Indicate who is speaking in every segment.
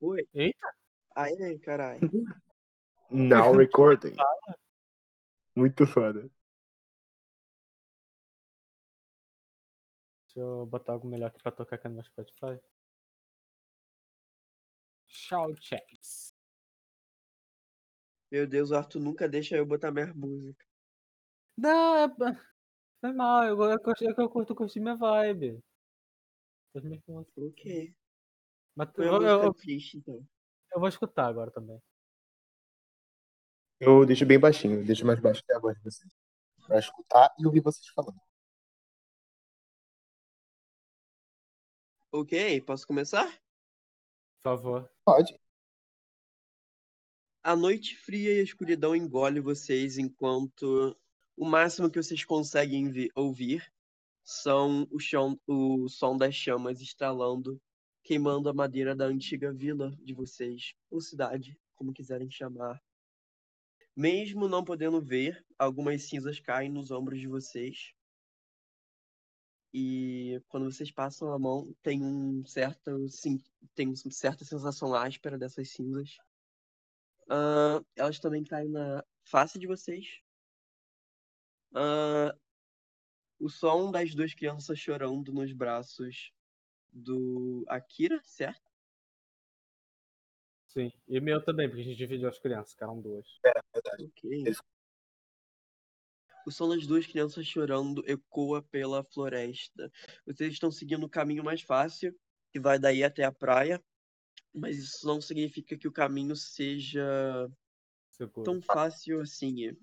Speaker 1: Oi.
Speaker 2: Eita.
Speaker 1: Aí, caralho.
Speaker 3: Now recording. Muito foda.
Speaker 2: Deixa eu botar algo melhor aqui pra tocar aqui no meu Spotify. Shout checks.
Speaker 1: Meu Deus, o Arthur nunca deixa eu botar minhas músicas.
Speaker 2: Não, é. Foi mal, eu, eu, curti- é que eu curto, curti minha vibe. As minhas músicas.
Speaker 1: Ok.
Speaker 2: Mas tu-
Speaker 1: Foi
Speaker 2: eu,
Speaker 1: uma
Speaker 2: eu-
Speaker 1: música triste, então.
Speaker 2: eu vou escutar agora também.
Speaker 3: Eu deixo bem baixinho, eu deixo mais baixo que a voz de vocês. Pra escutar e ouvir vocês falando.
Speaker 1: Ok, posso começar?
Speaker 2: Por favor.
Speaker 3: Pode.
Speaker 1: A noite fria e a escuridão engole vocês enquanto o máximo que vocês conseguem vi- ouvir são o, chão- o som das chamas estralando, queimando a madeira da antiga vila de vocês, ou cidade, como quiserem chamar. Mesmo não podendo ver, algumas cinzas caem nos ombros de vocês. E quando vocês passam a mão, tem um certo, sim, tem uma certa sensação áspera dessas cinzas. Ahn, elas também caem na face de vocês. Ahn, o som das duas crianças chorando nos braços do Akira, certo?
Speaker 2: Sim. E o meu também, porque a gente dividiu as crianças, ficaram duas.
Speaker 1: É, Ok. O som das duas crianças chorando ecoa pela floresta. Vocês estão seguindo o caminho mais fácil, que vai daí até a praia, mas isso não significa que o caminho seja
Speaker 2: Seguro.
Speaker 1: tão fácil assim.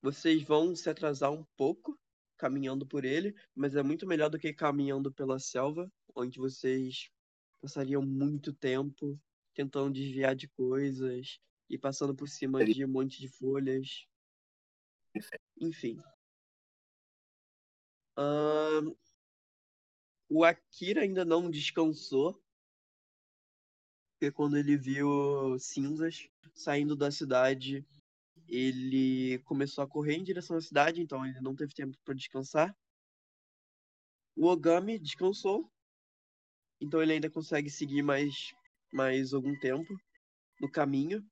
Speaker 1: Vocês vão se atrasar um pouco caminhando por ele, mas é muito melhor do que caminhando pela selva, onde vocês passariam muito tempo tentando desviar de coisas e passando por cima de um monte de folhas. Enfim. Ahn, o Akira ainda não descansou, porque quando ele viu cinzas saindo da cidade, ele começou a correr em direção à cidade, então ele não teve tempo para descansar. O Ogami descansou, então ele ainda consegue seguir mais, mais algum tempo no caminho.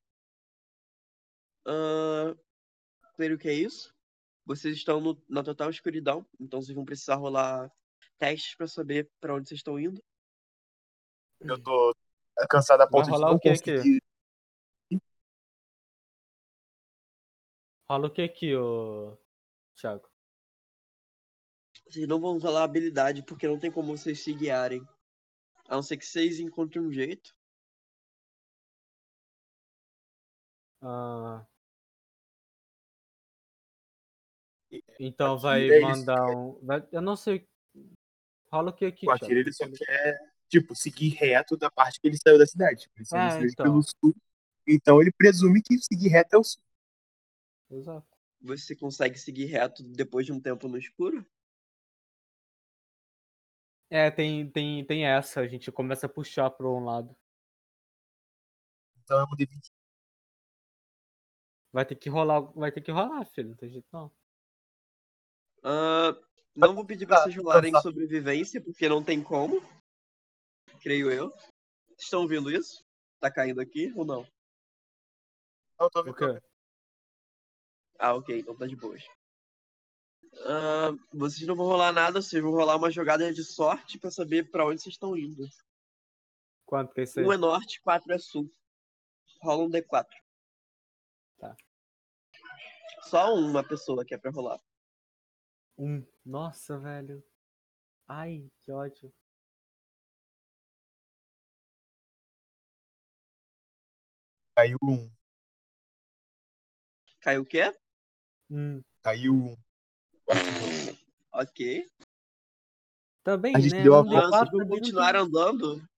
Speaker 1: Ahn, Creio que é isso. Vocês estão no- na total escuridão, então vocês vão precisar rolar testes para saber para onde vocês estão indo.
Speaker 3: Eu tô cansado a ponto
Speaker 2: Vai rolar
Speaker 3: de não
Speaker 2: o quê aqui?
Speaker 3: conseguir.
Speaker 2: Rola o que aqui, ô. Thiago?
Speaker 1: Vocês não vão rolar habilidade, porque não tem como vocês se guiarem. A não ser que vocês encontrem um jeito.
Speaker 2: Ah. Então
Speaker 3: Aqui
Speaker 2: vai
Speaker 3: é isso,
Speaker 2: mandar um. vai- Eu não sei. Rola o que aqui,
Speaker 3: O
Speaker 2: Thiago?
Speaker 3: Akira, ele só quer, tipo, seguir reto da parte que ele saiu da cidade. Ele saiu da
Speaker 2: É,
Speaker 3: cidade
Speaker 2: então.
Speaker 3: pelo sul. Então ele presume que seguir reto é o sul.
Speaker 2: Exato.
Speaker 1: Você consegue seguir reto depois de um tempo no escuro?
Speaker 2: É, tem, tem, tem essa, a gente começa a puxar para um lado.
Speaker 3: Então eu mudei de
Speaker 2: Vai ter que rolar, vai ter que rolar, filho, não tem jeito não.
Speaker 1: Ah, não vou pedir pra vocês rolarem
Speaker 3: cansado.
Speaker 1: sobrevivência, porque não tem como. Creio eu. Vocês Estão ouvindo isso? Tá caindo aqui ou não?
Speaker 3: Não, tô
Speaker 2: O quê?
Speaker 1: Ah, ok, então tá de boas. Ah, vocês não vão rolar nada, vocês vão rolar uma jogada de sorte pra saber pra onde vocês estão indo.
Speaker 2: Quanto que é isso aí?
Speaker 1: Um é norte, quatro é sul. Rola um D4.
Speaker 2: Tá.
Speaker 1: Só uma pessoa que é pra rolar.
Speaker 2: Um. Nossa, velho. Ai, que ódio.
Speaker 3: Caiu um.
Speaker 1: Caiu o quê?
Speaker 2: Hum.
Speaker 3: Caiu um.
Speaker 1: Ok.
Speaker 2: Também,
Speaker 3: A gente
Speaker 2: né?
Speaker 3: deu a
Speaker 2: um
Speaker 1: Ah, vocês
Speaker 2: D4
Speaker 1: vão
Speaker 2: também não
Speaker 1: continuar
Speaker 2: tem-
Speaker 1: andando?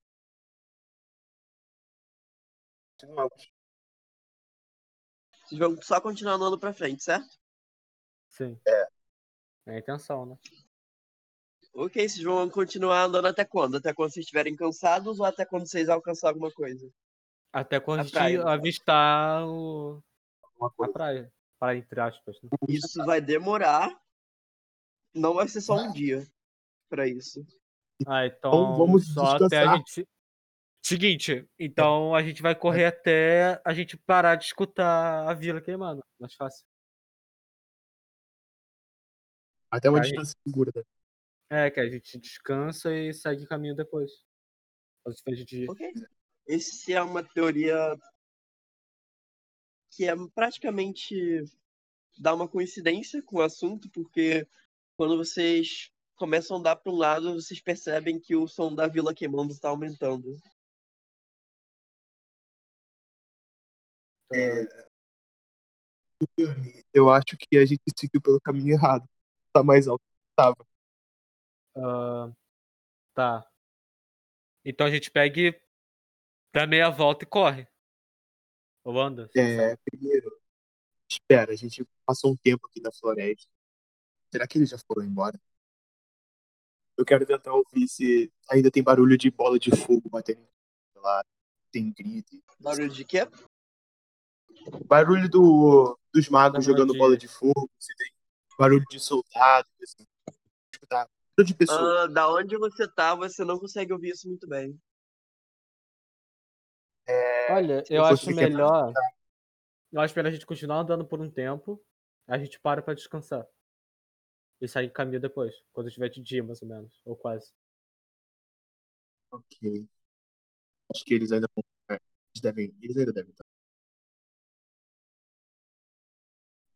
Speaker 1: Vocês vão só continuar andando pra frente, certo?
Speaker 2: Sim. É. a intenção, né?
Speaker 1: Ok, vocês vão continuar andando até quando? Até quando vocês estiverem cansados ou até quando vocês alcançar alguma coisa?
Speaker 2: Até quando a, gente
Speaker 1: praia, no caso.
Speaker 2: avistar o...
Speaker 3: Uma
Speaker 2: a
Speaker 3: coisa.
Speaker 2: praia. Praia, entre aspas. Né?
Speaker 1: Isso vai demorar. Não vai ser só um dia pra isso.
Speaker 2: Ah, então,
Speaker 3: vamos
Speaker 2: só até a
Speaker 3: descansar.
Speaker 2: gente... Seguinte, então a gente vai correr até a gente parar de escutar a vila queimando. Mais fácil.
Speaker 3: Até uma
Speaker 2: Aí.
Speaker 3: distância segura, né?
Speaker 2: É, que a gente descansa e segue caminho depois. Mas A gente
Speaker 1: Ok. Essa é uma teoria que é praticamente dá uma coincidência com o assunto, porque quando vocês começam a andar para um lado, vocês percebem que o som da vila queimando está aumentando.
Speaker 3: É,
Speaker 2: eh,
Speaker 3: Eu acho que a gente seguiu pelo caminho errado. Tá mais alto que tava.
Speaker 2: Ah, tá. Então a gente pega e dá meia volta e corre. Ou anda.
Speaker 3: É, primeiro, espera, a gente passou um tempo aqui na floresta. Será que eles já foram embora? Eu quero tentar ouvir se ainda tem barulho de bola de fogo batendo lá. Tem grito.
Speaker 1: Barulho de quê?
Speaker 3: Barulho do, dos magos
Speaker 2: Da bola
Speaker 3: jogando
Speaker 2: de-
Speaker 3: bola de fogo. Se tem barulho de soldado. Assim. Escutar. Barulho de pessoa.
Speaker 1: Ah, da onde você tá, você não consegue ouvir isso muito bem.
Speaker 2: Olha,
Speaker 3: se
Speaker 2: eu
Speaker 3: você
Speaker 2: acho
Speaker 3: quer
Speaker 2: melhor. Eu acho melhor a gente continuar andando por um tempo. A gente para pra descansar. E sai caminho depois. Quando tiver de dia, mais ou menos. Ou quase.
Speaker 3: Ok. Acho que eles ainda vão. é, Eles, devem, eles ainda devem estar.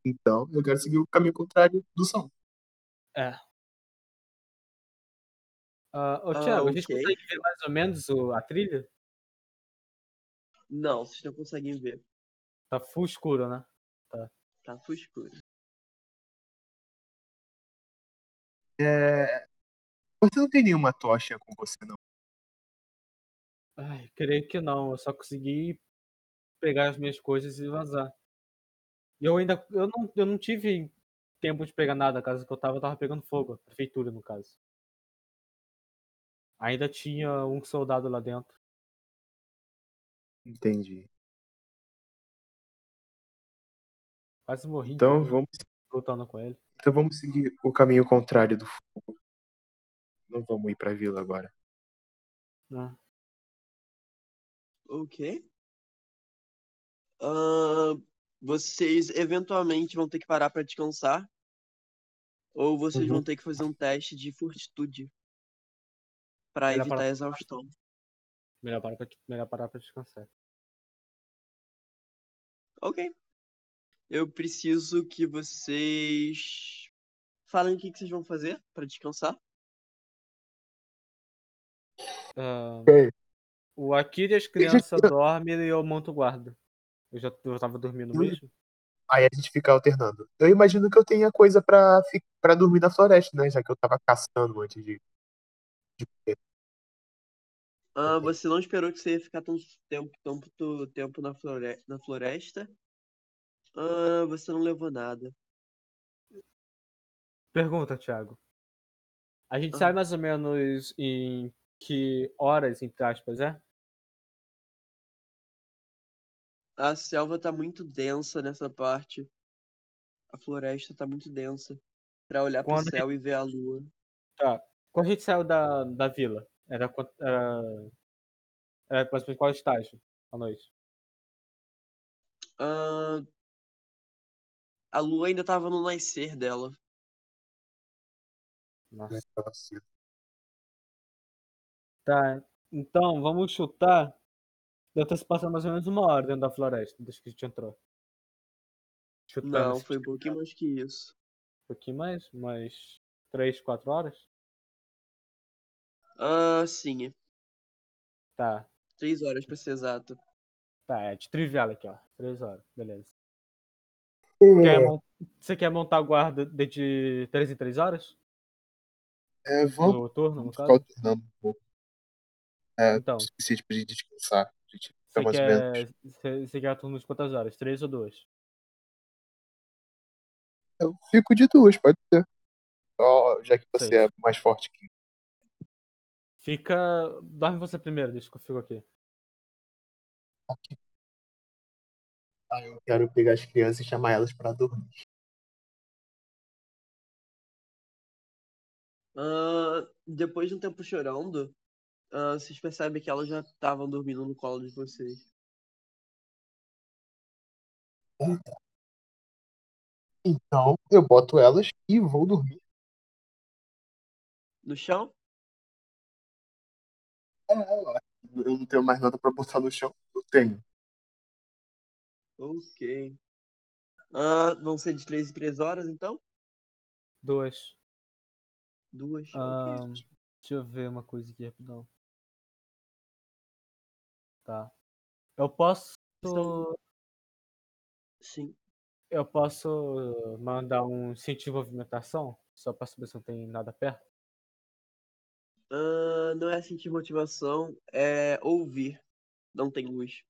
Speaker 3: Então, eu quero seguir o caminho contrário do som.
Speaker 2: Ah, ô,
Speaker 1: Ah,
Speaker 2: Thiago, a gente
Speaker 1: ok.
Speaker 2: consegue ver mais ou menos o- a trilha?
Speaker 1: Não, vocês não conseguem ver.
Speaker 2: Tá full escuro, né?
Speaker 1: Tá full escuro.
Speaker 3: É... Você não tem nenhuma tocha com você, não.
Speaker 2: Ai, creio que não. Eu só consegui pegar as minhas coisas e vazar. E eu ainda. Eu não, eu não tive tempo de pegar nada. A casa que eu tava, eu tava pegando fogo. A prefeitura, no caso. Ainda tinha um soldado lá dentro.
Speaker 3: Entendi.
Speaker 2: Quase morri
Speaker 3: Então vamos,
Speaker 2: lutando com ele.
Speaker 3: então vamos seguir o caminho contrário do fogo. Não vamos ir pra vila agora.
Speaker 2: né?
Speaker 1: Ok. Ah, vocês eventualmente vão ter que parar pra descansar. Ou vocês
Speaker 3: Uhum.
Speaker 1: vão ter que fazer um teste de fortitude Pra
Speaker 2: Melhor
Speaker 1: evitar
Speaker 2: parar.
Speaker 1: a exaustão.
Speaker 2: Melhor parar pra, melhor parar pra descansar.
Speaker 1: Ok. Eu preciso que vocês falem o que, que vocês vão fazer pra descansar.
Speaker 2: Ah,
Speaker 3: Ok.
Speaker 2: o Akira e as crianças dormem e eu monto guarda. Eu já eu tava dormindo
Speaker 3: Ui.
Speaker 2: mesmo.
Speaker 3: Aí a gente fica alternando. Eu imagino que eu tenha coisa pra, fi- pra dormir na floresta, né? Já que eu tava caçando antes de.
Speaker 1: Ah,
Speaker 3: Ok.
Speaker 1: você não esperou que você ia ficar tanto tempo, tanto tempo na flore- na floresta. Ah, você não levou nada.
Speaker 2: Pergunta, Thiago. A gente
Speaker 1: Ah.
Speaker 2: sabe mais ou menos em que horas, entre aspas, é?
Speaker 1: A selva tá muito densa nessa parte. A floresta tá muito densa. Pra olhar pro
Speaker 2: Quando que-
Speaker 1: céu e ver a lua.
Speaker 2: Tá. Quando a gente saiu da, da vila, era, quan- era, era mais ou menos qual estágio à noite?
Speaker 1: Ah, a lua ainda tava no nascer dela.
Speaker 3: né,
Speaker 2: Nossa.
Speaker 3: Nossa.
Speaker 2: Tá, então vamos chutar. Deve ter se passado mais ou menos uma hora dentro da floresta, desde que a gente entrou. Chutando
Speaker 1: Não,
Speaker 2: assim,
Speaker 1: foi um pouquinho mais que isso.
Speaker 2: um pouquinho mais, umas 3, 4 horas?
Speaker 1: Ah, sim.
Speaker 2: Tá,
Speaker 1: Três horas pra ser exato.
Speaker 2: tá, é de trivial aqui, ó. 3 horas, beleza. Quer
Speaker 3: É,
Speaker 2: mon- Você quer montar a guarda de- de 3 em 3 horas?
Speaker 3: é, vamos
Speaker 2: No turno, no
Speaker 3: vamos
Speaker 2: caso?
Speaker 3: ficar alternando um pouco. É,
Speaker 2: Então.
Speaker 3: o suficiente pra gente descansar. A gente fica
Speaker 2: Você
Speaker 3: Tá mais ou menos.
Speaker 2: quer, você, você quer turno de quantas horas? Três ou duas?
Speaker 3: Eu fico de duas, pode ser. Só já que você
Speaker 2: Sei.
Speaker 3: é mais forte que
Speaker 2: Fica. Dorme você primeiro, deixa que eu fico aqui.
Speaker 3: Ah, eu quero pegar as crianças e chamar elas pra dormir.
Speaker 1: Ah, depois de um tempo chorando, Ah, vocês percebem que elas já estavam dormindo no colo de vocês.
Speaker 3: Então, eu boto elas e vou dormir.
Speaker 1: No chão?
Speaker 3: É, eu acho que eu não tenho mais nada pra botar no chão. Eu tenho.
Speaker 1: Ok. Ah, vão ser de três em três horas, então?
Speaker 2: Duas.
Speaker 1: Duas.
Speaker 2: Ah,
Speaker 1: ok.
Speaker 2: Deixa eu ver uma coisa aqui rapidão. Tá. Eu posso.
Speaker 1: Então- Sim.
Speaker 2: Eu posso mandar um incentivo à movimentação? Só pra saber se não tem nada perto.
Speaker 1: Ah, não é sentir motivação, é ouvir. Não tem luz.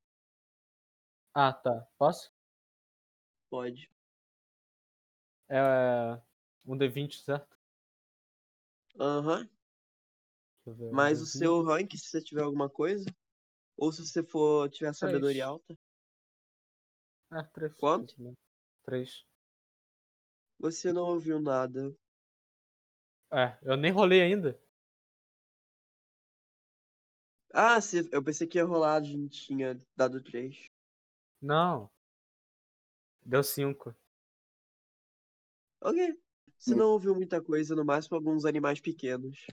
Speaker 2: Ah, tá. Posso?
Speaker 1: Pode.
Speaker 2: É. Um D20, certo?
Speaker 1: Aham.
Speaker 2: Deixa eu ver, um
Speaker 1: Mas o
Speaker 2: D20.
Speaker 1: seu rank, se você tiver alguma coisa, ou se você for tiver sabedoria alta,
Speaker 2: Ah, três.
Speaker 1: Quanto?
Speaker 2: Três.
Speaker 1: você não ouviu nada.
Speaker 2: É, eu nem rolei ainda.
Speaker 1: Ah, se- eu pensei que ia rolar, a gente tinha dado três.
Speaker 2: Não. Deu cinco.
Speaker 1: Ok. Você não ouviu muita coisa, no máximo alguns animais pequenos.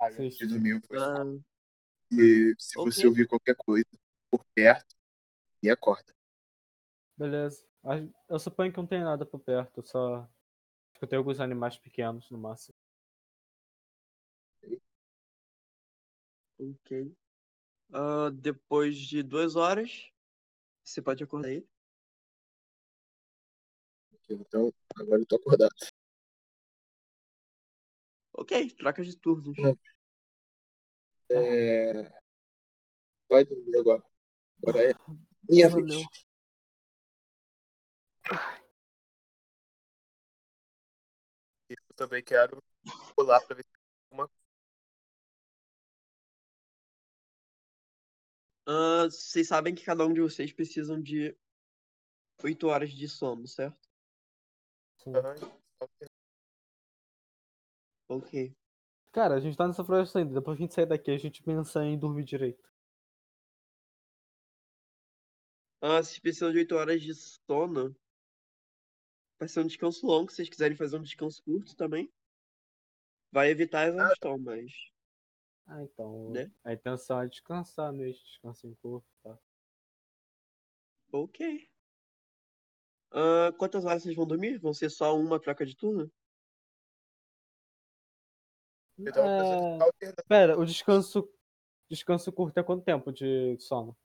Speaker 3: Aí,
Speaker 2: Sim,
Speaker 3: antes de
Speaker 2: sim.
Speaker 3: dormir, eu vou
Speaker 1: Ah,
Speaker 3: E se
Speaker 1: Ok.
Speaker 3: você ouvir qualquer coisa por perto, me acorda.
Speaker 2: Beleza. Mas Eu suponho que não tem nada por perto, eu só. Acho que eu tenho alguns animais pequenos no máximo.
Speaker 1: ok. Ah, depois de duas horas, você pode acordar aí.
Speaker 3: Então, agora eu tô acordado.
Speaker 1: Ok, troca de turnos.
Speaker 3: Não. É... Vai dormir agora. Agora é minha
Speaker 2: Valeu.
Speaker 3: vez. Eu também quero pular pra ver se
Speaker 1: Ah, vocês sabem que cada um de vocês precisam de oito horas de sono, certo?
Speaker 2: Sim.
Speaker 1: Ok.
Speaker 2: Cara, a gente tá nessa floresta ainda. Depois que a gente sair daqui, a gente pensa em dormir direito.
Speaker 1: Ah, vocês precisam de oito horas de sono. Vai ser um descanso longo, se vocês quiserem fazer um descanso curto também. Vai evitar a exaustão, mas.
Speaker 2: Ah, então.
Speaker 1: Né?
Speaker 2: A intenção é descansar mesmo, descansar em corpo. Tá?
Speaker 1: Ok. Ah, quantas horas vocês vão dormir? Vão ser só uma troca de turno?
Speaker 3: eu tava pensando
Speaker 2: É,
Speaker 3: em ficar alternando.
Speaker 2: Pera, o descanso. Descanso curto é quanto tempo de sono?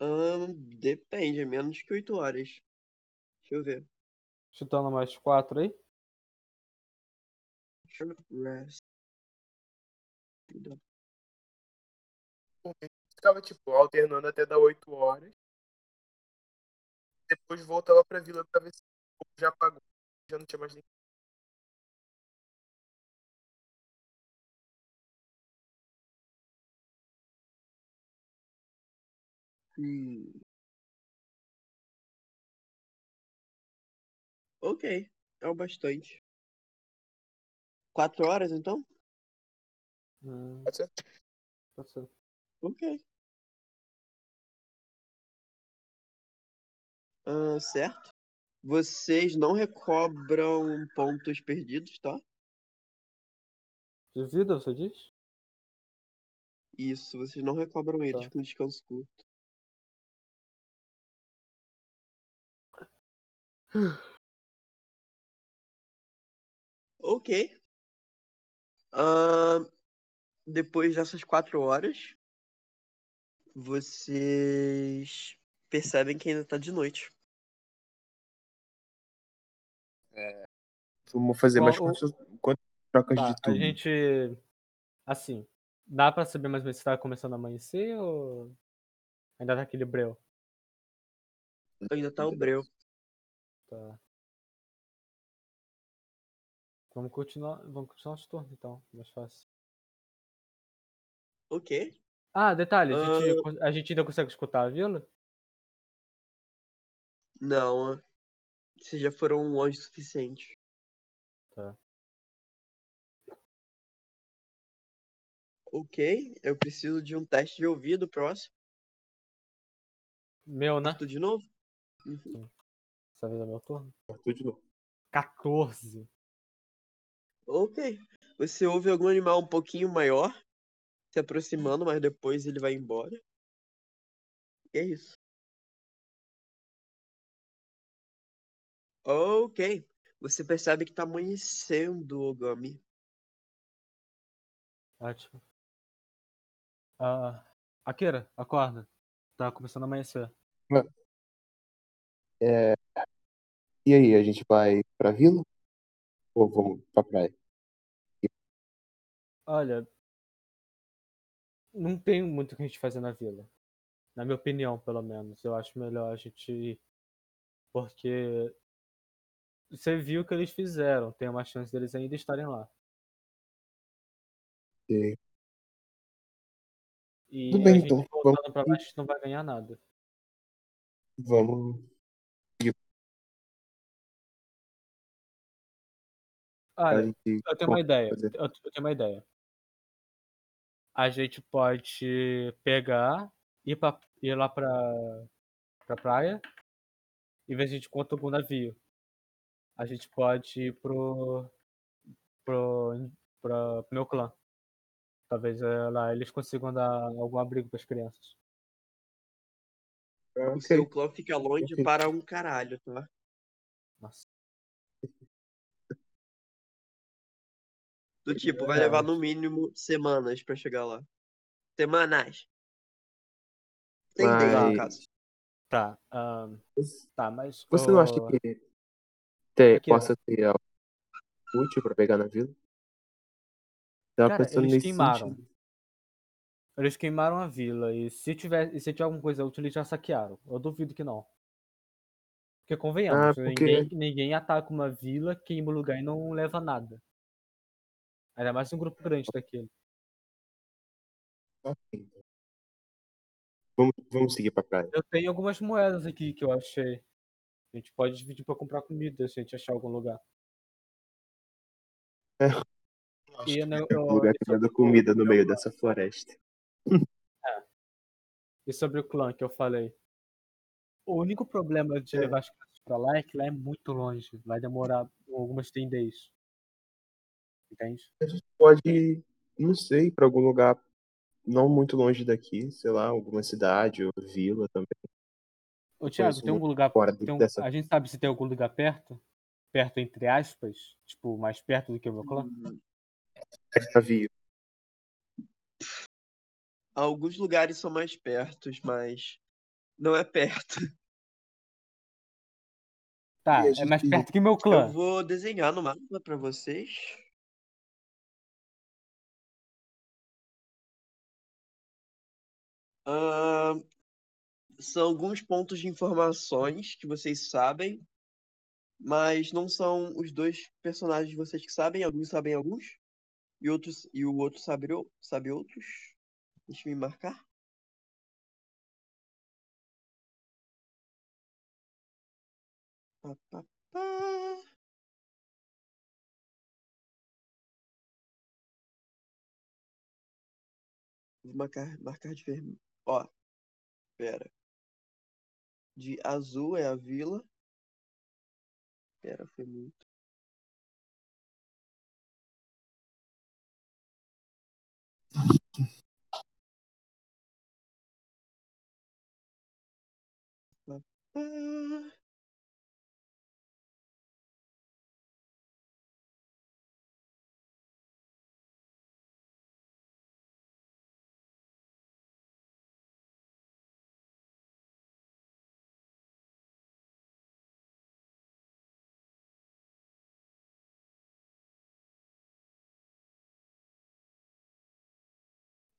Speaker 1: Ah, depende, é menos que oito horas. Deixa eu ver.
Speaker 2: Chutando mais quatro aí?
Speaker 1: Short rest.
Speaker 3: Ficava, tipo, alternando até dar 8 horas. Depois voltava pra vila pra ver se o fogo já apagou. Já não tinha mais ninguém.
Speaker 1: Hum. Ok, é o bastante. Quatro horas então?
Speaker 2: Hum,
Speaker 3: Pode ser?
Speaker 2: pode ser.
Speaker 1: Ok. Ah, certo. Vocês não recobram pontos perdidos, tá?
Speaker 2: De vida, você diz?
Speaker 1: Isso, vocês não recobram eles
Speaker 2: Tá.
Speaker 1: com descanso curto. Ok. Ahn, depois dessas quatro horas, vocês percebem que ainda tá de noite.
Speaker 3: Vamos fazer
Speaker 2: Ó,
Speaker 3: mais
Speaker 2: o-
Speaker 3: quantas, quantas trocas
Speaker 2: Tá,
Speaker 3: de
Speaker 2: a
Speaker 3: turno?
Speaker 2: gente. Assim. Dá pra saber mais ou menos se tá começando a amanhecer ou. Ainda tá aquele breu.
Speaker 1: Ainda tá o breu.
Speaker 2: Tá. Vamos continuar. Vamos continuar os turnos então. Mais fácil.
Speaker 1: Ok.
Speaker 2: Ah, detalhe, a gente, co- a gente ainda consegue escutar a vila?
Speaker 1: Não, ah, vocês já foram longe o suficiente.
Speaker 2: Tá.
Speaker 1: Ok, eu preciso de um teste de ouvido próximo.
Speaker 2: Meu, né?
Speaker 1: Tu de novo?
Speaker 2: Essa vez é meu turno.
Speaker 3: Arthur de novo.
Speaker 2: 14.
Speaker 1: Ok. Você ouve algum animal um pouquinho maior se aproximando, mas depois ele vai embora. E é isso. Ok. Você percebe que tá amanhecendo, Ogami.
Speaker 2: Ótimo. Ah, Akira, acorda. Tá começando a amanhecer.
Speaker 3: É, E aí, a gente vai pra vila? Ou vamos pra praia?
Speaker 2: Olha, não tem muito o que a gente fazer na vila. Na minha opinião, pelo menos. Eu acho melhor a gente ir. Porque você viu o que eles fizeram. Tem uma chance deles ainda estarem lá.
Speaker 3: E-
Speaker 2: E
Speaker 3: Tudo bem,
Speaker 2: a gente
Speaker 3: então. Vamos-
Speaker 2: voltando pra baixo não vai ganhar nada.
Speaker 3: Vamos. A
Speaker 2: Olha,
Speaker 3: gente...
Speaker 2: Eu tenho uma ideia.
Speaker 3: fazer.
Speaker 2: Eu, eu tenho uma ideia. A gente pode pegar, ir, pra, ir lá pra, pra praia e ver se a gente encontra algum navio. A gente pode ir pro. pro. pra, pro meu clã. Talvez eh, lá eles consigam dar algum abrigo pras crianças.
Speaker 1: O seu clã fica longe
Speaker 3: Ok.
Speaker 1: para um caralho, tá?
Speaker 2: Nossa.
Speaker 1: Do tipo, vai
Speaker 2: É,
Speaker 1: levar no mínimo semanas pra chegar lá. Semanais. Tem days, no
Speaker 3: Mas-
Speaker 1: caso.
Speaker 2: Tá. ahn, tá, mas.
Speaker 3: Você não acha
Speaker 2: ô,
Speaker 3: que ter,
Speaker 2: Aqui, ó.
Speaker 3: possa ter algo útil pra pegar na vila? Tava
Speaker 2: Cara,
Speaker 3: Tá pensando
Speaker 2: eles
Speaker 3: nesse
Speaker 2: queimaram.
Speaker 3: sentido.
Speaker 2: Eles queimaram a vila e se tiver, e se tiver alguma coisa útil, eles já saquearam. Eu duvido que não. Porque convenhamos,
Speaker 3: Ah, porque-
Speaker 2: ninguém, ninguém ataca uma vila, queima o lugar e não leva nada. Ainda mais um grupo grande daquele.
Speaker 3: Ok. Vamos, vamos seguir pra praia.
Speaker 2: Eu tenho algumas moedas aqui que eu achei. A gente pode dividir pra comprar comida se a gente achar algum lugar. E né,
Speaker 3: É
Speaker 2: eu-
Speaker 3: um lugar
Speaker 2: e
Speaker 3: que
Speaker 2: sobre
Speaker 3: dando
Speaker 2: o-
Speaker 3: comida no
Speaker 2: eu-
Speaker 3: meio dessa floresta.
Speaker 2: E sobre o clã que eu falei. O único problema de
Speaker 3: É.
Speaker 2: levar as crianças pra lá é que lá é muito longe. Vai demorar algumas 10 days. Entende?
Speaker 3: Pode, ir, não sei, pra algum lugar não muito longe daqui, sei lá, alguma cidade ou vila também.
Speaker 2: Ô, Thiago,
Speaker 3: isso
Speaker 2: tem algum
Speaker 3: muito
Speaker 2: lugar.
Speaker 3: fora do-
Speaker 2: tem um-
Speaker 3: dessa-
Speaker 2: A gente sabe se tem algum lugar perto? Perto, entre aspas? Tipo, mais perto do que o meu clã?
Speaker 3: Navio.
Speaker 1: Alguns lugares são mais perto, mas não é perto.
Speaker 2: Tá,
Speaker 3: E a
Speaker 2: é mais
Speaker 3: gente-
Speaker 2: perto que o meu
Speaker 1: Eu
Speaker 2: clã.
Speaker 1: vou desenhar no mapa pra vocês. Ahn, são alguns pontos de informações que vocês sabem, mas não são os dois personagens de vocês que sabem. Alguns sabem alguns e outros e o outro sabe, o- sabe outros. Deixa eu me marcar. Pá, pá, pá. Vou marcar, marcar de vermelho. Ó, pera. De azul é a vila. Pera, foi muito. Pá, pá.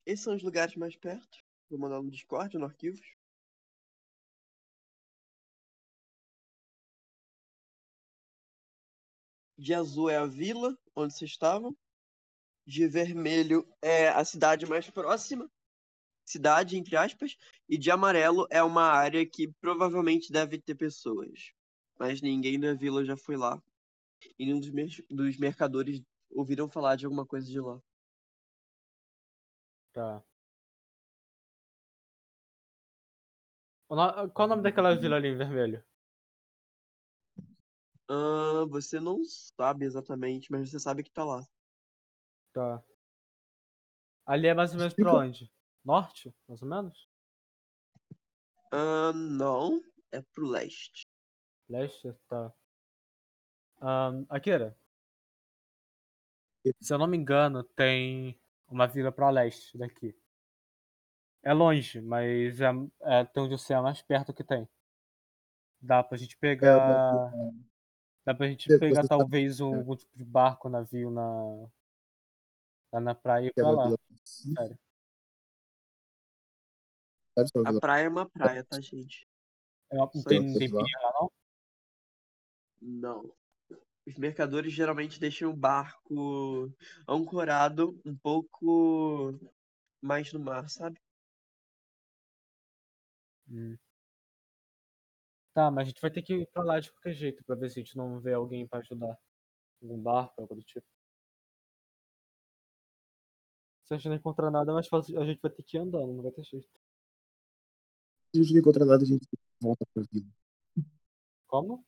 Speaker 1: Esses são os lugares mais perto. Vou mandar no Discord, no arquivos. De azul é a vila onde vocês estavam. De vermelho é a cidade mais próxima. Cidade, entre aspas. E de amarelo é uma área que provavelmente deve ter pessoas. Mas ninguém da vila já foi lá. e um dos, mer- dos mercadores ouviram falar de alguma coisa de lá.
Speaker 2: Tá. O no- Qual o nome daquela vila ali em vermelho?
Speaker 1: Ah, você não sabe exatamente, mas você sabe que tá lá.
Speaker 2: Tá. Ali é mais ou menos pra
Speaker 3: Explica.
Speaker 2: onde? Norte, mais ou menos?
Speaker 1: Ah, não, é pro leste.
Speaker 2: Leste? Tá. Ahn, Akira. Se eu não me engano, tem uma vila pra leste daqui. É longe, mas é, é até onde eu sei, é mais perto que tem. Dá pra gente
Speaker 3: É,
Speaker 2: pegar. Dá pra gente
Speaker 3: Você-
Speaker 2: pegar
Speaker 3: você tá-
Speaker 2: talvez um, algum tipo de barco, navio na. Lá na praia e
Speaker 3: que é
Speaker 2: pra
Speaker 3: uma
Speaker 2: lá.
Speaker 3: vila pacífica. Sabe se é uma
Speaker 1: A
Speaker 3: vila
Speaker 1: praia é uma praia, tá, gente?
Speaker 2: É uma- Não
Speaker 1: Só
Speaker 2: tem,
Speaker 3: isso.
Speaker 2: não tem
Speaker 3: Lá.
Speaker 2: pinha lá, não?
Speaker 1: Não. Os mercadores geralmente deixam o barco ancorado um pouco mais no mar, sabe?
Speaker 2: Hum. Tá, mas a gente vai ter que ir pra lá de qualquer jeito, pra ver se a gente não vê alguém pra ajudar. Algum barco, algo do tipo. Se a gente não encontrar nada, mas a gente vai ter que ir andando, não vai ter jeito.
Speaker 3: Se a gente não encontrar nada, a gente volta pra vila.
Speaker 2: Como?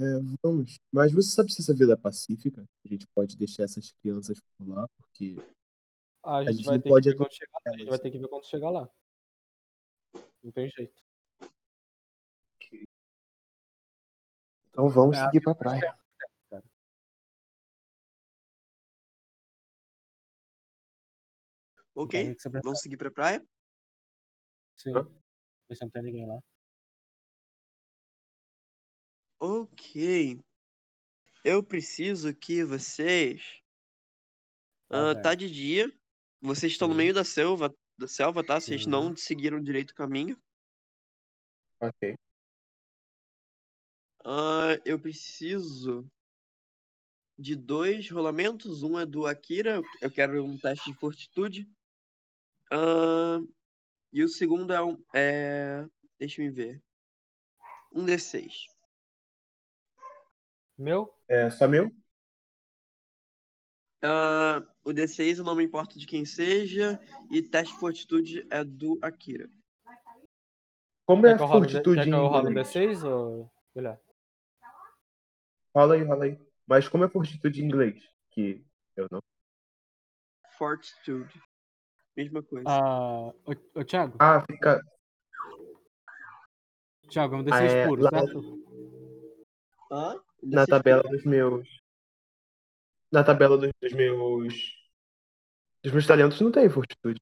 Speaker 3: É, vamos. Mas você sabe se essa vila é pacífica? A gente pode deixar essas crianças por lá, porque
Speaker 2: Ah, a gente,
Speaker 3: gente
Speaker 2: vai
Speaker 3: não
Speaker 2: ter
Speaker 3: pode
Speaker 2: que ver quando chegar lá. Ah, A gente
Speaker 3: elas.
Speaker 2: vai ter que ver quando chegar lá. Não tem jeito.
Speaker 3: Então vamos
Speaker 2: É,
Speaker 3: seguir pra praia.
Speaker 2: Não tem
Speaker 1: Ok?
Speaker 2: que saber-
Speaker 1: Vamos seguir pra praia?
Speaker 2: Sim.
Speaker 3: Hã?
Speaker 2: Ver se não tem ninguém lá.
Speaker 1: Ok. Eu preciso que vocês.
Speaker 2: Tá,
Speaker 1: Ah,
Speaker 2: velho.
Speaker 1: tá de dia. Vocês estão no
Speaker 2: Sim.
Speaker 1: meio da selva, da selva, tá? Vocês
Speaker 2: Sim.
Speaker 1: não seguiram direito o caminho.
Speaker 3: Ok.
Speaker 1: Ah, eu preciso de dois rolamentos. Um é do Akira, eu quero um teste de fortitude. Ah, e o segundo é um. É... Deixa eu ver. Um D6.
Speaker 2: Meu?
Speaker 3: É, só meu?
Speaker 1: Ah, o D6 eu não me importo de quem seja. E teste de fortitude é do Akira.
Speaker 3: Como é
Speaker 2: Quer que eu rolo um D- quer que eu rolo
Speaker 3: né?
Speaker 2: um D6 ou. Olha.
Speaker 3: Rola aí, rola aí. Mas como é fortitude em inglês? Que eu não.
Speaker 1: Fortitude. Mesma coisa.
Speaker 2: Ah, ô, ô, Thiago,
Speaker 3: Ah, fica.
Speaker 2: Thiago, é um D6
Speaker 3: é,
Speaker 2: puro,
Speaker 3: lá-
Speaker 2: certo?
Speaker 1: Hã? Um
Speaker 3: Na
Speaker 1: D6
Speaker 3: tabela dos meus. Na tabela dos, dos meus. Dos meus talentos não tem fortitude.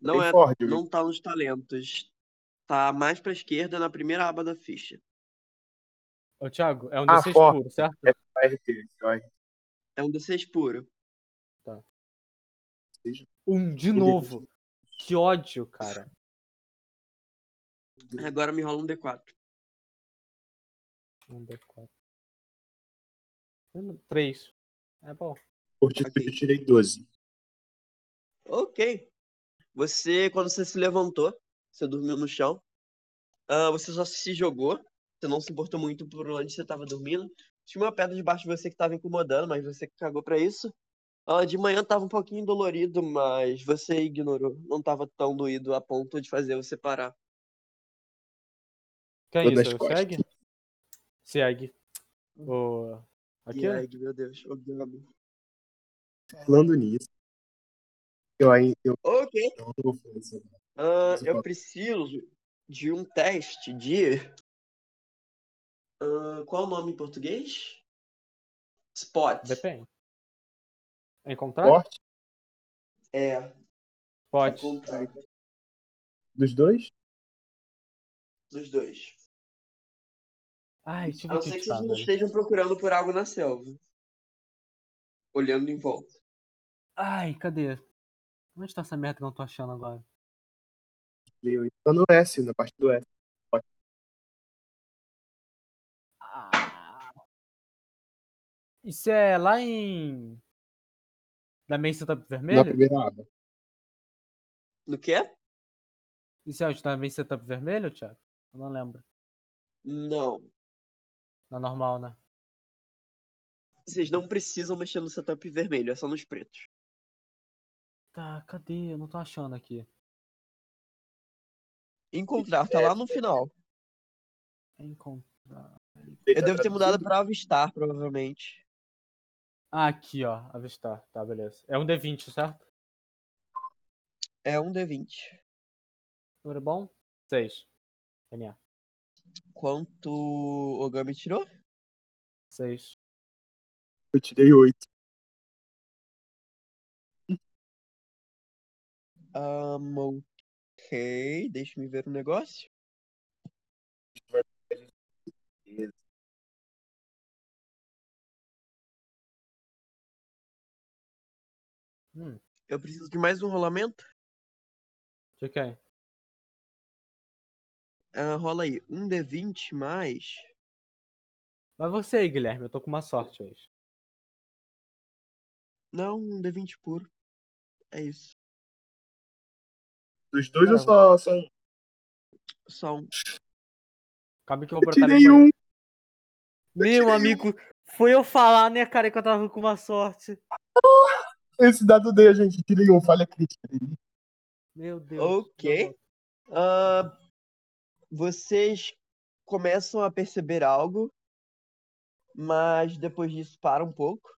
Speaker 1: Não
Speaker 3: tem
Speaker 1: é,
Speaker 3: Ford.
Speaker 1: não tá nos talentos. Tá mais pra esquerda na primeira aba da ficha.
Speaker 2: Ô, Thiago, é um
Speaker 3: Ah,
Speaker 2: D6
Speaker 3: forte.
Speaker 2: puro, certo?
Speaker 3: RT, vai.
Speaker 1: É um D6 puro.
Speaker 2: Um de novo. Que ódio, cara.
Speaker 1: Agora me rola um D4.
Speaker 2: Um D4. Hum, Três. É bom.
Speaker 3: Fortitude
Speaker 1: Ok.
Speaker 3: eu tirei 12.
Speaker 1: Ok. Você, quando você se levantou, você dormiu no chão. ah, você só se jogou. Você não se importou muito por onde você tava dormindo. Tinha uma pedra debaixo de você que tava incomodando, mas você cagou pra isso. Ah, de manhã tava um pouquinho dolorido, mas você ignorou. Não tava tão doído a ponto de fazer você parar.
Speaker 2: Quem é
Speaker 3: Vou nas
Speaker 2: isso?
Speaker 3: costas.
Speaker 2: Segue? Segue. O... Aqui,
Speaker 1: E
Speaker 2: né?
Speaker 1: aí, meu Deus. ô, meu amigo.
Speaker 3: Falando nisso. Eu ainda eu
Speaker 1: Ok.
Speaker 3: não vou fazer isso.
Speaker 1: Ah,
Speaker 3: Você
Speaker 1: eu
Speaker 3: pode.
Speaker 1: preciso de um teste de. Ah, qual o nome em português? Spot.
Speaker 2: Depende. Encontrar?
Speaker 3: Forte
Speaker 1: É,
Speaker 2: Pode.
Speaker 1: encontrar
Speaker 3: dos dois?
Speaker 1: dos dois.
Speaker 2: Ai, deixa eu
Speaker 1: A
Speaker 2: ver
Speaker 1: não
Speaker 2: o
Speaker 1: ser
Speaker 2: que
Speaker 1: que vocês
Speaker 2: tá,
Speaker 1: não
Speaker 2: velho.
Speaker 1: estejam procurando por algo na selva. Olhando em volta.
Speaker 2: Ai, cadê? Onde tá essa merda que eu não tô achando agora?
Speaker 3: Meio aí. Tá no S, na parte do S.
Speaker 2: Ah. Isso é lá em. Da Mensita
Speaker 3: Na
Speaker 2: Vermelha?
Speaker 3: primeira aba.
Speaker 1: No quê?
Speaker 2: Isso é onde? Da Mensita Vermelha, Thiago? Eu não lembro.
Speaker 1: Não.
Speaker 2: Na normal, né?
Speaker 1: Vocês não precisam mexer no setup vermelho, é só nos pretos.
Speaker 2: Tá, cadê? Eu não tô achando aqui.
Speaker 1: Encontrar, tá lá no final.
Speaker 2: É Encontrar.
Speaker 1: Eu devo ter mudado pra avistar, provavelmente.
Speaker 2: Ah, aqui, ó. Avistar. Tá, beleza. É um D20, certo?
Speaker 1: É um D20.
Speaker 2: Número bom? 6. É minha.
Speaker 1: Quanto o Gami tirou?
Speaker 2: 6.
Speaker 3: Eu tirei oito.
Speaker 1: Ahn, Ah, ok, deixa me ver o negócio.
Speaker 2: Hum,
Speaker 1: Eu preciso de mais um rolamento?
Speaker 2: de quem?
Speaker 1: Ah, rola aí. Um D20 mais.
Speaker 2: Mas você aí, Guilherme. Eu tô com uma sorte hoje.
Speaker 1: Não, um D20 puro. É isso.
Speaker 3: Dos dois eu
Speaker 2: Caramba.
Speaker 3: só, só um.
Speaker 1: Só um.
Speaker 2: Cabe que eu
Speaker 3: Eu um.
Speaker 2: vou botar
Speaker 3: tirei um.
Speaker 2: Meu amigo, foi eu falar, né, cara, que eu tava com uma sorte.
Speaker 3: Esse dado dei, gente. Tirei um. Falha crítica.
Speaker 2: Meu Deus.
Speaker 1: Ok. Ah, vocês começam a perceber algo, mas depois disso para um pouco.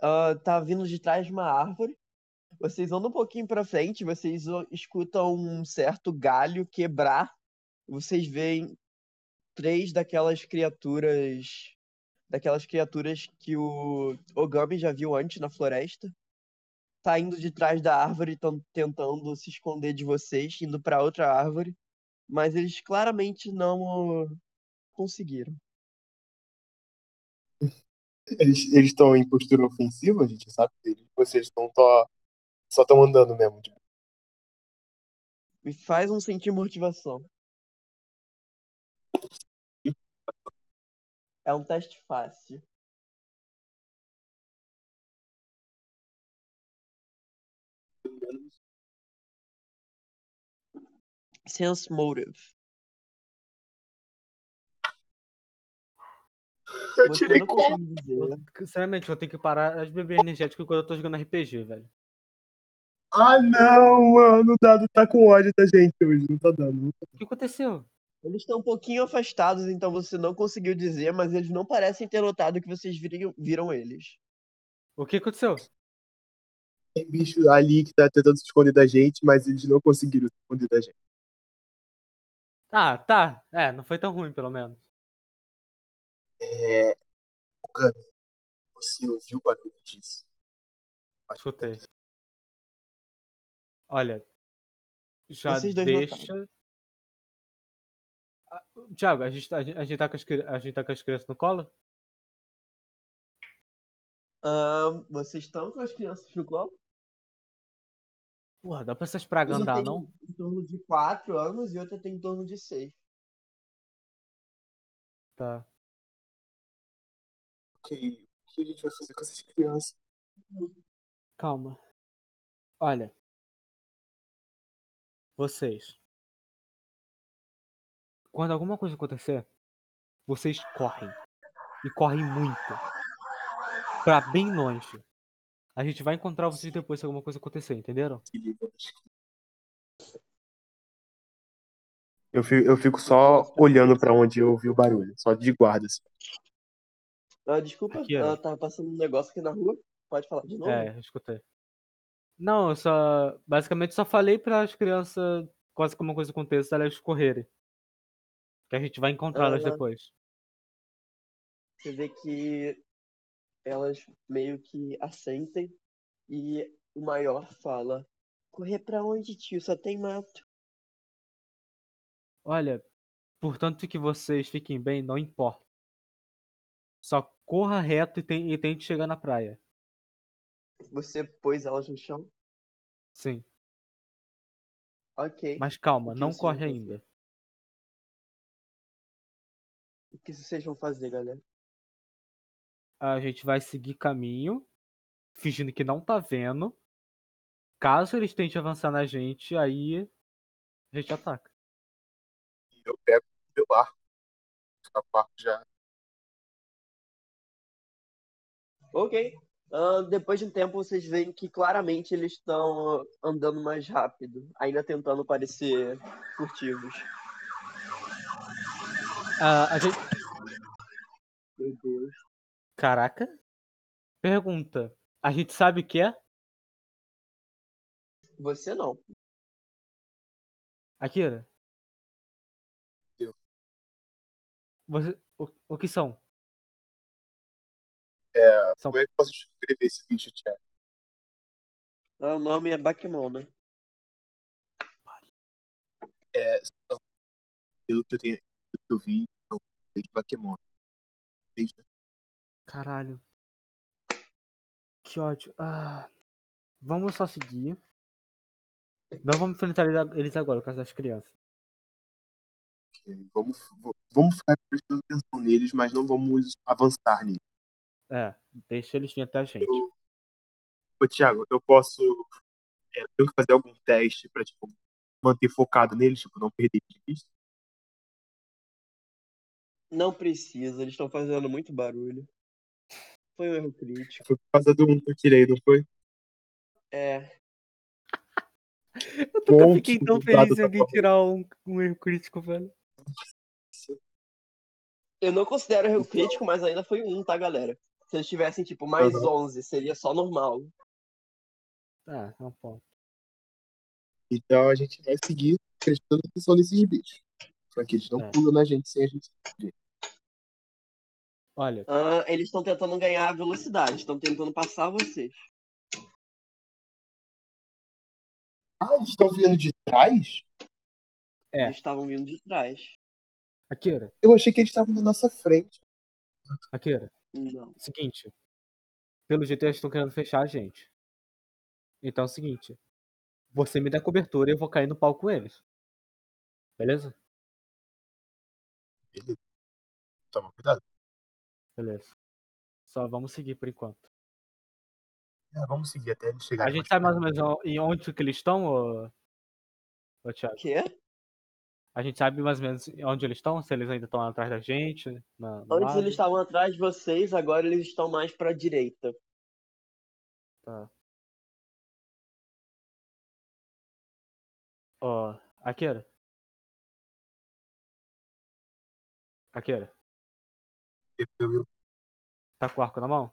Speaker 1: Ah, tá vindo de trás de uma árvore. Vocês andam um pouquinho pra frente, vocês o- escutam um certo galho quebrar. Vocês veem três daquelas criaturas, daquelas criaturas que o Ogami já viu antes na floresta tá indo de trás da árvore, tão- tentando se esconder de vocês, indo pra outra árvore, mas eles claramente não o conseguiram.
Speaker 3: Eles eles estão em postura ofensiva, a gente sabe. deles. Vocês estão só. Só estão andando mesmo. tipo,
Speaker 1: Me faz um sentir motivação. É um teste fácil. Sense motive.
Speaker 3: Eu
Speaker 1: Você
Speaker 3: tirei
Speaker 1: não
Speaker 3: quatro.
Speaker 1: consegue dizer.
Speaker 2: Sinceramente, eu tenho que parar de beber energético quando eu tô jogando RPG, velho.
Speaker 3: Ah, não, mano. O dado tá com ódio da gente hoje. Não tá dando.
Speaker 2: O que aconteceu?
Speaker 1: Eles estão um pouquinho afastados, então você não conseguiu dizer, mas eles não parecem ter notado que vocês viriam- viram eles.
Speaker 2: O que aconteceu?
Speaker 3: Tem bicho ali que tá tentando se esconder da gente, mas eles não conseguiram se esconder da gente.
Speaker 2: Ah, tá. É, não foi tão ruim, pelo menos.
Speaker 3: É. Ogami, você ouviu o barulho disso?
Speaker 2: Escutei. Olha, já
Speaker 1: Vocês dois
Speaker 2: deixa. Ah, Thiago, a gente, tá- a, gente, a gente tá com as, cri- a gente tá com as crianças no colo?
Speaker 1: Ahn, vocês estão com as crianças no colo?
Speaker 2: Porra, dá pra essas
Speaker 1: Uma
Speaker 2: pragas andar,
Speaker 1: tem
Speaker 2: não?
Speaker 1: em torno de 4 anos e outra tem em torno de 6.
Speaker 2: Tá.
Speaker 3: Ok, o que a gente vai fazer com essas crianças?
Speaker 2: Calma. Olha. Vocês. Quando alguma coisa acontecer, vocês correm. E correm muito. Pra bem longe. A gente vai encontrar vocês depois se alguma coisa acontecer, entenderam?
Speaker 3: Que livro? Eu fico, eu fico só olhando pra onde eu ouvi o barulho, só de guarda. assim.
Speaker 1: Ah, desculpa,
Speaker 2: Aqui, ó.
Speaker 1: ela tava passando um negócio aqui na rua. Pode falar de novo?
Speaker 2: É, eu escutei. Não, eu só. Basicamente só falei para as crianças, quase que uma coisa aconteça, elas correrem. Que a gente vai encontrá-las
Speaker 1: Ah.
Speaker 2: depois.
Speaker 1: Você vê que elas meio que assentem e o maior fala: Correr pra onde, tio? Só tem mato.
Speaker 2: Olha, portanto que vocês fiquem bem, não importa. Só corra reto e, ten- e tente chegar na praia.
Speaker 1: Você pôs elas no chão?
Speaker 2: Sim.
Speaker 1: Ok.
Speaker 2: Mas calma,
Speaker 1: O que
Speaker 2: não
Speaker 1: vocês
Speaker 2: corre
Speaker 1: vão fazer?
Speaker 2: ainda.
Speaker 1: O que vocês vão fazer, galera?
Speaker 2: A gente vai seguir caminho, fingindo que não tá vendo. Caso eles tentem avançar na gente, aí a gente ataca.
Speaker 3: Eu pego meu barco, tá papo já.
Speaker 1: Ok. Ah, depois de um tempo, vocês veem que claramente eles estão andando mais rápido, ainda tentando parecer furtivos.
Speaker 2: Ah, a gente...
Speaker 1: Meu Deus.
Speaker 2: Caraca. Pergunta. A gente sabe o que é?
Speaker 1: Você não.
Speaker 2: Akira?
Speaker 3: Eu.
Speaker 2: Você... O, o que são?
Speaker 3: É,
Speaker 2: São...
Speaker 3: como é que eu posso descrever esse bicho, Thiago?
Speaker 1: Ah, O nome é Bakemon, né?
Speaker 3: É, são- pelo que eu tenho, pelo que eu vi, são três Pokémon. Três, né?
Speaker 2: Caralho. Que ódio. Ah. Vamos só seguir. Não vamos enfrentar eles a- eles agora, por causa das crianças.
Speaker 3: Vamos, v- vamos ficar prestando atenção neles, mas não vamos avançar neles.
Speaker 2: É, deixa eles virem até a gente.
Speaker 3: Ô, Thiago, eu posso. É, tenho que fazer algum teste pra, tipo, manter focado neles, tipo, não perder de vista.
Speaker 1: Não precisa, eles estão fazendo muito barulho. Foi um erro crítico.
Speaker 3: Foi por causa do um que eu tirei, não foi?
Speaker 1: É,
Speaker 2: Eu
Speaker 3: nunca Bom, fiquei tão feliz resultado em tá alguém bom.
Speaker 2: tirar um, erro crítico, velho.
Speaker 1: eu não considero erro crítico, mas ainda foi um, tá, galera? Se eles tivessem, tipo, mais 11, seria só normal.
Speaker 2: Tá, é um ponto.
Speaker 3: Então a gente vai seguir prestando atenção nesses bichos. Pra que eles não
Speaker 2: É.
Speaker 3: pulam na gente sem a gente.
Speaker 2: Olha,
Speaker 1: Ah, eles estão tentando ganhar velocidade, estão tentando passar vocês.
Speaker 3: Ah, eles estão vindo de trás?
Speaker 2: É.
Speaker 1: Eles estavam vindo de trás.
Speaker 2: Akira,
Speaker 3: Eu achei que eles estavam na nossa frente.
Speaker 2: Akira,
Speaker 1: Não.
Speaker 2: seguinte. Pelo jeito eles estão querendo fechar a gente. Então é o seguinte. Você me dá cobertura e eu vou cair no pau com eles. Beleza?
Speaker 3: Toma cuidado.
Speaker 2: Beleza. Só vamos seguir por enquanto.
Speaker 3: É, vamos seguir até eles
Speaker 2: A
Speaker 3: chegarem.
Speaker 2: gente tá sabe mais ou menos o- em onde que eles estão, ô... ô Thiago?
Speaker 1: Quê?
Speaker 2: A gente sabe mais ou menos onde eles estão, se eles ainda estão atrás da gente. Na, no
Speaker 1: Antes
Speaker 2: lado.
Speaker 1: eles estavam atrás de vocês, agora eles estão mais pra direita.
Speaker 2: Ó, Akira. Akira,
Speaker 3: Eu, eu, eu,
Speaker 2: tá com o arco na mão?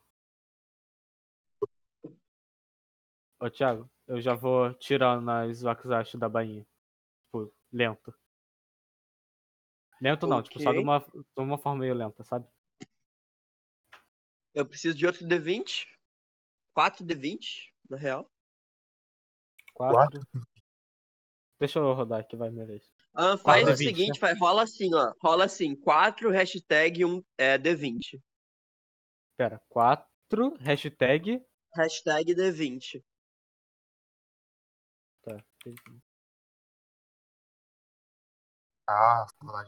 Speaker 2: Ô, Thiago, eu já vou tirando nas Wakizashi da bainha. Tipo, lento. Lento não, tipo, só de
Speaker 1: Ok.
Speaker 2: uma, de uma forma meio lenta, sabe?
Speaker 1: Eu preciso de outro D20. 4 D20, na real.
Speaker 2: Quatro. Deixa eu rodar aqui, vai, minha vez.
Speaker 1: Ah,
Speaker 2: Quatro
Speaker 1: faz o
Speaker 2: D20, né?
Speaker 1: seguinte, faz, rola assim, ó. Rola assim, 4 hashtag 1 é, D20.
Speaker 2: Pera, quatro, hashtag.
Speaker 1: Hashtag D20.
Speaker 3: Ah, falar.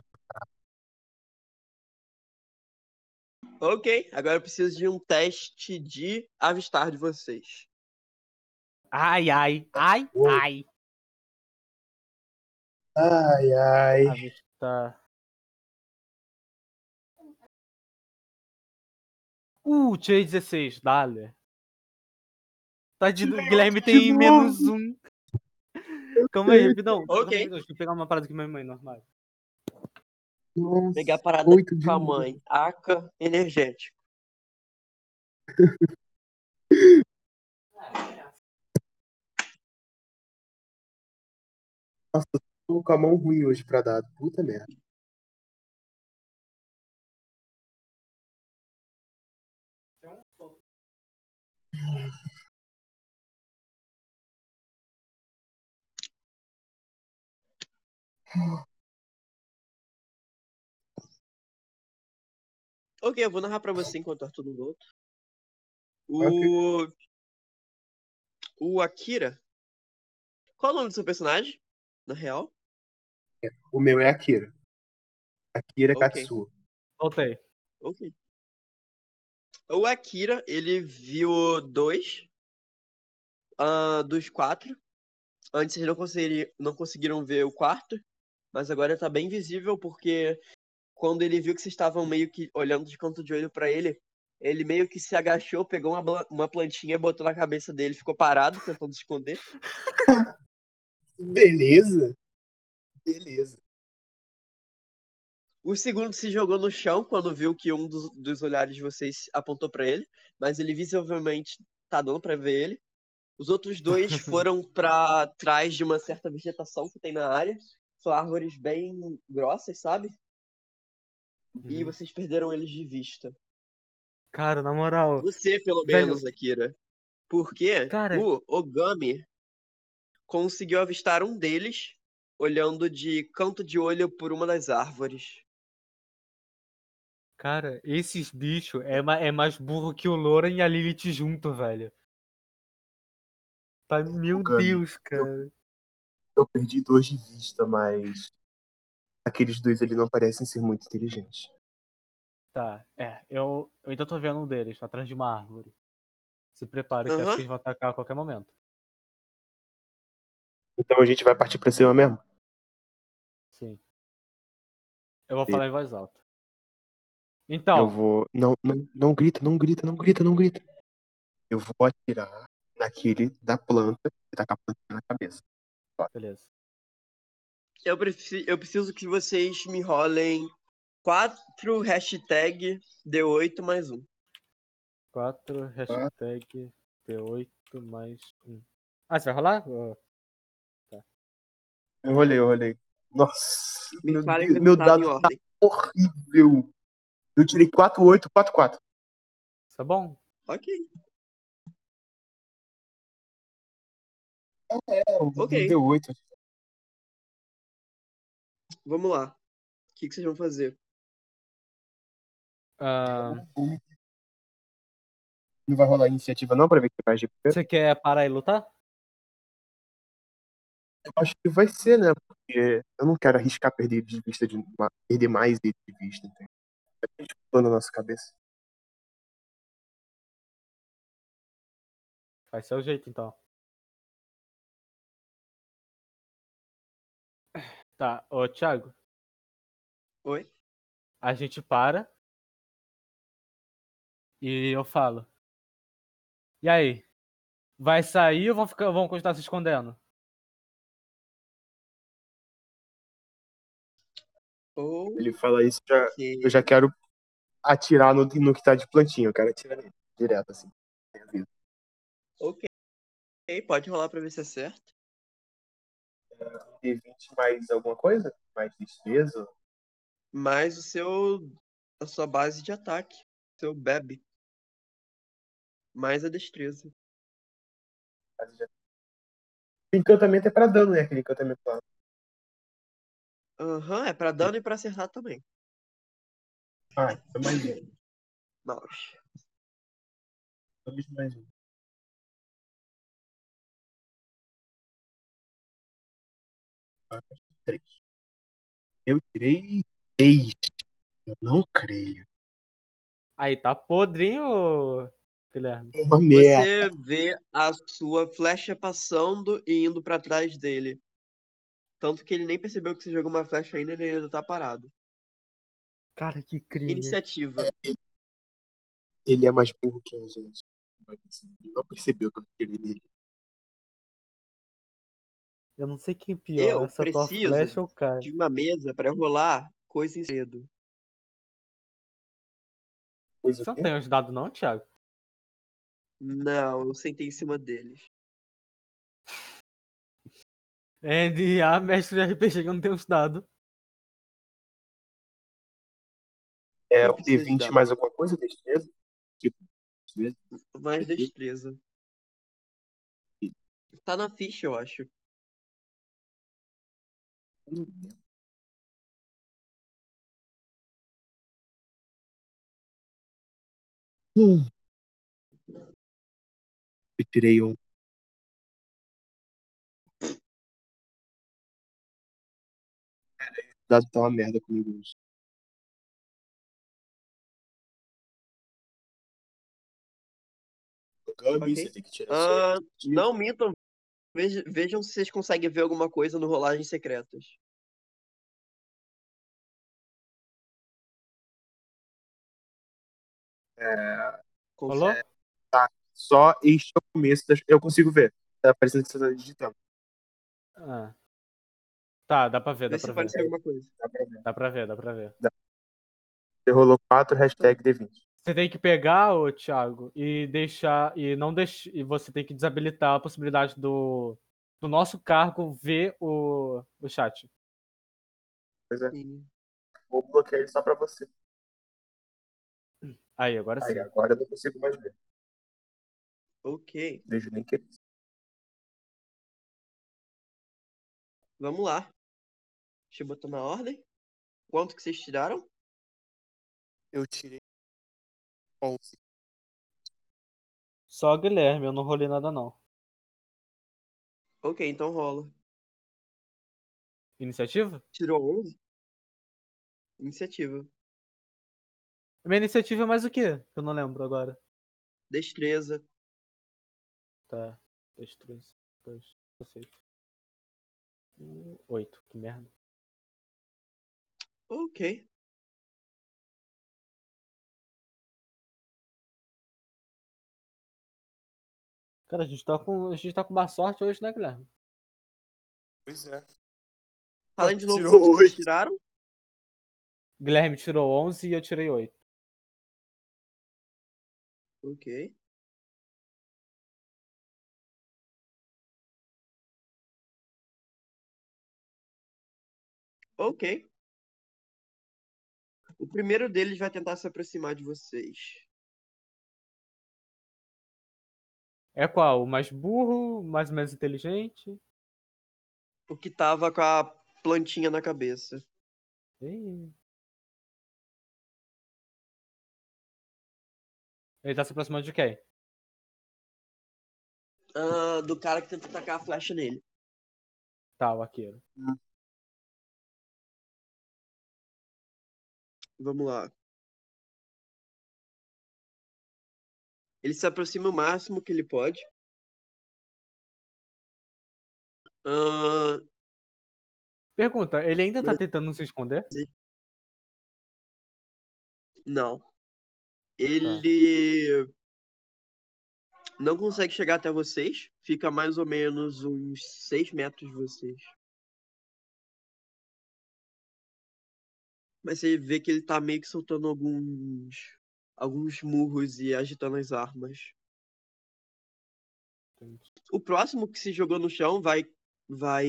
Speaker 1: Ok, agora eu preciso de um teste de avistar de vocês.
Speaker 2: Ai, ai, ai,
Speaker 3: Ui.
Speaker 2: ai.
Speaker 3: Ai, ai.
Speaker 2: Avistar. Uh, tirei 16, dale. Tá de... Guilherme tem
Speaker 3: novo.
Speaker 2: menos um. Calma aí, rapidão.
Speaker 1: Ok.
Speaker 2: Rapidão, Deixa eu pegar uma parada com minha mãe no armário.
Speaker 3: Nossa,
Speaker 1: Ah, Pegar a parada
Speaker 3: oito de
Speaker 1: com a
Speaker 3: novo.
Speaker 1: mãe. Aca energético.
Speaker 3: Tô com a mão ruim hoje pra dar. Puta merda.
Speaker 1: Ok, eu vou narrar pra você enquanto o Arthur não volta. O.
Speaker 3: Ok.
Speaker 1: O Akira. Qual o nome do seu personagem? Na real?
Speaker 3: O meu é Akira. Akira
Speaker 1: Ok.
Speaker 3: Katsuo.
Speaker 2: Voltei.
Speaker 1: Ok. O Akira, ele viu dois ah, dos quatro. Antes vocês não, consegui- não conseguiram ver o quarto, mas agora tá bem visível porque Quando ele viu que vocês estavam meio que olhando de canto de olho pra ele, ele meio que se agachou, pegou uma, bla- uma plantinha, botou na cabeça dele, ficou parado, tentando se esconder.
Speaker 3: Beleza. Beleza.
Speaker 1: O segundo se jogou no chão quando viu que um dos, dos olhares de vocês apontou pra ele, mas ele visivelmente tá dando pra ver ele. Os outros dois foram pra trás de uma certa vegetação que tem na área. São árvores bem grossas, sabe?
Speaker 2: Uhum.
Speaker 1: E vocês perderam eles de vista.
Speaker 2: Cara, na moral.
Speaker 1: Você, pelo
Speaker 2: Velho.
Speaker 1: menos, Akira. Porque
Speaker 2: Cara.
Speaker 1: o Ogami conseguiu avistar um deles olhando de canto de olho por uma das árvores.
Speaker 2: Cara, esses bichos é, ma- é mais burro que o Loran e a Lilith junto, velho. Tá, meu
Speaker 3: Ogami,
Speaker 2: Deus, cara.
Speaker 3: Eu perdi dois de vista, mas. Aqueles dois ali não parecem ser muito inteligentes.
Speaker 2: Tá, é. Eu, eu ainda tô vendo um deles, atrás de uma árvore. Se prepara, que
Speaker 1: Aham.
Speaker 2: acho que eles vão atacar a qualquer momento.
Speaker 3: Então a gente vai partir pra cima mesmo?
Speaker 2: Sim. Eu vou
Speaker 3: Sim.
Speaker 2: falar em voz alta. Então,
Speaker 3: Eu vou. Não, não, não grita, não grita, não grita, não grita. Eu vou atirar naquele da planta e tacar a plantinha na cabeça.
Speaker 2: beleza.
Speaker 1: Eu, preci- eu preciso que vocês me rolem 4 hashtag D8 mais um.
Speaker 2: 4, hashtag T8 mais 1. Ah, você vai rolar? Ô,
Speaker 3: Eu olhei, eu olhei. Nossa,
Speaker 1: Me
Speaker 3: meu,
Speaker 1: falem
Speaker 3: Deus,
Speaker 1: quando
Speaker 3: meu
Speaker 1: tá em
Speaker 3: dado tá
Speaker 1: ordem.
Speaker 3: horrível. Eu tirei 4, 8, 4, 4.
Speaker 2: Tá bom?
Speaker 1: Ok.
Speaker 3: É, o
Speaker 1: Ok.
Speaker 3: deu 8.
Speaker 1: Vamos lá. O que, que vocês vão fazer?
Speaker 2: Ah,
Speaker 3: Não vai rolar iniciativa não pra ver quem vai agir primeiro?
Speaker 2: você quer parar e lutar?
Speaker 3: Eu acho que vai ser, né? Porque eu não quero arriscar perder de vista de ma- perder mais ele de vista, entendeu? É tudo na nossa cabeça.
Speaker 2: Faz seu jeito, então. Tá, ô Thiago.
Speaker 1: Oi?
Speaker 2: A gente para. E eu falo. E aí? Vai sair ou vão, ficar, vão continuar se escondendo?
Speaker 1: Ok.
Speaker 3: Ele fala isso, já, eu já quero atirar no, no que tá de plantinha. Eu quero atirar nele, direto, assim.
Speaker 1: Ok. Ok, pode rolar pra ver se é certo.
Speaker 3: D20 mais alguma coisa? Mais destreza?
Speaker 1: Mais o seu. A sua base de ataque. Seu beb. Mais a destreza.
Speaker 3: O encantamento é pra dano, né? Aquele encantamento lá.
Speaker 1: Aham, é pra dano e pra acertar também.
Speaker 3: Ah, então mais um.
Speaker 1: Nossa.
Speaker 3: Talvez mais um. Quatro, Três. Eu tirei seis. Eu não creio.
Speaker 2: Aí tá podrinho, Guilherme.
Speaker 3: É Uma merda.
Speaker 1: Você vê a sua flecha passando e indo pra trás dele. Tanto que ele nem percebeu que você jogou uma flecha ainda, ele ainda tá parado.
Speaker 2: Cara, que crime.
Speaker 1: Iniciativa.
Speaker 2: É.
Speaker 3: Ele é mais burro que a gente. Ele não percebeu que eu tirei dele.
Speaker 2: Eu não sei quem é pior,
Speaker 1: Eu
Speaker 2: essa tua
Speaker 1: preciso
Speaker 2: flecha ou o cara.
Speaker 1: De uma mesa pra rolar coisa em cedo.
Speaker 2: Você
Speaker 3: Coisa o
Speaker 2: não
Speaker 3: quê?
Speaker 2: tem os dados não, Thiago?
Speaker 1: Não, eu sentei em cima deles.
Speaker 2: NDA, mestre de RPG que não tem os dados.
Speaker 3: É
Speaker 1: não
Speaker 3: um D20
Speaker 1: precisa.
Speaker 3: mais alguma coisa, destreza? Tipo, destreza?
Speaker 1: Mais
Speaker 2: Uhum.
Speaker 3: Entendi.
Speaker 1: destreza. Tá na ficha, eu acho.
Speaker 3: Eu não lembro. Hum. Eu tirei um. Dado tá uma merda comigo hoje. Ogami,
Speaker 1: Ok.
Speaker 3: você tem que tirar
Speaker 1: Ah,
Speaker 3: seu
Speaker 1: não mintam. Veja- Vejam se vocês conseguem ver alguma coisa no Rolagens Secretas.
Speaker 3: É,
Speaker 2: Falou?
Speaker 3: só este é o começo das... Eu consigo ver. Tá parecendo que você tá digitando.
Speaker 2: Ah. Tá, dá pra ver, dá
Speaker 1: Vê se
Speaker 2: pra ver.
Speaker 1: apareceu alguma coisa.
Speaker 3: Dá pra ver.
Speaker 2: Dá pra ver, dá pra ver.
Speaker 3: Tá Você rolou 4, hashtag D20.
Speaker 2: Você tem que pegar, ô Thiago, e deixar. E não deixar. E você tem que desabilitar a possibilidade do, do nosso cargo ver o, o chat.
Speaker 3: Pois é.
Speaker 1: Sim.
Speaker 3: Vou bloquear ele só pra você.
Speaker 2: Aí, agora sim.
Speaker 3: Aí, agora eu não consigo mais ver.
Speaker 1: Ok,
Speaker 3: Vejo nem que
Speaker 1: vamos lá. Deixa eu botar na ordem. Quanto que vocês tiraram?
Speaker 3: Eu tirei 11.
Speaker 2: Só o Guilherme, eu não rolei nada, não.
Speaker 1: Ok, então rola.
Speaker 2: Iniciativa?
Speaker 1: Tirou 11? Iniciativa.
Speaker 2: Minha iniciativa é mais o quê? Eu não lembro agora.
Speaker 1: Destreza.
Speaker 2: Tá. Dois, três, dois, seis. Hum, Oito, que merda.
Speaker 1: Ok.
Speaker 2: Cara, a gente tá com. A gente tá com uma sorte hoje, né, Guilherme?
Speaker 3: Pois é.
Speaker 1: Fala de novo
Speaker 3: Tirou
Speaker 1: quanto que vocês
Speaker 3: oito.
Speaker 1: tiraram?
Speaker 2: Guilherme tirou 11 e eu tirei 8.
Speaker 1: Ok. Ok. O primeiro deles vai tentar se aproximar de vocês.
Speaker 2: É qual? O mais burro, mais menos inteligente?
Speaker 1: O que tava com a plantinha na cabeça.
Speaker 2: Ih. Ele tá se aproximando de quem?
Speaker 1: Ah, do cara que tentou tacar a flecha nele.
Speaker 2: Tá, o arqueiro.
Speaker 1: Vamos lá. Ele se aproxima o máximo que ele pode. Ah,
Speaker 2: Pergunta, ele ainda tá tentando se esconder?
Speaker 1: não. Ele não consegue chegar até vocês. Fica mais ou menos uns 6 metros de vocês. Mas você vê que ele tá meio que soltando alguns. alguns murros e agitando as armas. O próximo que se jogou no chão vai vai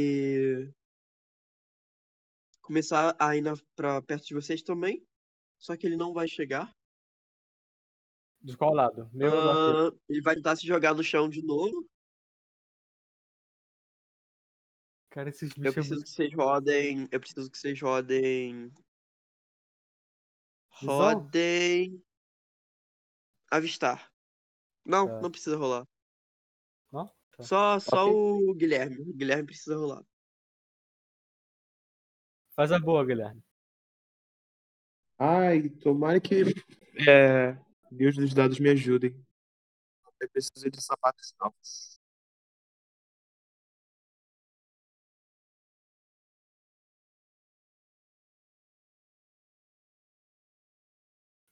Speaker 1: começar a ir na, pra perto de vocês também. Só que ele não vai chegar.
Speaker 2: De qual lado? Meu ou do arqueiro?
Speaker 1: Ah, ele vai tentar se jogar no chão de novo.
Speaker 2: Cara, esses
Speaker 1: Eu
Speaker 2: bichos é
Speaker 1: preciso
Speaker 2: muito-
Speaker 1: que vocês rodem. Eu preciso que vocês rodem.
Speaker 2: Visão?
Speaker 1: Rodem. Avistar. Não,
Speaker 2: Tá.
Speaker 1: não precisa rolar.
Speaker 2: Não? Tá.
Speaker 1: Só, só
Speaker 2: Ok.
Speaker 1: o Guilherme. O Guilherme precisa rolar.
Speaker 2: Faz a boa, Guilherme.
Speaker 3: Ai, tomara que é, Deus dos dados me ajudem. Eu preciso de sapatos novos.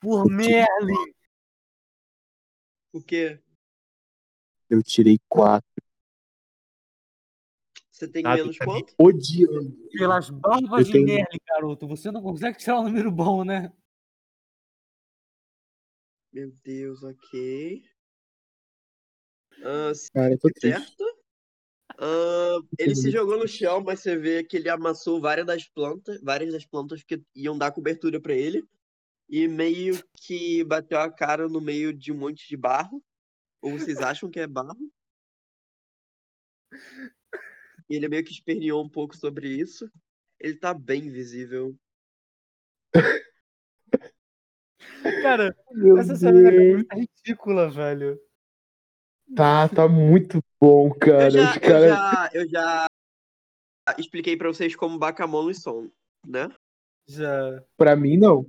Speaker 2: Por merda!
Speaker 1: Porque
Speaker 3: Eu tirei quatro.
Speaker 1: você
Speaker 2: Ah,
Speaker 1: tem
Speaker 3: Sabe,
Speaker 1: menos
Speaker 3: tá me
Speaker 1: quanto?
Speaker 3: Odiando.
Speaker 2: Pelas barbas
Speaker 3: Eu
Speaker 2: de
Speaker 3: tenho-
Speaker 2: Merlin, garoto, você não consegue tirar um número bom, né?
Speaker 1: Meu Deus, ok. Ah,
Speaker 3: Cara, eu tô triste.
Speaker 1: certo. Ah, ele se jogou no chão, mas você vê que ele amassou várias das plantas, várias das plantas que iam dar cobertura pra ele, e meio que bateu a cara no meio de um monte de barro, ou vocês acham que é barro? E ele meio que esperneou um pouco sobre isso. Ele tá bem visível.
Speaker 2: Cara,
Speaker 3: Meu
Speaker 2: essa cena da cabeça é ridícula, velho.
Speaker 3: Tá, tá muito bom, cara.
Speaker 1: eu, já,
Speaker 3: Os
Speaker 1: eu
Speaker 3: caras.
Speaker 1: já- eu já expliquei pra vocês como Bacamono e Som, né?
Speaker 2: Já.
Speaker 3: Pra mim, não.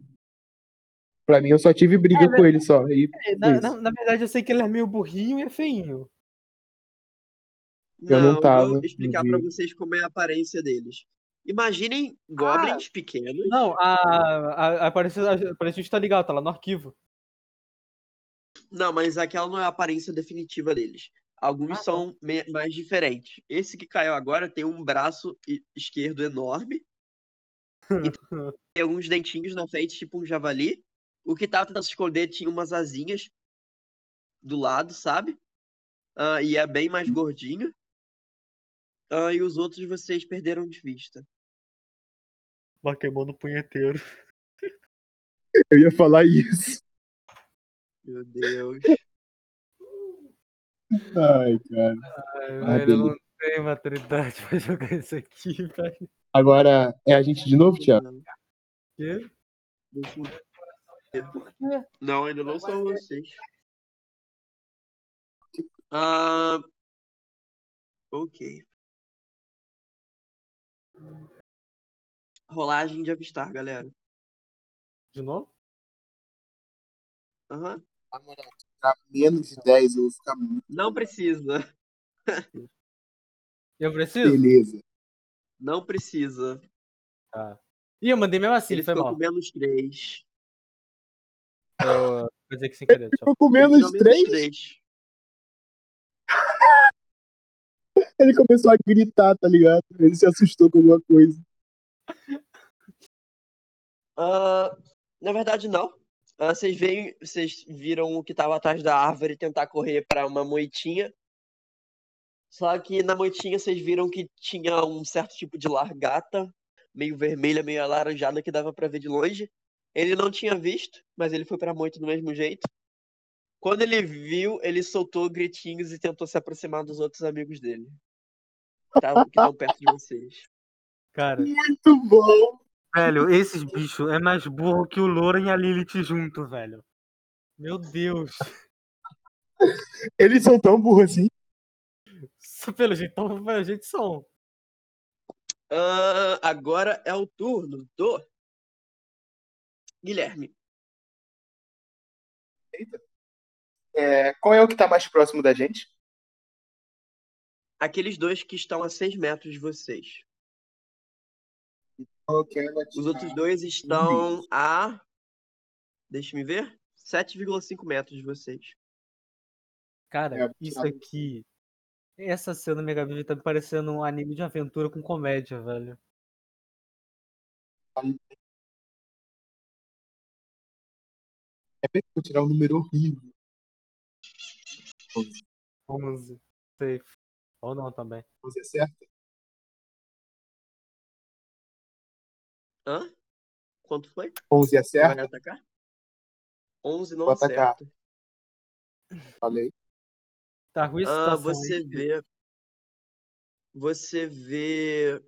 Speaker 3: Pra mim, eu só tive briga
Speaker 2: É,
Speaker 3: com ele só. E
Speaker 2: Na,
Speaker 3: Isso.
Speaker 2: na- na verdade, eu sei que ele é meio burrinho e é feinho.
Speaker 3: Eu não tava,
Speaker 1: vou
Speaker 3: não
Speaker 1: explicar
Speaker 3: vi.
Speaker 1: pra vocês como é a aparência deles. Imaginem goblins pequenos.
Speaker 2: Não, a, a, a, aparece, a, aparece- tá ligado, tá lá no arquivo.
Speaker 1: Não, mas aquela não é a aparência definitiva deles. Alguns
Speaker 2: Ah, tá.
Speaker 1: são me- mais diferentes. Esse que caiu agora tem um braço e- esquerdo enorme. E tem alguns dentinhos na frente, tipo um javali. O que tava tentando se esconder tinha umas asinhas do lado, sabe? Ah, e é bem mais gordinho. Ah, e os outros vocês perderam de vista.
Speaker 2: Pokémon no punheteiro.
Speaker 3: Eu ia falar isso.
Speaker 1: Meu Deus.
Speaker 3: Ai, cara.
Speaker 2: Ai, velho, eu não tenho maturidade pra jogar isso aqui, velho.
Speaker 3: Agora, é a gente de novo, Thiago?
Speaker 2: Que?
Speaker 1: Deixa eu-
Speaker 2: Por quê?
Speaker 1: Não, ainda não são vocês. Ah, ok. Rolagem de avistar, galera.
Speaker 2: De novo?
Speaker 1: Aham.
Speaker 3: Na moral, pra menos de 10 eu vou ficar muito
Speaker 1: Não precisa.
Speaker 2: Eu preciso?
Speaker 3: beleza.
Speaker 1: Não precisa.
Speaker 2: Tá. Ih, eu mandei mesmo assim,
Speaker 1: Ele
Speaker 2: foi
Speaker 1: ficou
Speaker 2: mal.
Speaker 1: com menos 3.
Speaker 2: Eu vou dizer que sem querer. deixa eu-
Speaker 3: Ficou com menos 3?
Speaker 1: 3.
Speaker 3: Ele começou a gritar, tá ligado? Ele se assustou com alguma coisa.
Speaker 1: Ah, na verdade, não. Ah, vocês, veem, vocês viram o que estava atrás da árvore tentar correr para uma moitinha. Só que na moitinha vocês viram que tinha um certo tipo de largata, meio vermelha, meio alaranjada, que dava para ver de longe. Ele não tinha visto, mas ele foi para a moita do mesmo jeito. Quando ele viu, ele soltou gritinhos e tentou se aproximar dos outros amigos dele. que tavam- Que estão perto de vocês.
Speaker 2: Cara,
Speaker 3: Muito bom.
Speaker 2: velho, esses bichos é mais burro que o Loren e a Lilith junto, velho. Meu Deus.
Speaker 3: Eles são tão burros assim.
Speaker 2: Só Pelo jeito, então, pelo jeito são.
Speaker 1: Ah, agora é o turno do Guilherme.
Speaker 3: É, qual é o que tá mais próximo da gente?
Speaker 1: Aqueles dois que estão a 6 metros de vocês. Os outros dois estão a. Deixa-me ver. 7,5 metros de vocês.
Speaker 2: Cara,
Speaker 3: É,
Speaker 2: isso
Speaker 3: sabe?
Speaker 2: aqui. Essa cena do Mega Vive tá me parecendo um anime de aventura com comédia, velho.
Speaker 3: É bem que eu vou tirar um número horrível.
Speaker 2: 11. Safe. Ou não também.
Speaker 3: Você acerta?
Speaker 1: Hã? Quanto foi?
Speaker 3: 11
Speaker 1: Vai
Speaker 3: acerta?
Speaker 1: atacar? 11 não
Speaker 3: Vou atacar.
Speaker 1: acerta.
Speaker 3: Falei.
Speaker 2: Tá ruim a
Speaker 1: Ah,
Speaker 2: situação
Speaker 1: você
Speaker 2: aí.
Speaker 1: vê. Você vê.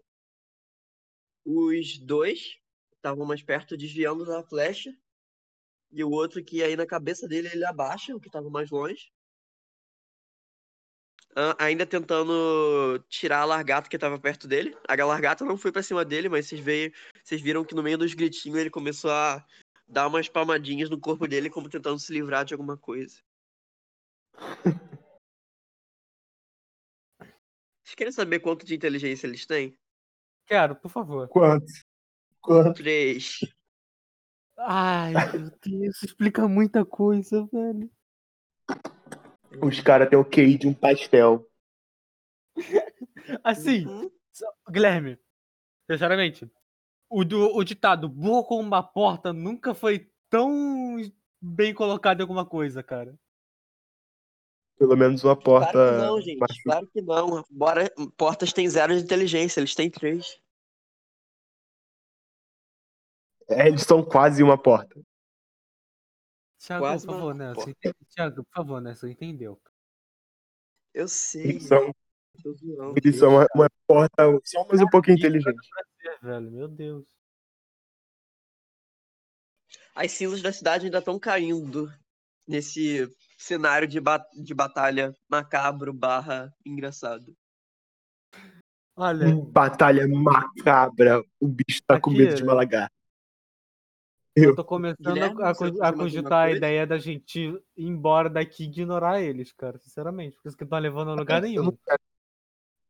Speaker 1: Os dois que estavam mais perto desviando da flecha. E o outro que aí na cabeça dele ele abaixa, o que estava mais longe. Ah, ainda tentando tirar a largata que estava perto dele. A largata não foi para cima dele, mas vocês, veem, vocês viram que no meio dos gritinhos ele começou a dar umas palmadinhas no corpo dele, como tentando se livrar de alguma coisa. Vocês querem saber quanto de inteligência eles têm?
Speaker 2: Quero, por favor.
Speaker 3: Quanto? Quanto?
Speaker 1: Três.
Speaker 2: Ai, meu Deus, isso explica muita coisa, velho.
Speaker 3: Os caras têm o QI de um pastel.
Speaker 2: Assim,
Speaker 1: Uhum.
Speaker 2: Guilherme, sinceramente, o, do- o ditado burro com uma porta nunca foi tão bem colocado em alguma coisa, cara.
Speaker 3: Pelo menos uma porta.
Speaker 1: Claro que não, gente.
Speaker 3: machuca.
Speaker 1: Claro que não. Bora, portas têm zero de inteligência, eles têm três.
Speaker 3: É, eles são quase uma porta.
Speaker 2: Tiago,
Speaker 1: Quase
Speaker 2: por
Speaker 1: uma
Speaker 2: favor, Nelson.
Speaker 1: porta.
Speaker 2: entende- Tiago, por favor, Nelson, entendeu?
Speaker 1: Eu sei.
Speaker 3: Eles são,
Speaker 1: tô zoando.
Speaker 3: eles são uma, uma porta só mais um pouco inteligente.
Speaker 2: É, velho, meu Deus.
Speaker 1: As cinzas da cidade ainda estão caindo nesse cenário de, ba- de batalha macabro barra engraçado.
Speaker 2: Olha,
Speaker 3: Batalha macabra. O bicho tá com
Speaker 2: Né? Aqui,
Speaker 3: medo de uma lagarta.
Speaker 2: Eu
Speaker 3: Eu.
Speaker 2: tô começando a-
Speaker 1: Guilherme,
Speaker 2: a,
Speaker 1: você
Speaker 2: co-
Speaker 1: costuma
Speaker 2: a
Speaker 1: ter uma
Speaker 2: cogitar a
Speaker 1: coisa?
Speaker 2: ideia da gente ir embora daqui e ignorar eles, cara, sinceramente. Porque isso que não tá levando a lugar
Speaker 3: Eu
Speaker 2: nenhum.
Speaker 3: não quero,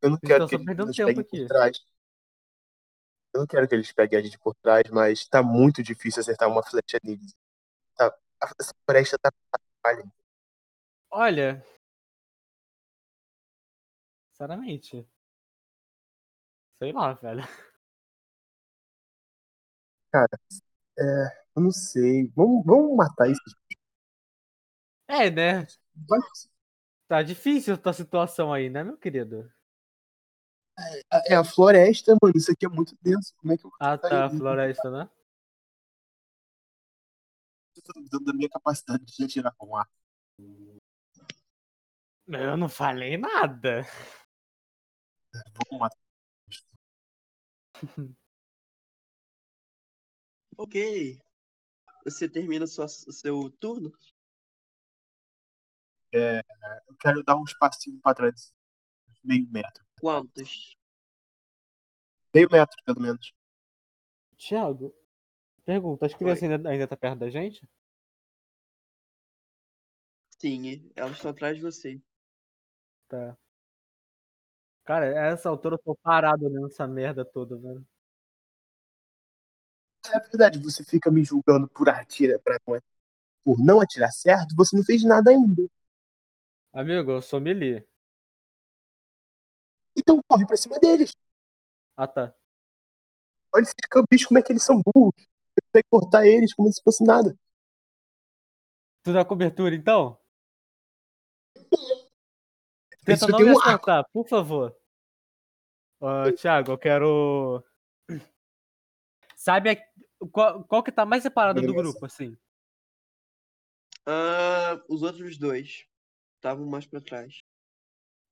Speaker 3: eu não
Speaker 2: Eles
Speaker 3: quero
Speaker 2: tão
Speaker 3: que
Speaker 2: só
Speaker 3: eles
Speaker 2: perdendo
Speaker 3: nos
Speaker 2: tempo
Speaker 3: peguem
Speaker 2: aqui.
Speaker 3: por trás. Eu não quero que eles peguem a gente por trás, mas tá muito difícil acertar uma flecha neles. Tá- a- essa floresta tá falha.
Speaker 2: Olha. Sinceramente. Sei lá, velho.
Speaker 3: Cara, é, eu não sei. Vamos, vamos matar isso.
Speaker 2: É, né?
Speaker 3: Vai-
Speaker 2: Tá difícil a tua situação aí, né, meu querido?
Speaker 3: É a floresta, mano. Isso aqui é muito denso. Como é que eu
Speaker 2: Ah, tá, a
Speaker 3: Aí.
Speaker 2: floresta, né?
Speaker 3: tô duvidando da minha capacidade de atirar com ar?
Speaker 2: Eu não falei nada.
Speaker 3: Vamos matar.
Speaker 1: Ok. Você termina sua, seu turno?
Speaker 3: Eu quero dar uns passinhos pra trás. Meio metro.
Speaker 1: Quantos?
Speaker 3: Meio metro, pelo menos.
Speaker 2: Tiago, pergunta, as crianças ainda, ainda tá perto da gente?
Speaker 1: Sim, elas estão atrás de você.
Speaker 2: Tá. Cara, a essa altura eu tô parado olhando essa merda toda, velho.
Speaker 3: É verdade, você fica me julgando por atira, pra, por não atirar certo, você não fez nada ainda.
Speaker 2: Amigo, eu sou melee.
Speaker 3: Então corre pra cima deles.
Speaker 2: Ah, tá.
Speaker 3: Olha esses campistas, como é que eles são burros. Você vai cortar eles como se fosse nada.
Speaker 2: Tu dá cobertura, então?
Speaker 3: Isso
Speaker 2: Tenta não
Speaker 3: tem
Speaker 2: me
Speaker 3: um arco.
Speaker 2: acertar, por favor. Ô, Thiago, eu quero... Sabe a- qual, qual que tá mais separado do
Speaker 3: Beleza.
Speaker 2: grupo, assim?
Speaker 1: Ah, os outros dois estavam mais pra trás.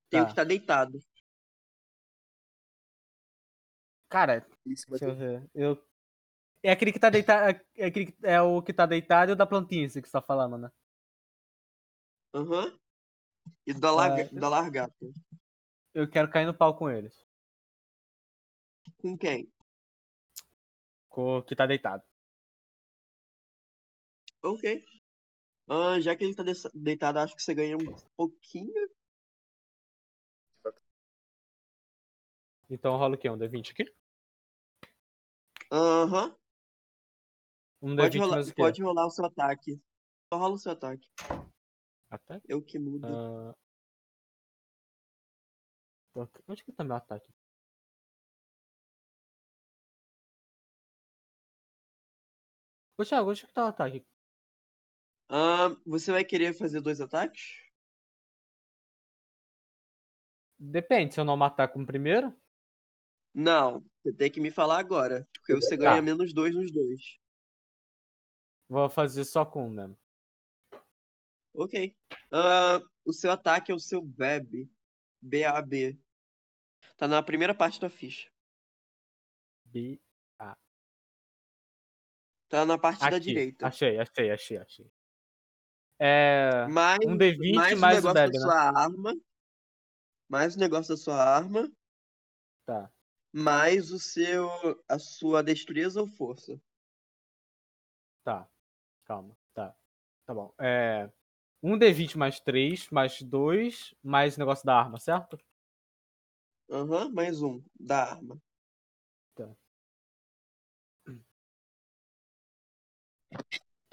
Speaker 1: Tem o
Speaker 2: Tá.
Speaker 1: que tá deitado.
Speaker 2: Cara,
Speaker 3: Em cima
Speaker 2: deixa
Speaker 3: deles.
Speaker 2: eu ver. Eu... É aquele que tá deitado... É, aquele que- é o que tá deitado e o da plantinha, esse que você tá falando, né?
Speaker 1: Aham. E da, larga,
Speaker 2: Tá.
Speaker 1: da largata.
Speaker 2: Eu quero cair no pau com eles.
Speaker 1: Com quem?
Speaker 2: Com o que tá deitado.
Speaker 1: Ok. Ah, já que ele tá de- deitado, acho que você ganha um pouquinho.
Speaker 2: Então rola o quê? Um D20 aqui?
Speaker 1: Aham.
Speaker 2: Um
Speaker 1: Pode,
Speaker 2: D20
Speaker 1: rolar,
Speaker 2: mais o quê?
Speaker 1: pode rolar o seu ataque. Só rola o seu ataque.
Speaker 2: Ataque?
Speaker 1: Eu que mudo.
Speaker 2: Ah. Ok, Onde que tá meu ataque? Ô Thiago, onde que tá o ataque?
Speaker 1: Ah, você vai querer fazer dois ataques?
Speaker 2: Depende, se eu não matar com o primeiro.
Speaker 1: Não. Você tem que me falar agora. Porque você
Speaker 2: Tá.
Speaker 1: ganha menos dois nos dois.
Speaker 2: Vou fazer só com um mesmo.
Speaker 1: Ok. Ah, o seu ataque é o seu BAB. B-A-B. Tá na primeira parte da ficha.
Speaker 2: Bi-
Speaker 1: Tá na parte da
Speaker 2: Aqui.
Speaker 1: direita.
Speaker 2: Achei, achei, achei, achei. É.
Speaker 1: Mais,
Speaker 2: Um D20
Speaker 1: mais,
Speaker 2: mais
Speaker 1: o
Speaker 2: o
Speaker 1: negócio
Speaker 2: BAB, né?
Speaker 1: da sua arma. Mais o negócio da sua arma.
Speaker 2: Tá.
Speaker 1: Mais o seu. A sua destreza ou força.
Speaker 2: Tá. Calma. Tá. Tá bom. É. Um D20 mais 3, mais 2, mais o negócio da arma, certo?
Speaker 1: Aham, mais um. Da arma.
Speaker 2: Tá.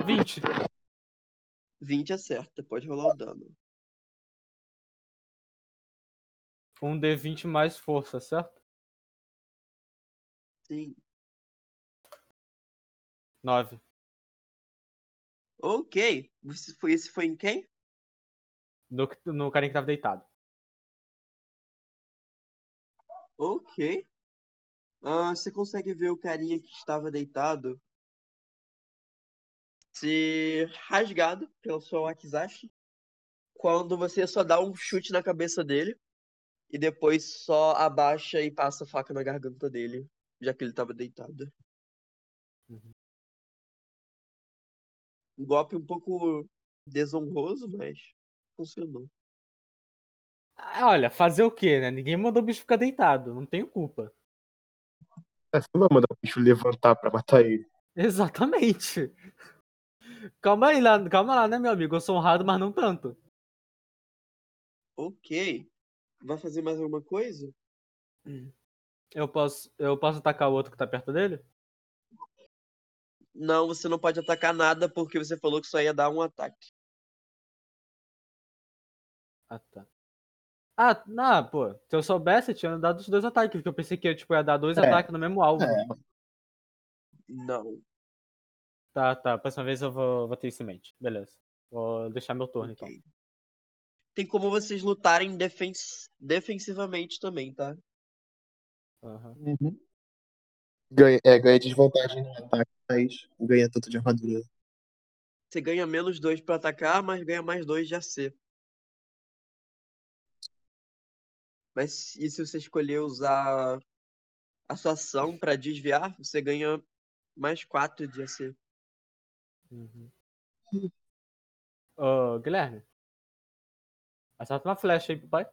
Speaker 2: 20.
Speaker 1: 20 acerta, é pode rolar o dano.
Speaker 2: Um D20 mais força, certo?
Speaker 1: Sim.
Speaker 2: 9.
Speaker 1: Ok. Você foi, esse foi em quem?
Speaker 2: No, no carinha que tava deitado.
Speaker 1: Ok. Ah, você consegue ver o carinha que estava deitado ser rasgado pelo seu Wakizashi quando você só dá um chute na cabeça dele e depois só abaixa e passa a faca na garganta dele, já que ele estava deitado.
Speaker 2: Uhum.
Speaker 1: Um golpe um pouco desonroso, mas funcionou.
Speaker 2: Ah, Olha, fazer o quê, né? Ninguém mandou o bicho ficar deitado, não tenho culpa.
Speaker 3: Ah, Você não vai mandar o bicho levantar pra matar ele.
Speaker 2: Exatamente. Calma aí, lá, calma lá, né, meu amigo? Eu sou honrado, mas não tanto.
Speaker 1: Ok. Vai fazer mais alguma coisa?
Speaker 2: Eu posso, eu posso atacar o outro que tá perto dele?
Speaker 1: Não, você não pode atacar nada porque você falou que só ia dar um ataque.
Speaker 2: Ah, tá. Ah, não, pô. Se eu soubesse, eu tinha dado os dois ataques, porque eu pensei que eu tipo, ia dar dois
Speaker 3: É.
Speaker 2: ataques no mesmo alvo.
Speaker 3: É.
Speaker 1: Não.
Speaker 2: Tá, tá. Próxima vez eu vou, vou ter isso em mente. Beleza. Vou deixar meu turno, então.
Speaker 1: ok. Tem como vocês lutarem defens- defensivamente também, tá?
Speaker 2: então. Aham.
Speaker 3: Uhum. Ganha, é, ganha desvantagem no ataque, mas ganha tanto de armadura.
Speaker 1: Você ganha menos dois pra atacar, mas ganha mais dois de AC. Mas e se você escolher usar a sua ação pra desviar, você ganha mais quatro de AC.
Speaker 2: Uhum. Ô, Guilherme. Acerta uma flecha aí pro pai.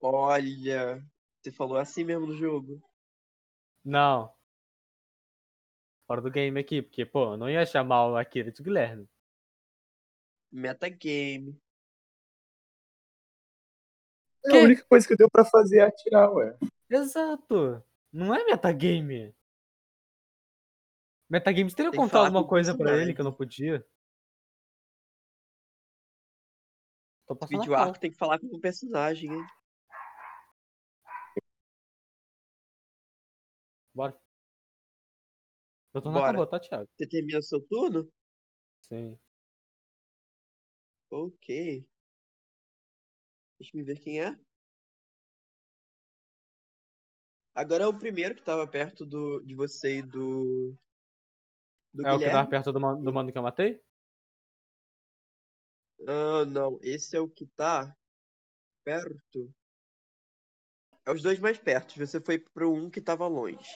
Speaker 1: Olha, você falou assim mesmo no jogo.
Speaker 2: Não. Fora do game aqui, porque, pô, eu não ia chamar o Akira de Guilherme.
Speaker 1: Metagame.
Speaker 3: É
Speaker 2: Que?
Speaker 3: a única coisa que deu pra fazer é atirar, ué.
Speaker 2: Exato. Não é metagame. Metagame teria
Speaker 1: Tem que
Speaker 2: contado
Speaker 1: falar
Speaker 2: alguma
Speaker 1: com o
Speaker 2: coisa pra
Speaker 1: personagem.
Speaker 2: ele que eu não podia. Tô passando
Speaker 1: Vídeo
Speaker 2: a
Speaker 1: arco
Speaker 2: falar.
Speaker 1: tem que falar com o personagem, hein?
Speaker 2: Eu tô
Speaker 1: Bora.
Speaker 2: acabou, tá, Thiago?
Speaker 1: Você termina seu turno?
Speaker 2: Sim.
Speaker 1: Ok. Deixa eu ver quem é. Agora é o primeiro que tava perto do, de você e do. Do
Speaker 2: É o que
Speaker 1: Guilherme.
Speaker 2: tava perto do, man- do mano que eu matei?
Speaker 1: Ah, não. Esse é o que tá perto. É os dois mais perto. Você foi pro um que tava longe.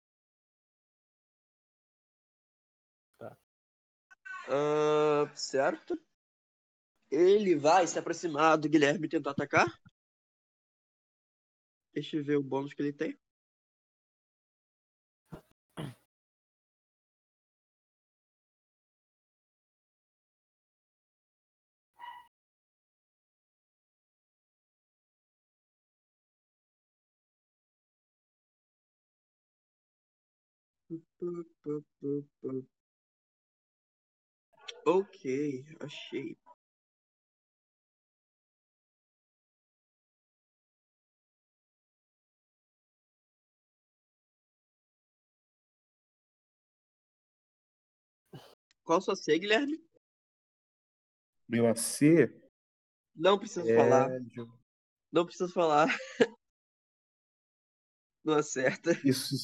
Speaker 2: Tá.
Speaker 1: Ah, certo? Ele vai se aproximar do Guilherme e tentar atacar. Deixa eu ver o bônus que ele tem. Ok, achei. Qual sua C, Guilherme?
Speaker 3: Meu AC
Speaker 1: Não preciso
Speaker 3: é...
Speaker 1: falar. Não preciso falar. Não acerta.
Speaker 3: Isso.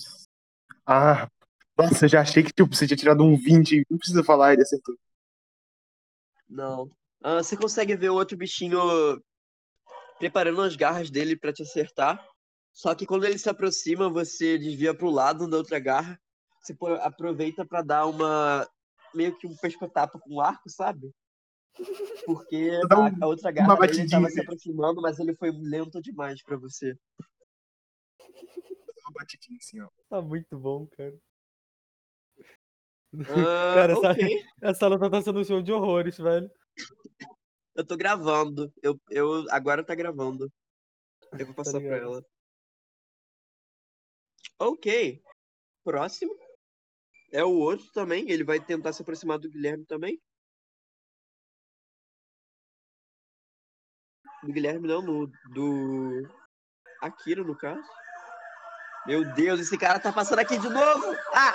Speaker 3: Ah, nossa, eu já achei que tipo, você tinha tirado um 20. Não precisa falar, ele acertou.
Speaker 1: Não. Ah, você consegue ver o outro bichinho preparando as garras dele pra te acertar. Só que quando ele se aproxima, você desvia pro lado da outra garra. Você po- aproveita pra dar uma. meio que um pescotapa com um arco, sabe? Porque
Speaker 3: Dá um-
Speaker 1: a, a outra garra dele
Speaker 3: batidinha,
Speaker 1: tava se
Speaker 3: assim.
Speaker 1: aproximando, mas ele foi lento demais pra você.
Speaker 3: Uma batidinha assim, ó.
Speaker 2: Tá muito bom, cara.
Speaker 1: Ah,
Speaker 2: Cara,
Speaker 1: ok.
Speaker 2: sabe- Essa luta tá sendo um show de horrores, velho.
Speaker 1: Eu tô gravando. Eu, eu agora tá gravando. Eu vou passar pra
Speaker 2: ligado.
Speaker 1: ela. Ok. Próximo. É o outro também. Ele vai tentar se aproximar do Guilherme também. Do Guilherme não, no, do. Akira, no caso. Meu Deus, esse cara tá passando aqui de novo! Ah!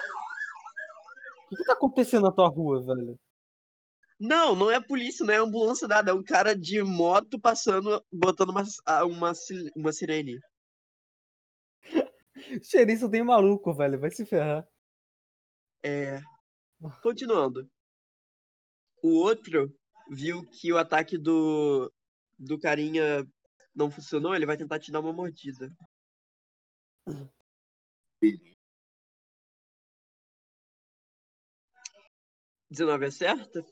Speaker 2: O que, que tá acontecendo na tua rua, velho?
Speaker 1: Não, não é polícia, não é ambulância, nada. É um cara de moto passando, botando uma, ah, uma, si- uma sirene.
Speaker 2: Xerife tem um maluco, velho. Vai se ferrar.
Speaker 1: É. Continuando. O outro viu que o ataque do, do carinha não funcionou, ele vai tentar te dar uma mordida.
Speaker 3: Beleza.
Speaker 1: 19 é certa?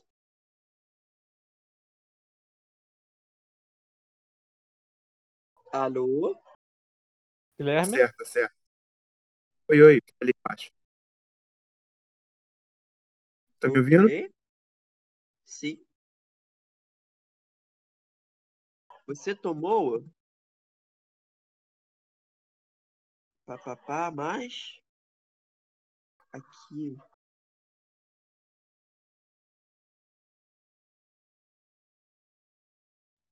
Speaker 1: Alô?
Speaker 2: Guilherme?
Speaker 3: Certo, certo. Oi, oi, fica ali embaixo. Tá me ouvindo?
Speaker 1: Ok. Sim. Você tomou? Papapá, mais. Aqui.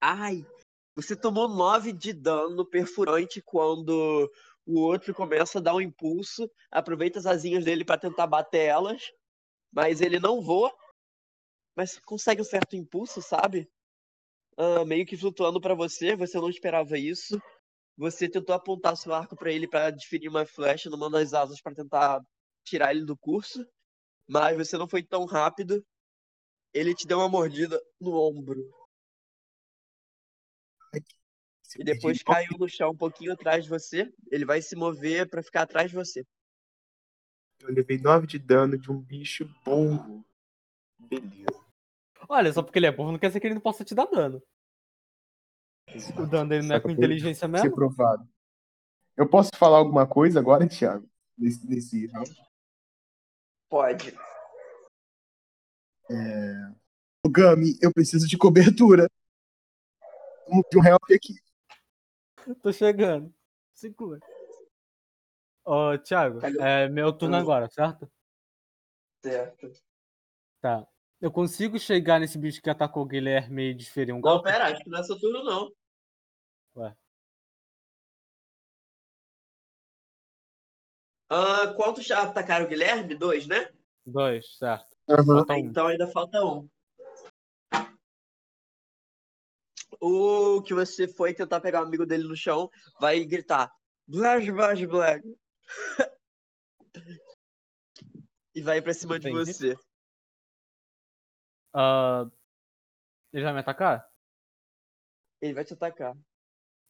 Speaker 1: Ai, você tomou 9 de dano perfurante quando o outro começa a dar um impulso, aproveita as asinhas dele para tentar bater elas, mas ele não voa, mas consegue um certo impulso, sabe? Ah, meio que flutuando para você, você não esperava isso. Você tentou apontar seu arco para ele para desferir uma flecha numa das asas para tentar tirar ele do curso, mas você não foi tão rápido. Ele te deu uma mordida no ombro. E depois caiu no chão um pouquinho atrás de você. Ele vai se mover pra ficar atrás de você.
Speaker 3: Eu levei 9 de dano de um bicho burro. Beleza.
Speaker 2: Olha, só porque ele é burro não quer dizer que ele não possa te dar dano. O dano dele não é
Speaker 3: Saca,
Speaker 2: com
Speaker 3: foi-
Speaker 2: inteligência
Speaker 3: Ser
Speaker 2: mesmo?
Speaker 3: provado. Eu posso falar alguma coisa agora, Thiago? Nesse, nesse round?
Speaker 1: Pode.
Speaker 3: Ô, Gami, eu preciso de cobertura. Um- De um help aqui.
Speaker 2: Tô chegando. Segura. Ô, Thiago,
Speaker 1: Valeu.
Speaker 2: é meu turno
Speaker 1: Valeu.
Speaker 2: agora, certo?
Speaker 1: Certo.
Speaker 2: Tá. Eu consigo chegar nesse bicho que atacou o Guilherme e desferir um
Speaker 1: Não,
Speaker 2: golpe?
Speaker 1: pera, acho que não é seu turno, não.
Speaker 2: Ué.
Speaker 1: Ah, quantos já atacaram o Guilherme? Dois, né?
Speaker 2: Dois, certo.
Speaker 3: Aham.
Speaker 2: Falta um.
Speaker 1: Então ainda falta um. O que você foi tentar pegar o amigo dele no chão vai gritar: Blash, Blash, Blash. e vai pra cima de
Speaker 2: Entendi.
Speaker 1: você.
Speaker 2: Ah, ele vai me atacar?
Speaker 1: Ele vai te atacar.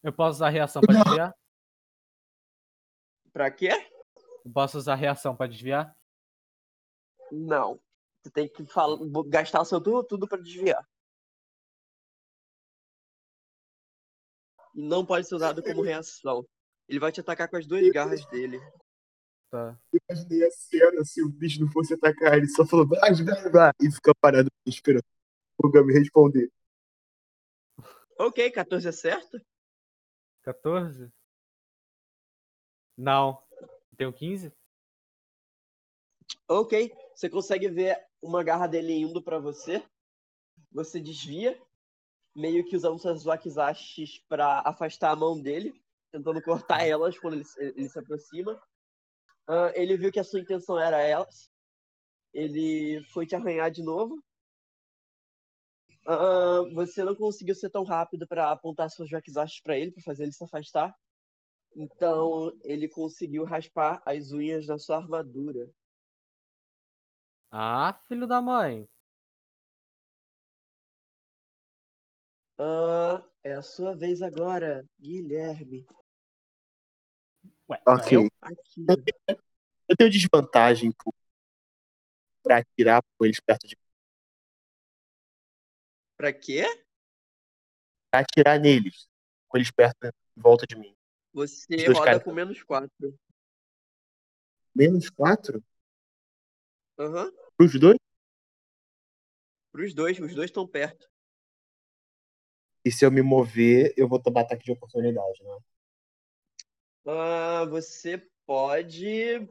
Speaker 2: Eu posso usar a reação pra desviar?
Speaker 1: Pra quê?
Speaker 2: Eu posso usar a reação pra desviar?
Speaker 1: Não. Você tem que fal- gastar o seu turno tudo pra desviar. E não pode ser usado como reação. Ele vai te atacar com as duas garras dele.
Speaker 2: Tá.
Speaker 3: Eu imaginei a cena se o bicho não fosse atacar, ele só falou blá, blá, blá, e fica parado esperando o Gami responder.
Speaker 1: Ok, é 14 acerta?
Speaker 2: 14? Não. Tenho 15?
Speaker 1: Ok. Você consegue ver uma garra dele indo pra você. Você desvia, meio que usando suas wakizashis pra afastar a mão dele, tentando cortar elas quando ele, se- ele se aproxima. Ah, ele viu que a sua intenção era elas. Ele foi te arranhar de novo. Ah, você não conseguiu ser tão rápido pra apontar suas wakizashis pra ele, pra fazer ele se afastar. Então, ele conseguiu raspar as unhas da sua armadura.
Speaker 2: Ah, filho da mãe.
Speaker 1: Ah, é a sua vez agora, Guilherme.
Speaker 2: Ué, então
Speaker 3: Ok.
Speaker 2: eu?
Speaker 1: Aqui.
Speaker 3: Eu tenho desvantagem por... pra atirar com eles perto de mim.
Speaker 1: Pra quê?
Speaker 3: Pra atirar neles. Com eles perto em volta de mim. Os
Speaker 1: Você
Speaker 3: dois
Speaker 1: roda
Speaker 3: caras.
Speaker 1: com menos 4.
Speaker 3: Menos quatro?
Speaker 1: Aham.
Speaker 3: Pros dois?
Speaker 1: Pros dois, os dois estão perto.
Speaker 3: E se eu me mover, eu vou tomar ataque de oportunidade, né?
Speaker 1: Ah, você pode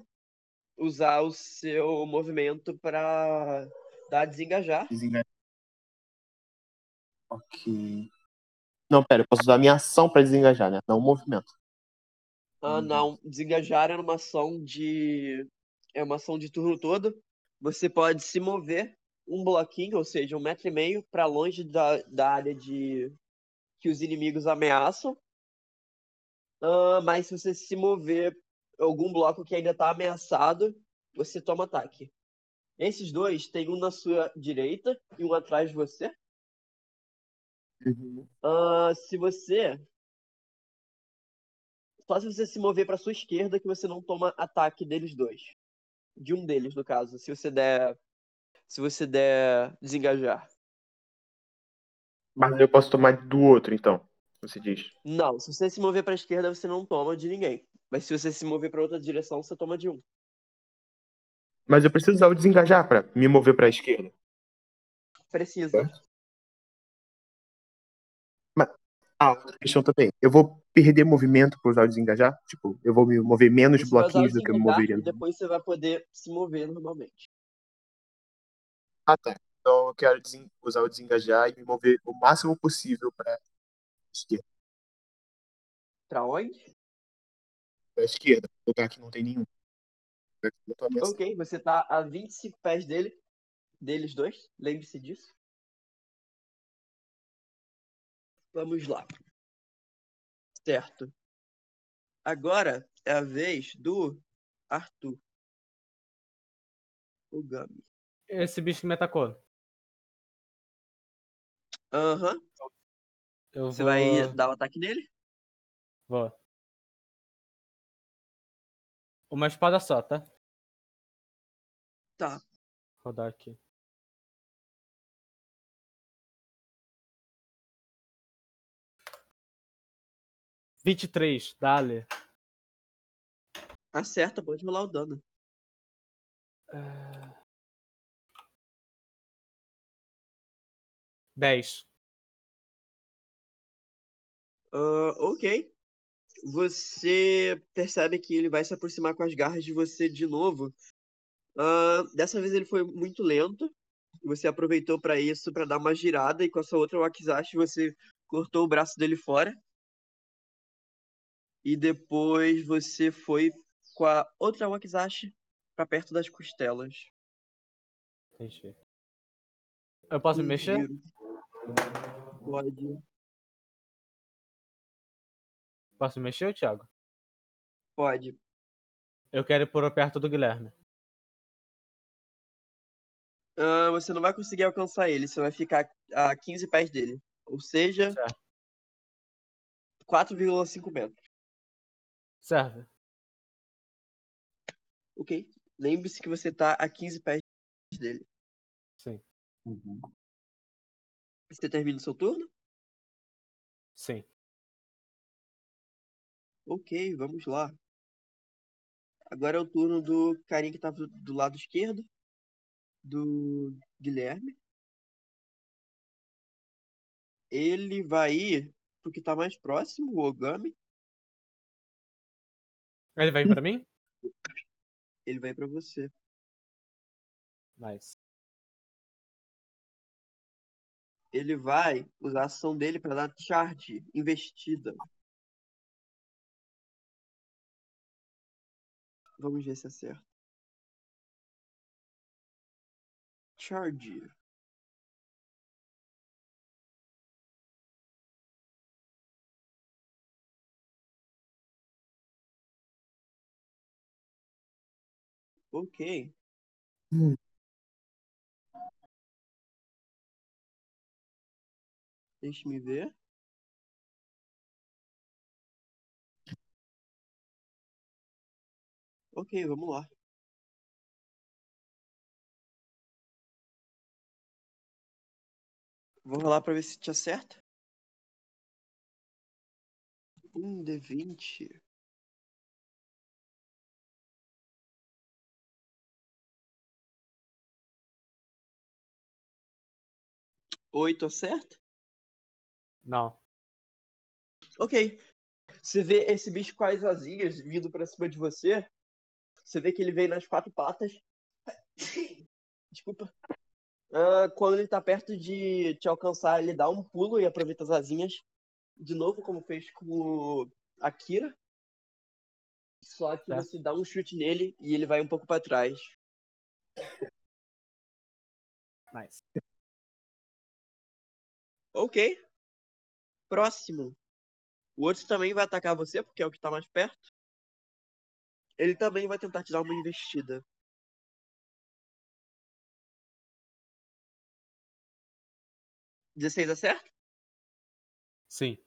Speaker 1: usar o seu movimento pra dar desengajar.
Speaker 3: Desengajar. Ok. Não, pera, eu posso usar a minha ação pra desengajar, né? Não o movimento.
Speaker 1: Ah,
Speaker 3: Hum.
Speaker 1: não. Desengajar é uma ação de. É uma ação de turno todo. Você pode se mover um bloquinho, ou seja, um metro e meio, pra longe da, da área de que os inimigos ameaçam. Ah, mas se você se mover algum bloco que ainda tá ameaçado, você toma ataque. Esses dois, tem um na sua direita e um atrás de você.
Speaker 3: Uhum.
Speaker 1: Ah, se você. Só se você se mover pra sua esquerda que você não toma ataque deles dois. De um deles, no caso. Se você der. Se você der desengajar.
Speaker 3: Mas eu posso tomar do outro, então. Você diz.
Speaker 1: Não, se você se mover pra esquerda, você não toma de ninguém. Mas se você se mover pra outra direção, você toma de um.
Speaker 3: Mas eu preciso usar o desengajar pra me mover pra esquerda.
Speaker 1: Precisa.
Speaker 3: Ah, outra questão também. Eu vou perder movimento por usar o desengajar? Tipo, eu vou me mover menos
Speaker 1: Você vai usar
Speaker 3: bloquinhos
Speaker 1: o
Speaker 3: do que eu então. me
Speaker 1: desengajar
Speaker 3: moveria.
Speaker 1: E depois você vai poder se mover normalmente.
Speaker 3: Ah, tá. Então eu quero desen- usar o desengajar e me mover o máximo possível pra esquerda.
Speaker 1: Pra onde?
Speaker 3: Pra esquerda, lugar que não tem nenhum. Eu tô ameaçando.
Speaker 1: Ok, você tá a 25 pés dele. Deles dois. Lembre-se disso. Vamos lá. Certo. Agora é a vez do Arthur. O Gami.
Speaker 2: Esse bicho me atacou.
Speaker 1: Aham.
Speaker 2: Eu
Speaker 1: Você
Speaker 2: vou...
Speaker 1: vai dar o ataque nele?
Speaker 2: Vou. Uma espada só, tá?
Speaker 1: Tá.
Speaker 2: Rodar aqui. Vinte e três, dale.
Speaker 1: Acerta, Tá pode rolar o dano.
Speaker 2: Dez.
Speaker 1: Ah, ok. Você percebe que ele vai se aproximar com as garras de você de novo. Ah, dessa vez ele foi muito lento. Você aproveitou pra isso, pra dar uma girada, e com a sua outra Wakizashi você cortou o braço dele fora. E depois você foi com a outra Wakizashi pra perto das costelas.
Speaker 2: Entendi. Eu posso me
Speaker 1: Um
Speaker 2: mexer?
Speaker 1: giro. Pode,
Speaker 2: Posso me mexer, Thiago?
Speaker 1: pode.
Speaker 2: Eu quero ir por perto do Guilherme.
Speaker 1: Ah, você não vai conseguir alcançar ele, você vai ficar a 15 pés dele. Ou seja,
Speaker 2: Certo.
Speaker 1: 4,5 metros.
Speaker 2: Serve.
Speaker 1: Ok? Lembre-se que você tá a 15 pés dele.
Speaker 2: Sim.
Speaker 1: Você termina o seu turno?
Speaker 2: Sim.
Speaker 1: Ok, vamos lá. Agora é o turno do carinha que tava do- do lado esquerdo. Do Guilherme. Ele vai ir pro que tá mais próximo, o Ogami.
Speaker 2: Ele vem pra mim?
Speaker 1: Ele vai pra você.
Speaker 2: Nice.
Speaker 1: Ele vai usar a ação dele pra dar charge, investida. Vamos ver se é acerta. Charge. Ok.
Speaker 3: Hum.
Speaker 1: Deixe-me ver. Ok, vamos lá. Vou rolar pra ver se te acerta. Um D20. Oito acerta?
Speaker 2: Não.
Speaker 1: Ok. Você vê esse bicho com as asinhas vindo pra cima de você. Você vê que ele vem nas quatro patas. Desculpa. Ah, quando ele tá perto de te alcançar, ele dá um pulo e aproveita as asinhas. De novo, como fez com o Akira. Só que
Speaker 2: Tá.
Speaker 1: você dá um chute nele e ele vai um pouco pra trás.
Speaker 2: Nice.
Speaker 1: Ok. Próximo. O outro também vai atacar você, porque é o que tá mais perto. Ele também vai tentar te dar uma investida. Dezesseis acerta?
Speaker 2: Sim.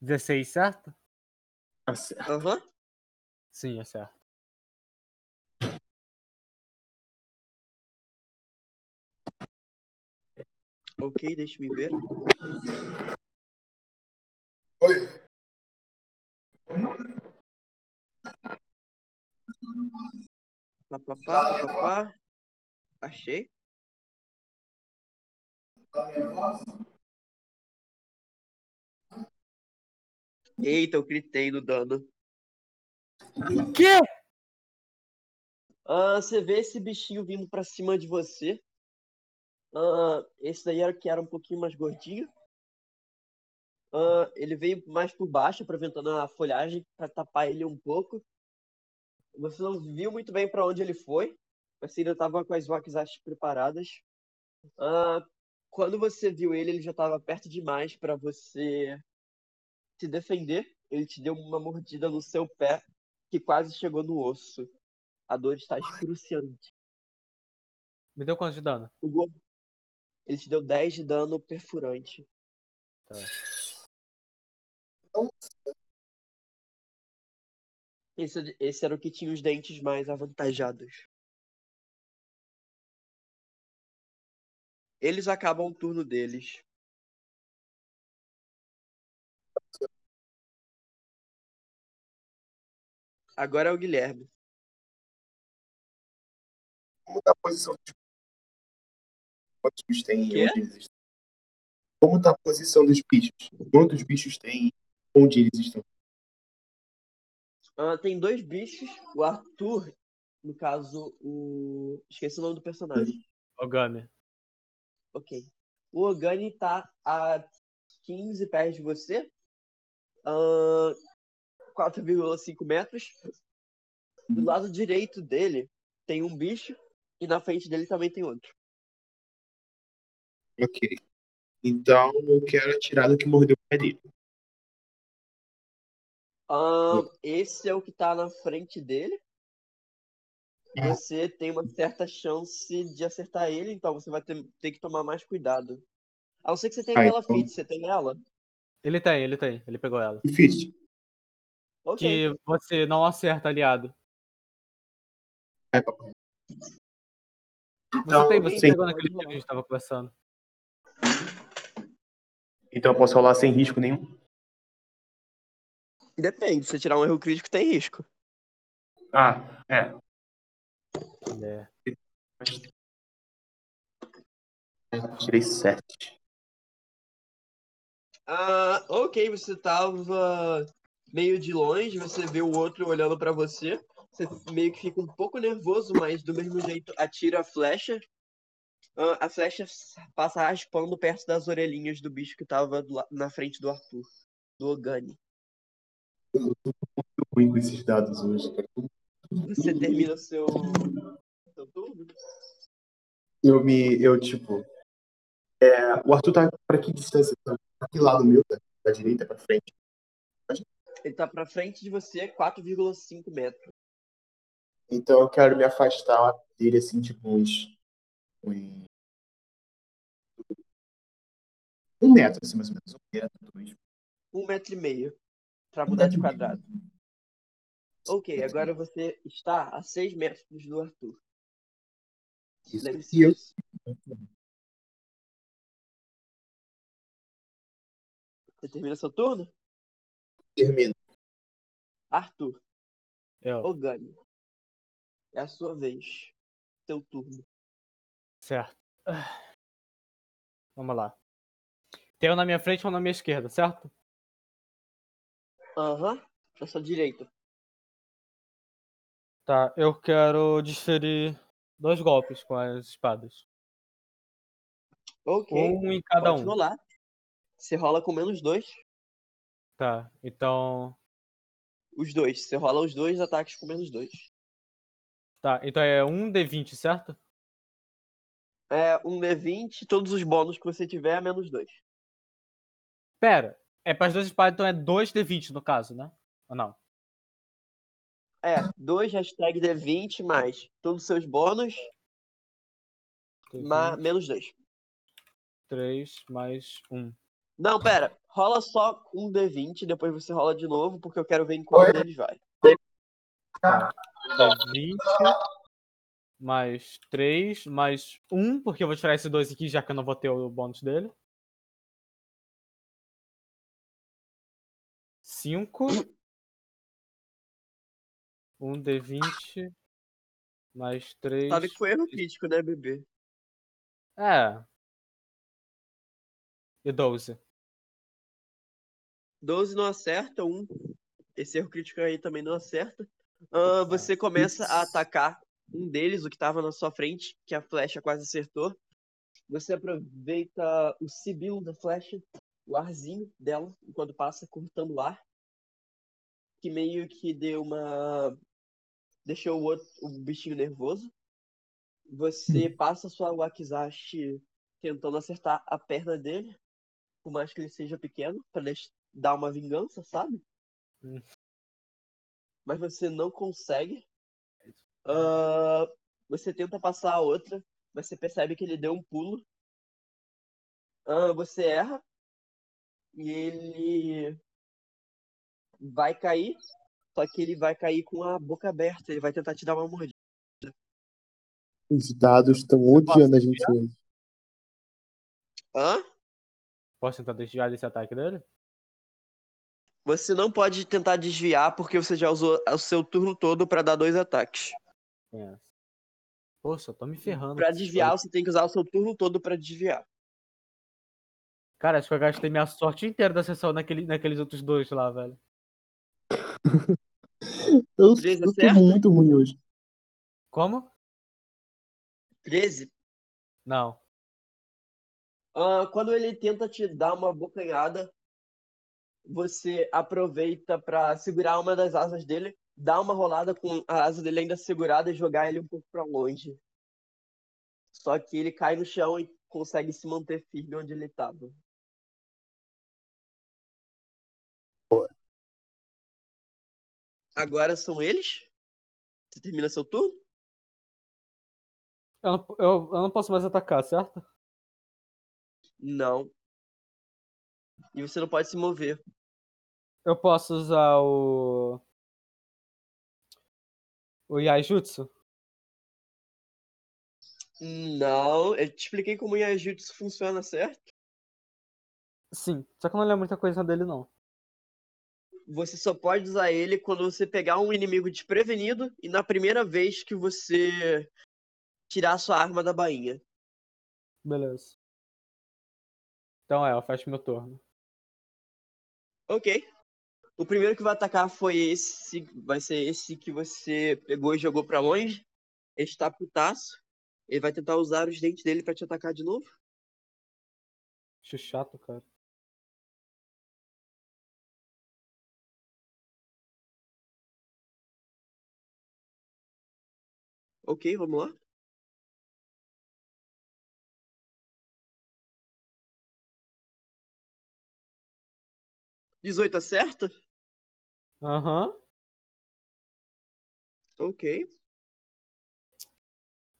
Speaker 2: 16, certo?
Speaker 3: Acerta.
Speaker 1: Aham.
Speaker 2: Sim, é certo.
Speaker 1: Ok, deixa me ver.
Speaker 3: Oi.
Speaker 1: Pá, pá, pá, pá, pá, pá. Achei. Eita, eu gritei no dano.
Speaker 2: Que?
Speaker 1: Ah, você vê esse bichinho vindo pra cima de você. Ah, esse daí era o que era um pouquinho mais gordinho. Ah, ele veio mais por baixo, aproveitando a folhagem pra tapar ele um pouco. Você não viu muito bem pra onde ele foi, mas você ainda estava com as Wakizas preparadas. Ah, quando você viu ele, ele já estava perto demais pra você se defender. Ele te deu uma mordida no seu pé que quase chegou no osso. A dor está excruciante.
Speaker 2: Me deu quanto de dano?
Speaker 1: O gol- Ele te deu 10 de dano perfurante.
Speaker 2: Tá.
Speaker 1: Esse, esse era o que tinha os dentes mais avantajados. Eles acabam o turno deles. Agora é o Guilherme.
Speaker 3: Como tá a posição dos Quantos bichos tem?
Speaker 1: Quê?
Speaker 3: Onde eles estão? Como tá a posição dos bichos? Quantos bichos tem? Onde eles estão?
Speaker 1: Ah, tem dois bichos. O Arthur, no caso, o. Esqueci o nome do personagem.
Speaker 2: Ogami.
Speaker 1: Ok. O Ogani tá a 15 pés de você. Ahn, 4,5 metros. Do lado direito dele tem um bicho. E na frente dele também tem outro.
Speaker 3: Ok. Então eu quero atirar no que mordeu o pé dele.
Speaker 1: Ahn, esse é o que tá na frente dele.
Speaker 3: É.
Speaker 1: Você tem uma certa chance de acertar ele, então você vai ter, ter que tomar mais cuidado. A não ser que você tenha
Speaker 3: Ah,
Speaker 1: aquela
Speaker 3: então.
Speaker 1: feat, você tem ela?
Speaker 2: Ele tem, ele tem. Ele pegou ela.
Speaker 3: Difícil.
Speaker 1: Ok.
Speaker 2: Que você não acerta, aliado.
Speaker 3: É, papai.
Speaker 2: Você
Speaker 3: Então,
Speaker 2: tem, você
Speaker 3: sim.
Speaker 2: pegou naquele dia que a gente tava conversando.
Speaker 3: Então eu posso rolar sem risco nenhum?
Speaker 1: Depende, se você tirar um erro crítico, tem risco.
Speaker 3: Ah, é.
Speaker 2: É.
Speaker 3: Tirei sete.
Speaker 1: Ah, ok, você tava meio de longe, você vê o outro olhando pra você. Você meio que fica um pouco nervoso, mas do mesmo jeito atira a flecha. Ah, a flecha s- passa raspando perto das orelhinhas do bicho que tava do la- na frente do Arthur, do Ogani.
Speaker 3: Tô ruim com esses dados hoje. cara.
Speaker 1: Você termina o seu, seu turno?
Speaker 3: Eu me. Eu, tipo. É, o Arthur tá pra que distância? Tá pra que lado meu? Da, da direita pra frente?
Speaker 1: Ele tá pra frente de você, 4,5 metros.
Speaker 3: Então eu quero me afastar dele assim, tipo, uns. uns- Um metro, assim, mais ou menos. Um metro, dois.
Speaker 1: Um metro e meio, pra
Speaker 3: Um
Speaker 1: mudar
Speaker 3: metro
Speaker 1: de
Speaker 3: e meio.
Speaker 1: quadrado. Ok, agora você está a 6 metros do Arthur.
Speaker 3: Isso.
Speaker 1: Lembre-se
Speaker 3: E eu.
Speaker 1: disso. Você termina seu turno?
Speaker 3: Termino.
Speaker 1: Arthur,
Speaker 2: Eu.
Speaker 1: Ogani. É a sua vez. Seu turno.
Speaker 2: Certo. Vamos lá. Tem um na minha frente e um na minha esquerda, certo?
Speaker 1: Aham. Na sua direita.
Speaker 2: Tá, eu quero desferir dois golpes com as espadas.
Speaker 1: Ok.
Speaker 2: Um em cada
Speaker 1: Pode
Speaker 2: um.
Speaker 1: rolar. Você rola com menos dois.
Speaker 2: Tá, então.
Speaker 1: Os dois. Você rola os dois ataques com menos dois.
Speaker 2: Tá, então é um D20, certo?
Speaker 1: É um D20, todos os bônus que você tiver é menos dois.
Speaker 2: Pera, é para as duas espadas, então é dois D20 no caso, né? Ou não?
Speaker 1: É, dois hashtag D20 mais todos os seus bônus, ma-
Speaker 2: D20,
Speaker 1: menos dois.
Speaker 2: um, Três mais um.
Speaker 1: Não, pera. Rola só um D20, depois você rola de novo, porque eu quero ver em qual
Speaker 3: Oi?
Speaker 1: deles vai.
Speaker 2: Tá. D20 mais três mais um, porque eu vou tirar esse dois aqui, já que eu não vou ter o bônus dele. Cinco. Um D20 mais três.
Speaker 1: Sabe que foi erro crítico, né, bebê?
Speaker 2: É. E 12.
Speaker 1: 12 não acerta, um. Esse erro crítico aí também não acerta. Ah, você começa a atacar um deles, o que estava na sua frente, que a flecha quase acertou. Você aproveita o sibilo da flecha, o arzinho dela, enquanto passa cortando o ar, que meio que deu uma. deixou o, outro, o bichinho nervoso. Você passa sua Wakizashi tentando acertar a perna dele, por mais que ele seja pequeno, para dar uma vingança, sabe?
Speaker 2: Hum.
Speaker 1: Mas você não consegue. Ah, você tenta passar a outra, mas você percebe que ele deu um pulo. Ah, você erra. E ele vai cair. Só que ele vai cair com a boca aberta. Ele vai tentar te dar uma mordida.
Speaker 3: Os dados estão odiando a gente hoje.
Speaker 1: Hã?
Speaker 2: Posso tentar desviar desse ataque dele?
Speaker 1: Você não pode tentar desviar porque você já usou o seu turno todo pra dar dois ataques.
Speaker 2: É. Poxa, eu tô me ferrando.
Speaker 1: Pra
Speaker 2: com essas
Speaker 1: desviar,
Speaker 2: coisas.
Speaker 1: você tem que usar o seu turno todo pra desviar.
Speaker 2: Cara, acho que eu gastei minha sorte inteira da sessão naquele, naqueles outros dois lá, velho.
Speaker 3: Eu,
Speaker 1: Três
Speaker 3: eu tô
Speaker 1: acerta?
Speaker 3: muito ruim hoje.
Speaker 2: Como?
Speaker 1: 13.
Speaker 2: Não.
Speaker 1: Ah, quando ele tenta te dar uma bocanhada, você aproveita pra segurar uma das asas dele, dar uma rolada com a asa dele ainda segurada e jogar ele um pouco pra longe. Só que ele cai no chão e consegue se manter firme onde ele tava. Agora são eles? Você termina seu turno?
Speaker 2: Eu não, eu- eu não posso mais atacar, certo?
Speaker 1: Não. E você não pode se mover.
Speaker 2: Eu posso usar o. O Yaijutsu?
Speaker 1: Não, eu te expliquei como o Yajutsu funciona, certo?
Speaker 2: Sim. Só que eu não lembro muita coisa dele, não.
Speaker 1: Você só pode usar ele quando você pegar um inimigo desprevenido e na primeira vez que você tirar sua arma da bainha.
Speaker 2: Beleza. Então é, eu fecho meu turno.
Speaker 1: Ok. O primeiro que vai atacar foi esse. Vai ser esse que você pegou e jogou pra longe. Ele está putaço. Ele vai tentar usar os dentes dele pra te atacar de novo.
Speaker 2: Acho chato, cara.
Speaker 1: Ok, vamos lá. Dezoito acerta?
Speaker 2: Aham.
Speaker 1: Ok.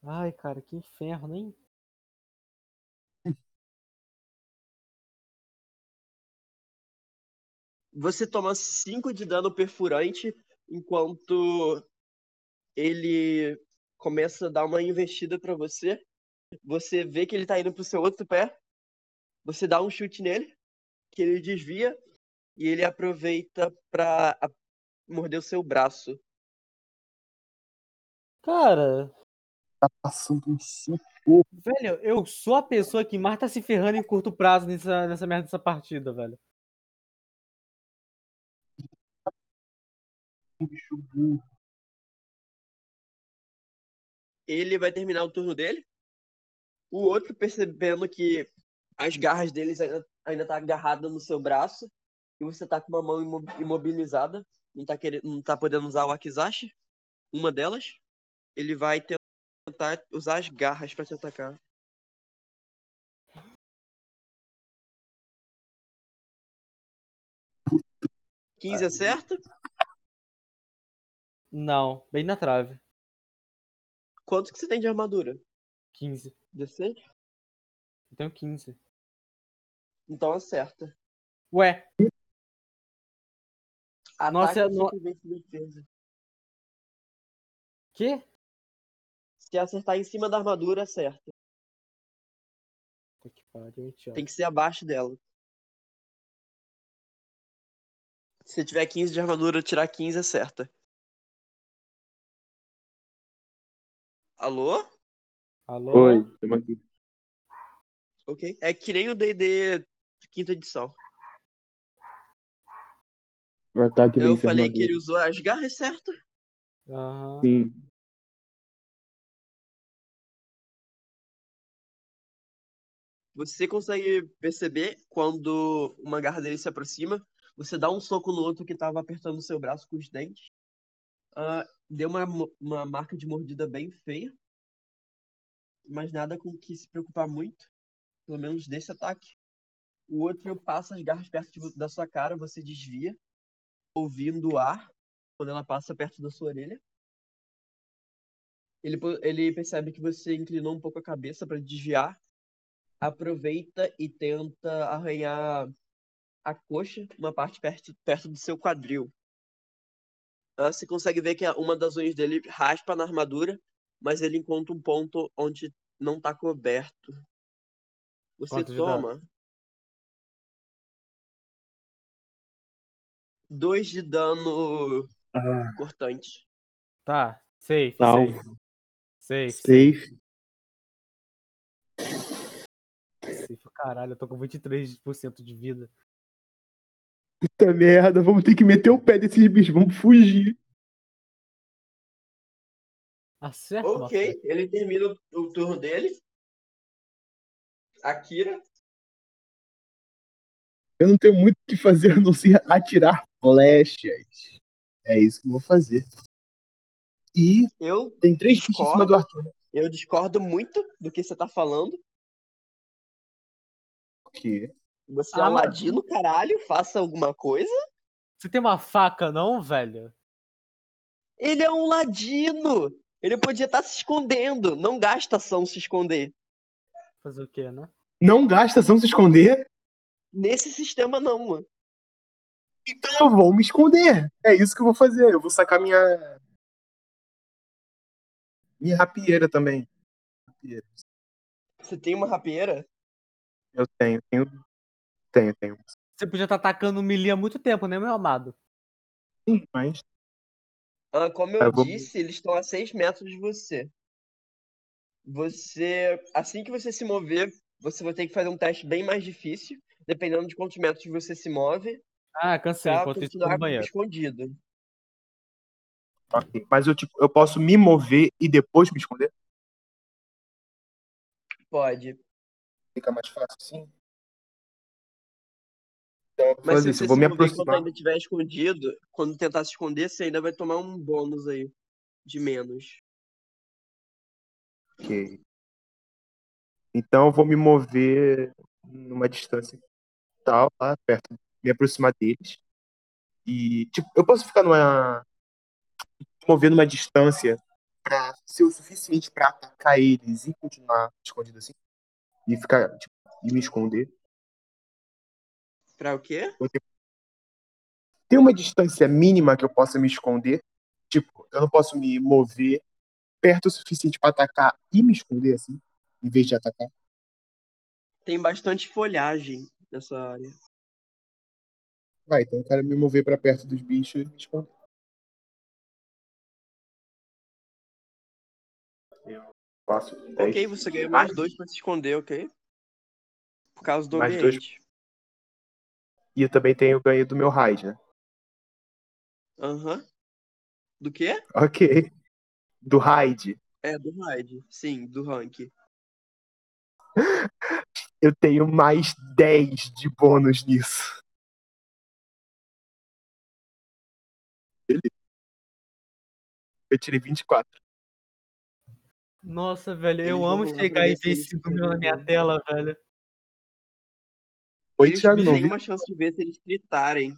Speaker 2: Ai, cara, que inferno, hein?
Speaker 1: Você toma 5 de dano perfurante enquanto ele começa a dar uma investida pra você. Você vê que ele tá indo pro seu outro pé. Você dá um chute nele, que ele desvia e ele aproveita pra a- morder o seu braço.
Speaker 2: Cara,
Speaker 3: Tá passando um suco.
Speaker 2: velho, eu sou a pessoa que mais tá se ferrando em curto prazo nessa, nessa merda dessa partida, velho.
Speaker 3: bicho burro.
Speaker 1: Ele vai terminar o turno dele. O outro, percebendo que as garras deles ainda, ainda tá agarrada no seu braço e você tá com uma mão imo- imobilizada, não tá, querendo, não tá podendo usar o Akizashi, uma delas, ele vai tentar usar as garras pra te atacar.
Speaker 3: Aí.
Speaker 1: 15 acerta?
Speaker 2: Não, bem na trave.
Speaker 1: Quanto que você tem de armadura?
Speaker 2: 15.
Speaker 1: 16?
Speaker 2: Eu tenho 15.
Speaker 1: Então acerta.
Speaker 2: Ué,
Speaker 1: Ataque
Speaker 2: Nossa, é
Speaker 1: sempre
Speaker 2: no-
Speaker 1: vence defesa.
Speaker 2: que?
Speaker 1: Se acertar em cima da armadura, é acerta.
Speaker 2: Puta que pariu, hein, Thiago?
Speaker 1: Tem que ser abaixo dela. Se tiver 15 de armadura, tirar é 15 acerta. Alô?
Speaker 2: Alô?
Speaker 3: Oi, tamo aqui.
Speaker 1: Ok. É que nem o D&D quinta edição.
Speaker 3: O ataque
Speaker 1: Eu
Speaker 3: vence a
Speaker 1: falei que
Speaker 3: armadura.
Speaker 1: ele usou as garras certas.
Speaker 2: Aham.
Speaker 3: Sim.
Speaker 1: Você consegue perceber quando uma garra dele se aproxima. Você dá um soco no outro que tava apertando seu braço com os dentes. Ah, deu uma, mo- uma marca de mordida bem feia. Mas nada com que se preocupar muito. Pelo menos nesse ataque. O outro passa as garras perto de vo- da sua cara, você desvia. Ouvindo o ar. Quando ela passa perto da sua orelha. Ele, po- ele percebe que você inclinou um pouco a cabeça para desviar. Aproveita e tenta arranhar a coxa, uma parte perto, perto do seu quadril. Ah, Você consegue ver que a- uma das unhas dele raspa na armadura, mas ele encontra um ponto onde não tá coberto. Você
Speaker 2: Quanto de dano?
Speaker 1: toma dois de dano
Speaker 3: Ah,
Speaker 1: cortante.
Speaker 2: Tá, safe,
Speaker 3: Não.
Speaker 2: safe. Safe,
Speaker 3: safe.
Speaker 2: safe. Caralho, eu tô com 23% de vida.
Speaker 3: Puta merda, vamos ter que meter o pé desses bichos, vamos fugir.
Speaker 2: Acerta,
Speaker 1: Ok, ele termina o- o turno dele. Akira.
Speaker 3: Eu não tenho muito o que fazer a não ser atirar flechas. É isso que eu vou fazer. E
Speaker 1: Eu
Speaker 3: tem três bichos em cima do Arthur.
Speaker 1: Eu discordo muito do que você tá falando.
Speaker 3: Porque
Speaker 1: Você é
Speaker 2: Ah,
Speaker 1: um
Speaker 2: mas-
Speaker 1: ladino, caralho, faça alguma coisa.
Speaker 2: Você tem uma faca, não, velho?
Speaker 1: Ele é um ladino! Ele podia estar se escondendo. Não gasta ação se esconder.
Speaker 2: Fazer o quê, né?
Speaker 3: não gasta ação se esconder,
Speaker 1: Nesse sistema, não, mano.
Speaker 3: então eu vou me esconder. É isso que eu vou fazer. Eu vou sacar minha. Minha rapieira também. Rapieira.
Speaker 1: Você tem uma rapieira?
Speaker 3: Eu tenho, tenho. Tenho, tenho.
Speaker 2: Você podia estar atacando o melee há muito tempo, né, meu amado?
Speaker 3: Sim, mas.
Speaker 1: Ah, como eu
Speaker 3: Eu vou-
Speaker 1: disse, eles estão a 6 metros de você. Você. Assim que você se mover, você vai ter que fazer um teste bem mais difícil, dependendo de quantos metros você se move,
Speaker 2: Ah, cansei,
Speaker 1: pra
Speaker 2: enquanto isso tô no
Speaker 1: continuar
Speaker 2: banheiro.
Speaker 1: escondido.
Speaker 3: ok. Mas eu, tipo, eu posso me mover e depois me esconder?
Speaker 1: Pode.
Speaker 3: Fica mais fácil, sim. Então eu vou
Speaker 1: Mas
Speaker 3: fazer
Speaker 1: se você
Speaker 3: isso. Eu vou
Speaker 1: se
Speaker 3: me
Speaker 1: mover enquanto
Speaker 3: aproximar.
Speaker 1: ainda estiver escondido, quando tentar se esconder, você ainda vai tomar um bônus aí. De menos.
Speaker 3: Ok. Então eu vou me mover numa distância tal, lá perto, me aproximar deles. E, tipo, eu posso ficar numa. mover numa distância pra ser o suficiente pra atacar eles e continuar escondido assim? E ficar, tipo, e me esconder.
Speaker 1: Pra o quê?
Speaker 3: Tem uma distância mínima que eu possa me esconder? Tipo, eu não posso me mover perto o suficiente pra atacar e me esconder assim, em vez de atacar?
Speaker 1: Tem bastante folhagem nessa área.
Speaker 3: Vai, então eu quero me mover pra perto dos bichos e me esconder. Eu faço
Speaker 1: Ok, você ganha mais dois pra se esconder, ok? Por causa do
Speaker 3: Mais dois.
Speaker 1: ambiente.
Speaker 3: E eu também tenho ganho do meu raid, né?
Speaker 1: Aham. Do quê?
Speaker 3: Ok. Do raid.
Speaker 1: É, do raid. Sim, do rank.
Speaker 3: Eu tenho mais 10 de bônus nisso. Beleza. Eu tirei 24.
Speaker 2: Nossa, velho,
Speaker 1: Eles
Speaker 2: eu
Speaker 1: vão
Speaker 2: amo
Speaker 1: rolar pra
Speaker 2: chegar e
Speaker 1: ver se
Speaker 2: ver
Speaker 1: eles né?
Speaker 2: esse
Speaker 1: se
Speaker 2: número na minha
Speaker 1: perdem.
Speaker 2: tela, velho.
Speaker 3: Oi,
Speaker 1: eles
Speaker 3: Thiago,
Speaker 1: não
Speaker 3: não
Speaker 1: têm
Speaker 3: vi.
Speaker 1: uma chance de ver se eles gritarem.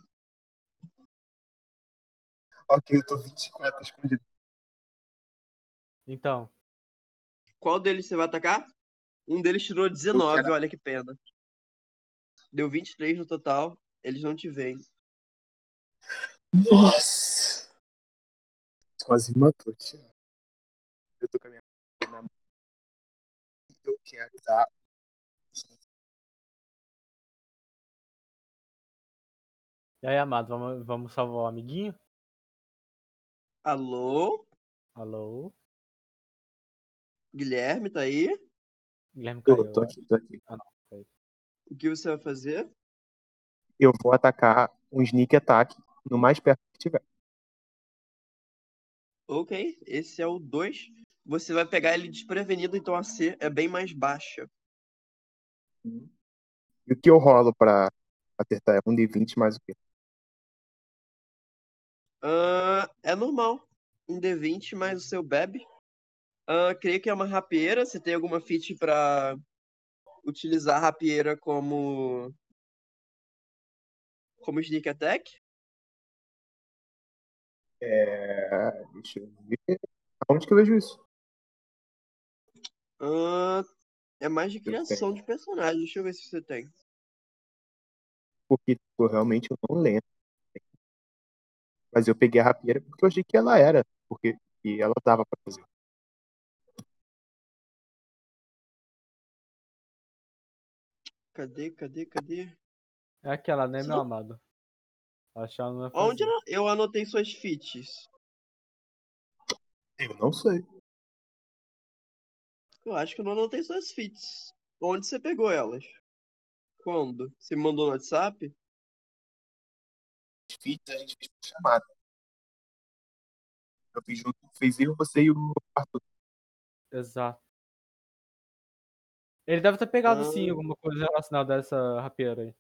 Speaker 3: Ok, eu tô 24 escondido.
Speaker 2: Então,
Speaker 1: Qual deles você vai atacar? Um deles tirou 19, olha que pena. Deu 23 no total. Eles não te veem.
Speaker 3: Nossa! Quase me matou, Thiago. Eu tô com a minha arma na mão. Eu quero dar.
Speaker 2: e aí, amado, vamos, vamos salvar o amiguinho?
Speaker 1: Alô?
Speaker 2: Alô?
Speaker 1: Guilherme, tá aí?
Speaker 2: Guilherme
Speaker 3: Eu
Speaker 2: caiu.
Speaker 3: tô aqui, tô aqui.
Speaker 1: O que você vai fazer?
Speaker 3: Eu vou atacar um sneak attack no mais perto que tiver.
Speaker 1: Ok, esse é o 2. Você vai pegar ele desprevenido, então a C é bem mais baixa.
Speaker 3: E o que eu rolo pra acertar? É um de 20 mais o quê?
Speaker 1: Ah, é normal. Um D20 mais o seu bebe. Ah, creio que é uma rapieira. Você tem alguma feat pra utilizar a rapieira como. como sneak attack?
Speaker 3: É... Deixa eu ver. Aonde que eu vejo isso?
Speaker 1: Ah, é mais de
Speaker 3: tenho.
Speaker 1: criação de personagem. Deixa eu ver se você tem.
Speaker 3: Porque tipo, eu realmente não lembro. Mas eu peguei a rapieira porque eu achei que ela era. Porque e ela dava pra fazer.
Speaker 1: Cadê, cadê, cadê?
Speaker 2: É aquela, né,
Speaker 1: Sim.
Speaker 2: meu amado? Achar não é fazer.
Speaker 1: Onde era- eu anotei suas feats?
Speaker 3: Eu não sei.
Speaker 1: Eu acho que eu não anotei suas feats. Onde você pegou elas? Quando? Você me mandou no WhatsApp?
Speaker 3: Os feats a gente fez por chamada. Eu fiz junto, fez eu, você e o Arthur.
Speaker 2: Exato. Ele deve ter pegado sim
Speaker 1: Ah.
Speaker 2: alguma coisa relacionada a essa rapieira aí.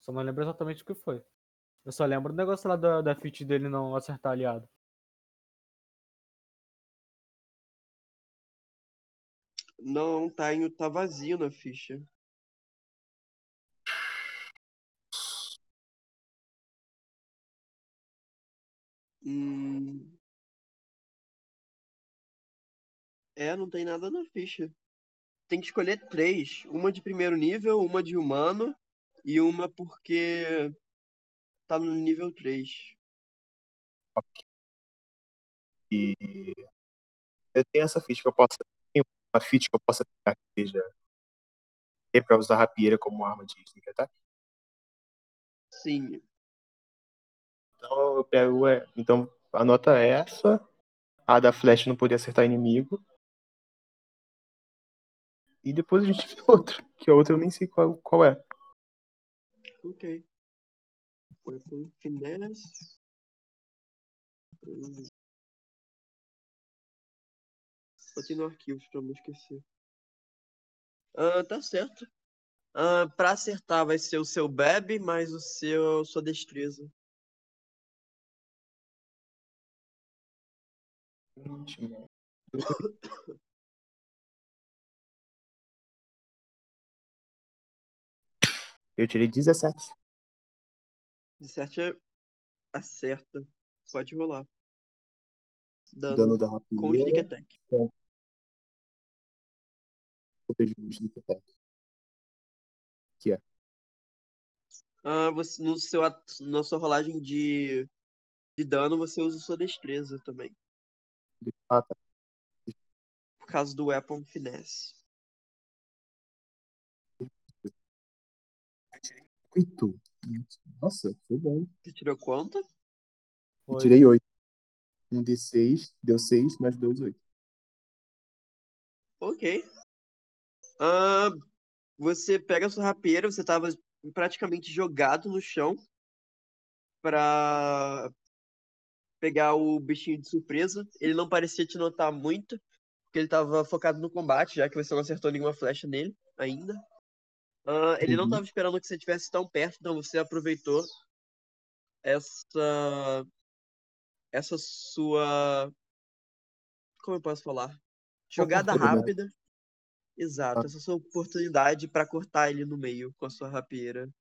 Speaker 2: Só não lembro exatamente o que foi. Eu só lembro do negócio lá da, da fit dele não acertar aliado.
Speaker 1: Não, tá, em- tá vazio na ficha. Hum. É, não tem nada na ficha. Tem que escolher três. Uma de primeiro nível, uma de humano e uma porque tá no nível 3.
Speaker 3: E eu tenho essa feat que eu posso. Tem uma feat que eu possa pegar que seja. É pra usar a rapieira como arma de tá? sneak attack.
Speaker 1: Sim.
Speaker 3: Então eu pego. É, então anota essa. A da flecha não poder acertar inimigo. E depois a gente vê outra. Que a outra eu nem sei qual, qual é.
Speaker 1: Ok. Foi com finesse. Hum. Botei no arquivo pra não esquecer. Ah, tá certo. Ah, pra acertar vai ser o seu bebe mais o seu sua destreza.
Speaker 3: Eu tirei 17.
Speaker 1: De certo é- acerta. Pode rolar. Dano,
Speaker 3: Dano da
Speaker 1: com sneak
Speaker 3: rapieira.
Speaker 1: attack.
Speaker 3: eu vejo um sneak attack.
Speaker 1: Ah, você, no seu, at- na sua rolagem de, de dano, você usa sua destreza também.
Speaker 3: Ah, tá.
Speaker 1: Por causa do Weapon Finesse.
Speaker 3: Oito. Nossa, foi bom.
Speaker 1: Você tirou quanto?
Speaker 3: Eu
Speaker 2: Oito.
Speaker 3: tirei 8. Um D6, deu 6, mais 2, 8.
Speaker 1: Ok. Ah, você pega a sua rapieira, você tava praticamente jogado no chão pra pegar o bichinho de surpresa. Ele não parecia te notar muito, porque ele tava focado no combate, já que você não acertou nenhuma flecha nele ainda. Ah, ele não
Speaker 3: Uhum.
Speaker 1: tava esperando que você estivesse tão perto, então você aproveitou essa essa sua. Como eu posso falar? Jogada
Speaker 3: Oportunidade.
Speaker 1: rápida.
Speaker 2: Tá.
Speaker 1: Exato, essa sua oportunidade pra cortar ele no meio com a sua rapieira.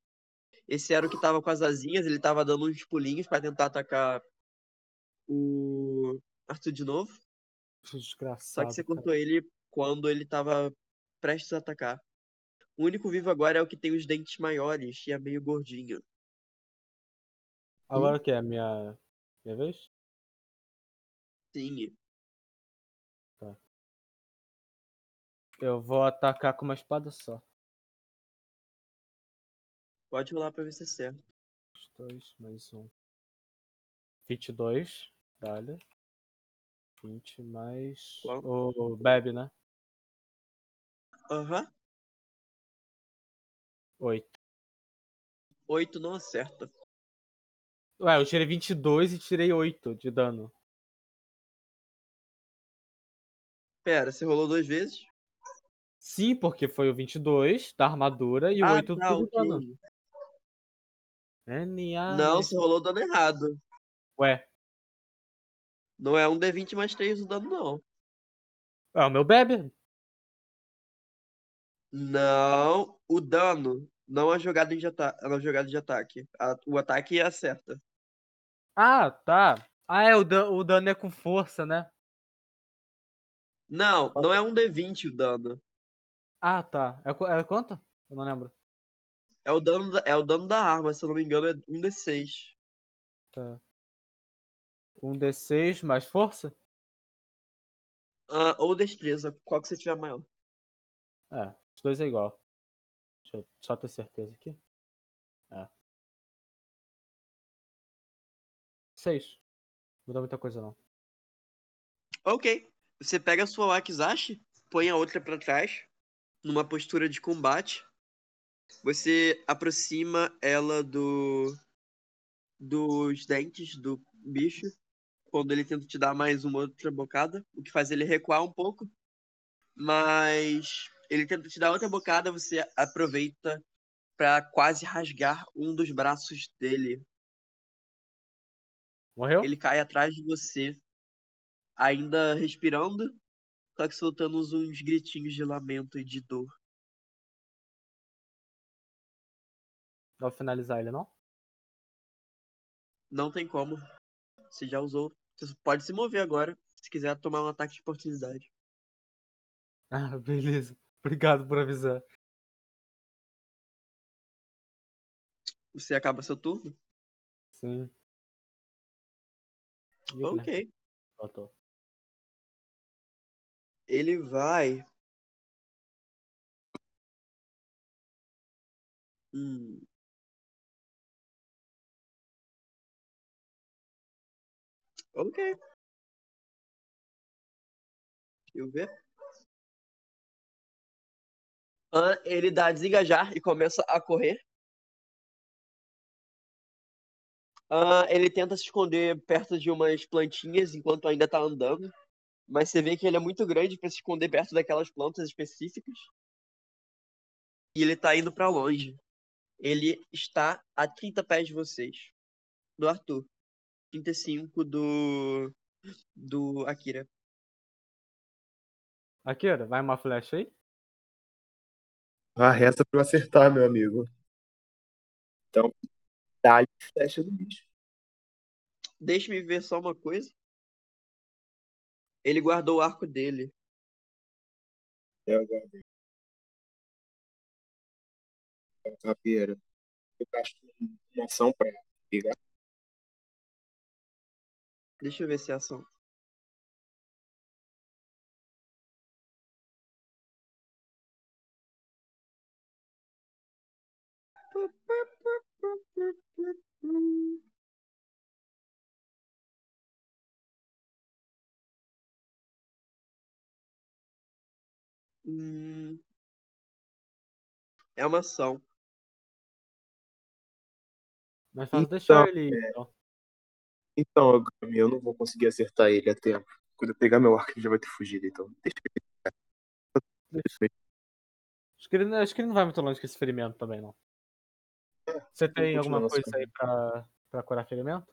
Speaker 1: Esse era o que tava com as asinhas, ele tava dando uns pulinhos pra tentar atacar o Arthur de novo. Só
Speaker 2: um Desgraçado.
Speaker 1: que você
Speaker 2: cara.
Speaker 1: cortou ele quando ele tava prestes a atacar. O único vivo agora é o que tem os dentes maiores e é meio gordinho.
Speaker 2: Agora o que? É a minha. Minha vez?
Speaker 1: Sim.
Speaker 2: Eu vou atacar com uma espada só.
Speaker 1: Pode rolar pra ver se é certo.
Speaker 2: Os dois, mais um. 22, dá-lhe. 20 mais.
Speaker 1: Qual?
Speaker 2: O Bebe, né?
Speaker 1: Aham.
Speaker 2: 8.
Speaker 1: Oito não acerta.
Speaker 2: Ué, eu tirei 22 e tirei 8 de dano.
Speaker 1: Pera, você rolou duas vezes?
Speaker 2: Sim, porque foi o 22 da armadura e o
Speaker 1: Ah,
Speaker 2: 8 do
Speaker 1: tá, ok.
Speaker 2: dano. N.A.
Speaker 1: Não, você rolou dano errado.
Speaker 2: Ué,
Speaker 1: Não é um D20 mais 3 o dano, não.
Speaker 2: é o meu bebe.
Speaker 1: Não, o dano não é jogada de, ata não é jogada de ataque. A- o ataque acerta.
Speaker 2: Ah, tá. Ah, é, o, dan o dano é com força, né?
Speaker 1: Não, não é um D20 o dano.
Speaker 2: Ah, tá. É, qu- é quanto? Eu não lembro.
Speaker 1: É o dano, da, é o dano da arma, se eu não me engano, é um D6.
Speaker 2: Tá. Um D6 mais força?
Speaker 1: Ah, ou destreza, qual que você tiver maior.
Speaker 2: É, os dois é igual. Deixa eu só ter certeza aqui. É. Seis. Não dá muita coisa, não.
Speaker 1: Ok. Você pega a sua Wakizashi, põe a outra pra trás, numa postura de combate. Você aproxima ela do dos dentes do bicho, quando ele tenta te dar mais uma outra bocada, o que faz ele recuar um pouco. Mas ele tenta te dar outra bocada, você aproveita pra quase rasgar um dos braços dele.
Speaker 2: Morreu?
Speaker 1: Ele cai atrás de você, ainda respirando, só que soltando uns, uns gritinhos de lamento e de dor.
Speaker 2: Dá pra finalizar ele, não?
Speaker 1: Não tem como. Você já usou. Você pode se mover agora, se quiser tomar um ataque de oportunidade.
Speaker 2: Ah, beleza. Obrigado por avisar.
Speaker 1: Você acaba seu turno?
Speaker 2: Sim. Ih, né?
Speaker 1: Ok.
Speaker 2: Faltou.
Speaker 1: Ele vai. Hum. Ok. Deixa eu ver. Ah, Ele dá a desengajar e começa a correr. Ah, ele tenta se esconder perto de umas plantinhas enquanto ainda tá andando mas você vê que ele é muito grande pra se esconder perto daquelas plantas específicas. E ele tá indo pra longe. Ele está a 30 pés de vocês. Do Arthur. 35 do. Do Akira.
Speaker 2: Akira, vai uma flecha aí?
Speaker 3: Ah, resta pra eu acertar, meu amigo. Então, dá-lhe flecha do bicho.
Speaker 1: Deixa-me ver só uma coisa. Ele guardou o arco dele.
Speaker 3: É, agora. Caveira. É Eu gasto uma ação pra pegar.
Speaker 1: Deixa eu ver se é ação. Hum. É uma ação.
Speaker 2: Mas faz deixar ele. ir, Então.
Speaker 3: Então, Gami, eu não vou conseguir acertar ele a tempo. Quando eu pegar meu arco, ele já vai ter fugido, então. Deixa ele. cara.
Speaker 2: Acho que, ele, acho que ele não vai muito longe com esse ferimento também, não. Você tem assim.
Speaker 3: continuar
Speaker 2: alguma
Speaker 3: nosso
Speaker 2: coisa aí pra, pra curar ferimento?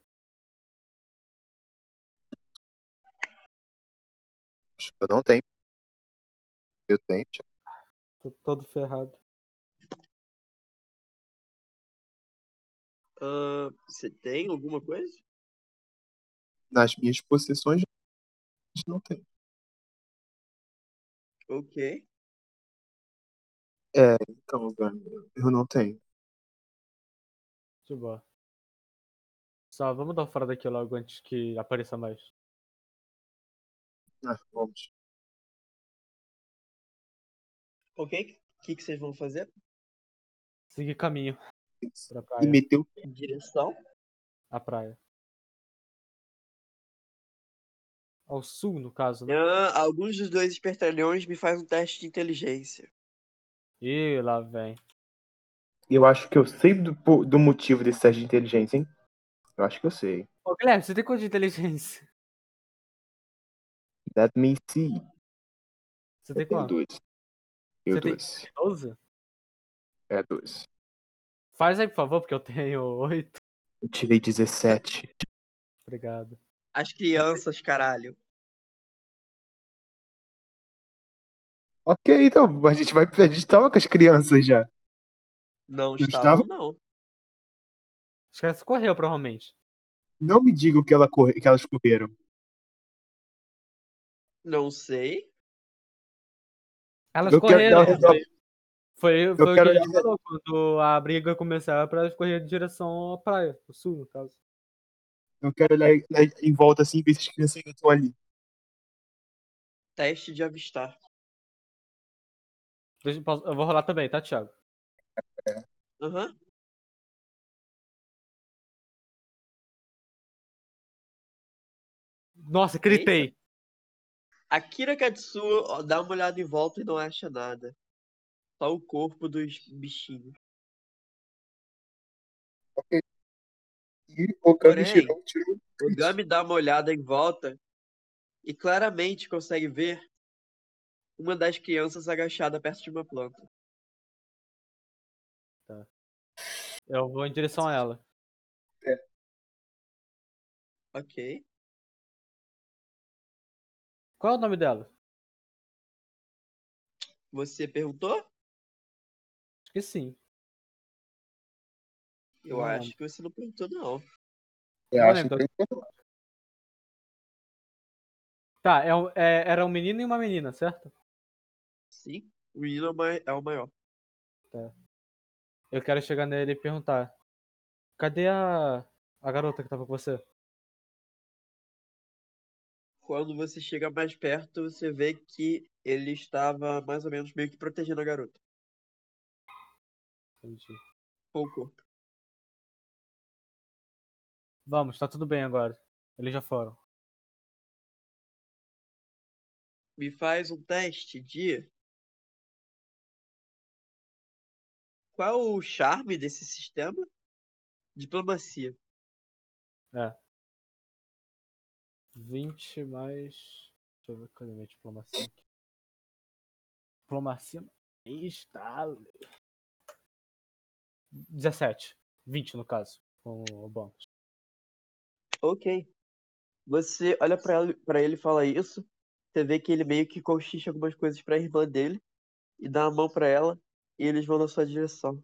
Speaker 3: Acho que Eu não tenho. Eu tenho. já.
Speaker 2: Tô todo ferrado.
Speaker 1: Ahn, você tem alguma coisa?
Speaker 3: Nas minhas possessões, a gente não tem.
Speaker 1: Ok.
Speaker 3: Então, Gami, eu não tenho.
Speaker 2: De boa. Só vamos dar uma fora daqui logo antes que apareça mais.
Speaker 3: Ah, vamos.
Speaker 1: Ok. O que, que vocês vão fazer?
Speaker 2: Seguir caminho pra
Speaker 3: E
Speaker 2: praia.
Speaker 3: meteu.
Speaker 1: Em direção.
Speaker 2: A praia. Ao sul, no caso, né?
Speaker 1: Ahn, alguns dos dois espertalhões me faz um teste de inteligência.
Speaker 2: Ih, lá vem.
Speaker 3: Eu acho que eu sei do, po- do motivo desse teste de inteligência, hein? Eu acho que eu sei.
Speaker 2: Ô, Guilherme, você tem coisa de inteligência?
Speaker 3: That means see.
Speaker 2: Você
Speaker 3: Eu
Speaker 2: tem
Speaker 3: tenho
Speaker 2: quanto?
Speaker 3: É dois. Eu
Speaker 2: Você tem-
Speaker 3: dois.
Speaker 2: 12?
Speaker 3: É dois.
Speaker 2: Faz aí, por favor, porque eu tenho 8.
Speaker 3: Eu tirei 17.
Speaker 2: Obrigado.
Speaker 1: As crianças, caralho.
Speaker 3: Ok, então, a gente vai. A gente tava com as crianças já.
Speaker 1: Não
Speaker 3: Não
Speaker 1: estavam,
Speaker 3: estavam?
Speaker 1: não.
Speaker 2: Acho que essa correu, provavelmente.
Speaker 3: Não me digam que, ela corre- que elas correram.
Speaker 1: Não sei.
Speaker 2: Elas
Speaker 3: Eu quero
Speaker 2: correram.
Speaker 3: dar um resol-
Speaker 2: Foi, foi o que
Speaker 3: quero
Speaker 2: a gente
Speaker 3: dar- um
Speaker 2: falou. Quando a briga começava, pra elas correrem em direção à praia, pro sul, no caso.
Speaker 3: Eu quero olhar em- em volta assim e ver se as crianças ainda estão ali.
Speaker 1: Teste de avistar.
Speaker 2: Deixa eu posso- eu vou rolar também, tá, Thiago?
Speaker 1: Aham.
Speaker 2: Nossa, gritei.
Speaker 1: Akira Katsuo ó, dá uma olhada em volta e não acha nada. Só o corpo dos bichinhos.
Speaker 3: E o Kami
Speaker 1: Porém,
Speaker 3: tirou, tirou.
Speaker 1: O Gami dá uma olhada em volta e claramente consegue ver uma das crianças agachada perto de uma planta.
Speaker 2: Eu vou em direção a ela.
Speaker 1: Ok.
Speaker 2: Qual é o nome dela?
Speaker 1: Você perguntou?
Speaker 2: Acho que sim.
Speaker 1: Eu
Speaker 2: Não
Speaker 1: acho
Speaker 2: lembro.
Speaker 1: que você não perguntou, não.
Speaker 3: Eu
Speaker 2: Não
Speaker 3: acho
Speaker 2: lembro.
Speaker 3: que
Speaker 2: Tá, é um- é- era um menino e uma menina, certo?
Speaker 1: Sim. O menino é o mai- é o maior.
Speaker 2: Eu quero chegar nele e perguntar: Cadê a, a garota que tava com você?
Speaker 1: Quando você chega mais perto, você vê que ele estava mais ou menos meio que protegendo a garota.
Speaker 2: Entendi.
Speaker 1: Pouco.
Speaker 2: Vamos, tá tudo bem agora. Eles já foram.
Speaker 1: Me faz um teste de. Qual o charme desse sistema? Diplomacia.
Speaker 2: 20 mais. Deixa eu ver cadê minha diplomacia aqui. Diplomacia. Está. 17. 20 no caso. Com o bônus.
Speaker 1: Ok. Você olha pra ele, pra ele e fala isso. Você vê que ele meio que cochicha algumas coisas pra irmã dele e dá a mão pra ela e eles vão na sua direção.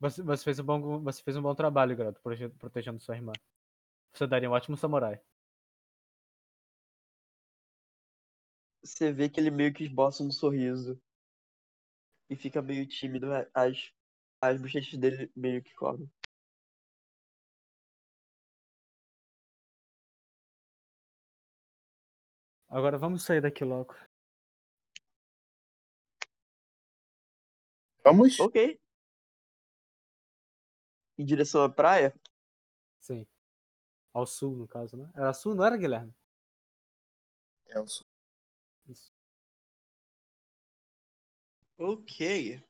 Speaker 2: Você, você fez um bom, você fez um bom trabalho, garoto, prote- protegendo sua irmã. Você daria um ótimo samurai.
Speaker 1: Você vê que ele meio que esboça um sorriso e fica meio tímido, a- as, as bochechas dele meio que cobrem.
Speaker 2: Agora vamos sair daqui logo.
Speaker 3: Vamos?
Speaker 1: Ok. Em direção à praia?
Speaker 2: Sim. Ao sul, no caso, né? Era sul, não era, Guilherme?
Speaker 3: Elson.
Speaker 2: Isso.
Speaker 1: Ok.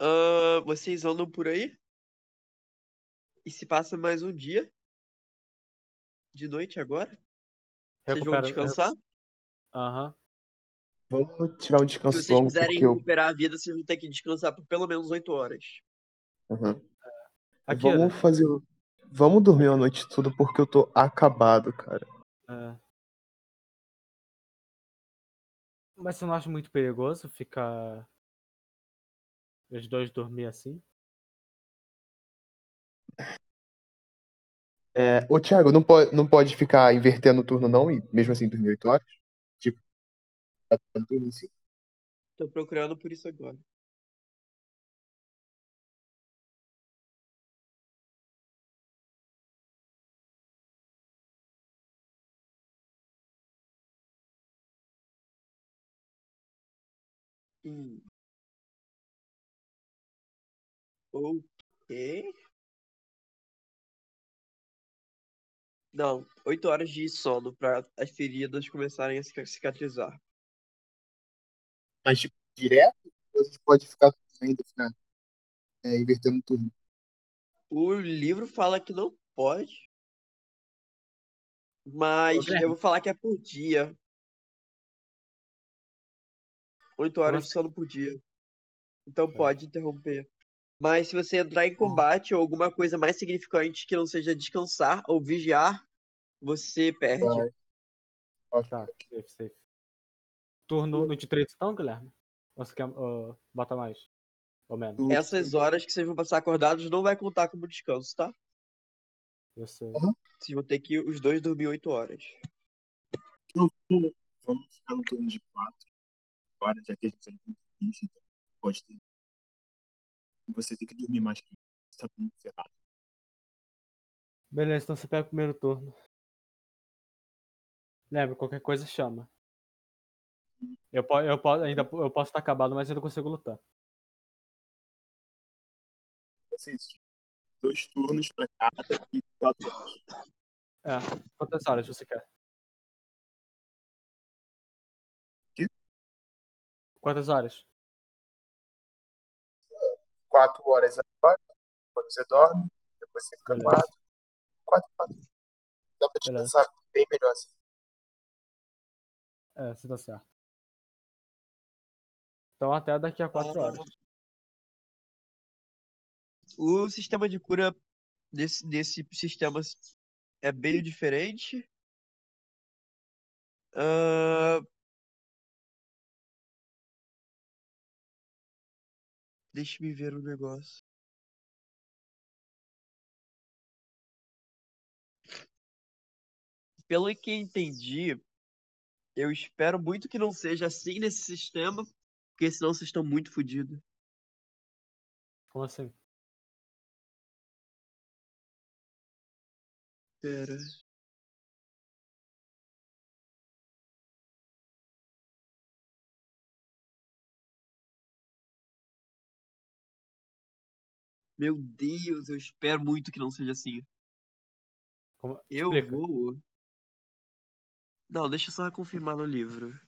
Speaker 1: Ahn, Ah, vocês andam por aí? E se passa mais um dia? De noite agora? Vocês vão
Speaker 2: Recupera-
Speaker 1: descansar?
Speaker 2: Aham.
Speaker 3: Vamos tirar um
Speaker 1: Se
Speaker 3: descanso
Speaker 1: vocês
Speaker 3: longo,
Speaker 1: quiserem
Speaker 3: porque eu.
Speaker 1: recuperar a vida, vocês vão ter que descansar por pelo menos 8 horas.
Speaker 3: Uhum.
Speaker 2: Aqui,
Speaker 3: Vamos fazer. o- Vamos dormir a noite tudo porque eu tô acabado, cara.
Speaker 2: é... Mas você não acha muito perigoso ficar. Os dois dormir assim?
Speaker 3: É, ô, Thiago, não pode, não pode ficar invertendo o turno, não? E mesmo assim dormir 8 horas? Tipo, tá tentando dormir sim.
Speaker 1: Tô procurando por isso agora. Hum. Ok. Não, oito horas de sono para as feridas começarem a cica- cicatrizar.
Speaker 3: Mas, tipo, direto, a gente pode ficar ainda ficar é, invertendo o turno.
Speaker 1: O livro fala que não pode. Mas
Speaker 2: Guilherme.
Speaker 1: eu vou falar que é por dia. Oito horas de sono por dia. Então pode interromper. Mas se você entrar em combate ou alguma coisa mais significante que não seja descansar ou vigiar, você perde.
Speaker 3: Vai. Ok.
Speaker 2: Tá, safe, safe. Turno no de três então, Guilherme? Ou você quer ah, bota mais? Ou menos?
Speaker 3: Hum,
Speaker 1: Essas horas que vocês vão passar acordados não vai contar como descanso, tá?
Speaker 2: Eu sei.
Speaker 1: Vocês vão ter que os dois dormir oito horas.
Speaker 3: Vamos ficar no turno de quatro horas, já que a gente tem muito bicho, então pode ter. Você tem que dormir mais que você tá muito ferrado.
Speaker 2: Beleza, então você pega o primeiro turno. Lembra, qualquer coisa chama. Eu, po eu, po ainda, eu posso estar acabado, mas ainda consigo lutar.
Speaker 3: Vocês, dois turnos pra cada e quatro horas.
Speaker 2: Quantas horas você quer?
Speaker 3: Quê?
Speaker 2: Quantas horas?
Speaker 3: Quatro horas agora, quando você dorme, depois você fica
Speaker 2: Beleza.
Speaker 3: quatro. Quatro, quatro. Dá pra
Speaker 2: Beleza.
Speaker 3: descansar bem melhor assim.
Speaker 2: É, você tá certo. Então até daqui a
Speaker 1: Ah.
Speaker 2: quatro horas.
Speaker 1: O sistema de cura desse, desse sistema é bem diferente. Ahn. Deixa me ver o negócio. Pelo que entendi, eu espero muito que não seja assim nesse sistema, porque senão vocês estão muito fodidos.
Speaker 2: Como assim?
Speaker 1: Pera. Meu Deus, eu espero muito que não seja assim.
Speaker 2: Como-
Speaker 1: Eu
Speaker 2: Explica.
Speaker 1: vou. Não, deixa eu só confirmar no livro.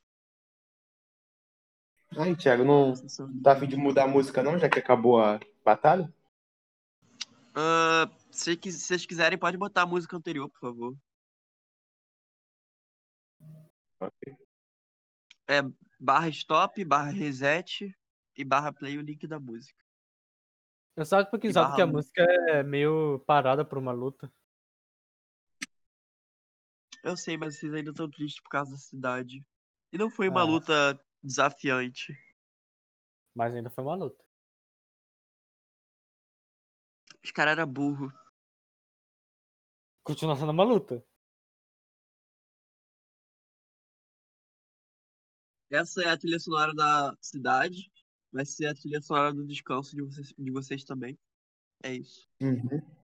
Speaker 4: Ai, Thiago, não
Speaker 1: Deixa eu só-
Speaker 4: tá afim de mudar a música não, já que acabou a batalha?
Speaker 1: Ah, se qui- se vocês quiserem, pode botar a música anterior, por favor.
Speaker 4: Ok.
Speaker 1: É, Barra stop, barra reset e barra play o link da música.
Speaker 2: Eu só tô pesquisado que a
Speaker 1: barra-
Speaker 2: música é meio parada por uma luta.
Speaker 1: Eu sei, mas vocês ainda estão tristes por causa da cidade. E não foi uma
Speaker 2: É.
Speaker 1: luta desafiante.
Speaker 2: Mas ainda foi uma luta.
Speaker 1: Os caras eram burro.
Speaker 2: Continua sendo uma luta.
Speaker 1: Essa é a trilha sonora da cidade. Vai ser a trilha sonora do descanso de vocês, de vocês também. É isso.
Speaker 3: Uhum.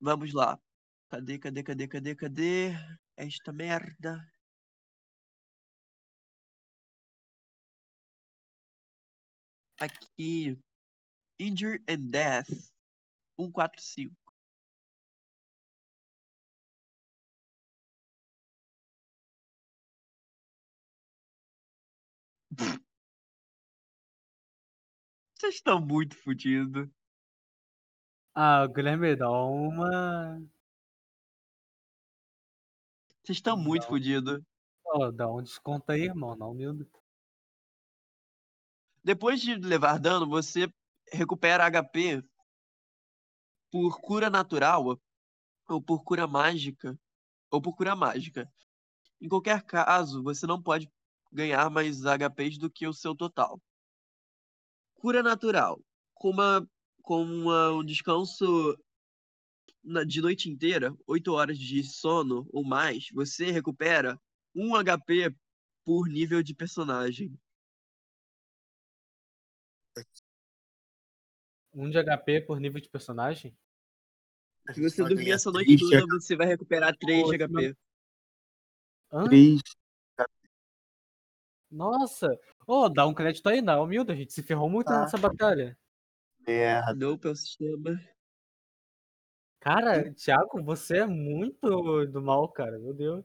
Speaker 1: Vamos lá. Cadê, cadê, cadê, cadê, cadê? Esta merda. Aqui. Injury and Death. 145. Vocês estão muito fodidos.
Speaker 2: Ah, Guilherme, dá uma.
Speaker 1: Vocês estão muito
Speaker 2: Não.
Speaker 1: fodidos.
Speaker 2: ó, dá um desconto aí, irmão. Não, meu
Speaker 1: Depois de levar dano, você recupera HP por cura natural, ou por cura mágica, ou por cura mágica. Em qualquer caso, você não pode ganhar mais HPs do que o seu total. Cura natural. Com, uma, com uma- um descanso na- de noite inteira, 8 horas de sono ou mais, você recupera 1 HP por nível de personagem.
Speaker 2: Um de HP por nível de personagem?
Speaker 1: Se você
Speaker 3: Olha,
Speaker 1: dormir essa noite
Speaker 3: triste, né?
Speaker 1: toda, você vai recuperar 3
Speaker 2: Pô,
Speaker 1: de
Speaker 2: esse
Speaker 1: HP.
Speaker 2: Hã?
Speaker 3: Três.
Speaker 2: Nossa! Ô, dá um crédito aí, na humilde, a gente se ferrou muito
Speaker 3: Tá.
Speaker 2: nessa batalha.
Speaker 3: Merda.
Speaker 1: Não pelo sistema.
Speaker 2: Cara, Thiago, você é muito do mal, cara. Meu Deus.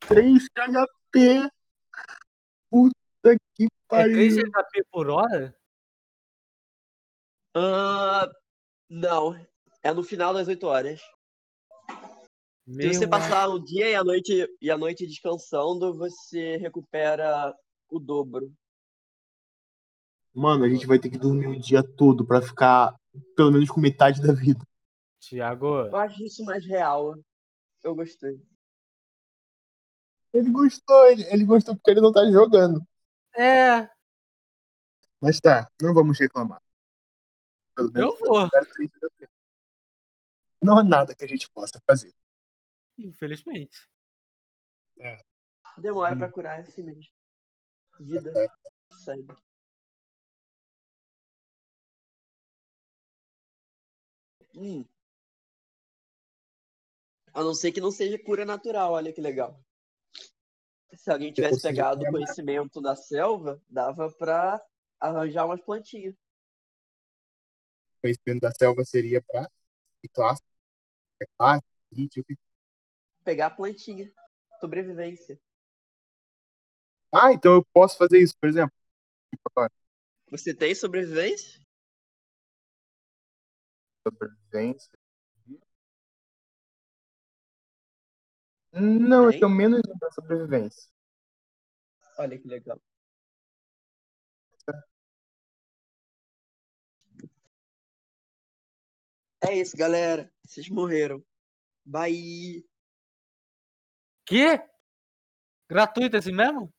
Speaker 3: Três de HP. Puta que
Speaker 2: É
Speaker 3: pariu.
Speaker 2: 3 HP por hora?
Speaker 1: Ah, não. É no final das 8 horas. Se
Speaker 2: Meu
Speaker 1: você passar o dia e a noite e a noite descansando, você recupera o dobro.
Speaker 3: Mano, a gente vai ter que dormir o dia todo pra ficar pelo menos com metade da vida.
Speaker 2: Tiago,
Speaker 1: Eu acho isso mais real. Eu gostei.
Speaker 3: Ele gostou, ele, ele gostou porque ele não tá jogando.
Speaker 2: é,
Speaker 3: Mas tá, não vamos reclamar. Pelo menos
Speaker 2: eu vou.
Speaker 3: era três da frente. Não há nada que a gente possa fazer.
Speaker 2: Infelizmente.
Speaker 1: Demora
Speaker 3: Hum.
Speaker 1: pra curar esse mês. Vida.
Speaker 3: né?
Speaker 1: Segue. Hum. A não ser que não seja cura natural, olha que legal. Se alguém tivesse
Speaker 3: consigo
Speaker 1: pegado o
Speaker 3: pegar.
Speaker 1: conhecimento da selva, dava pra arranjar umas plantinhas.
Speaker 3: O conhecimento da selva seria pra e classe, é classe, ritmo.
Speaker 1: Pegar a plantinha. Sobrevivência.
Speaker 3: Ah, então eu posso fazer isso, por exemplo. Tipo, agora,
Speaker 1: Você tem sobrevivência?
Speaker 3: sobrevivência. Não,
Speaker 1: Tem?
Speaker 3: eu tenho menos um pra sobrevivência.
Speaker 1: Olha que legal. É isso, galera. Vocês morreram. Bye.
Speaker 2: Que? Gratuito assim mesmo?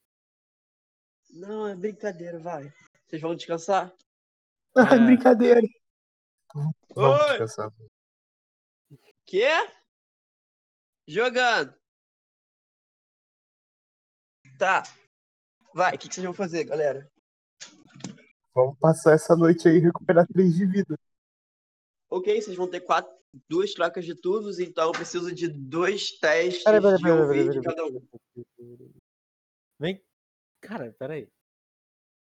Speaker 1: Não, é brincadeira, vai. Vocês vão descansar?
Speaker 2: É.
Speaker 3: Ah, brincadeira. Vamos
Speaker 1: Oi.
Speaker 3: descansar.
Speaker 1: Quê? Jogando. Tá. Vai, o que, que vocês vão fazer, galera?
Speaker 3: Vamos passar essa noite aí e recuperar três de vida.
Speaker 1: Ok, vocês vão ter quatro, duas trocas de turnos, então eu preciso de dois testes
Speaker 2: Peraí, peraí,
Speaker 1: de
Speaker 2: peraí,
Speaker 1: ouvir
Speaker 2: peraí,
Speaker 1: de cada um.
Speaker 2: Vem. Cara, peraí.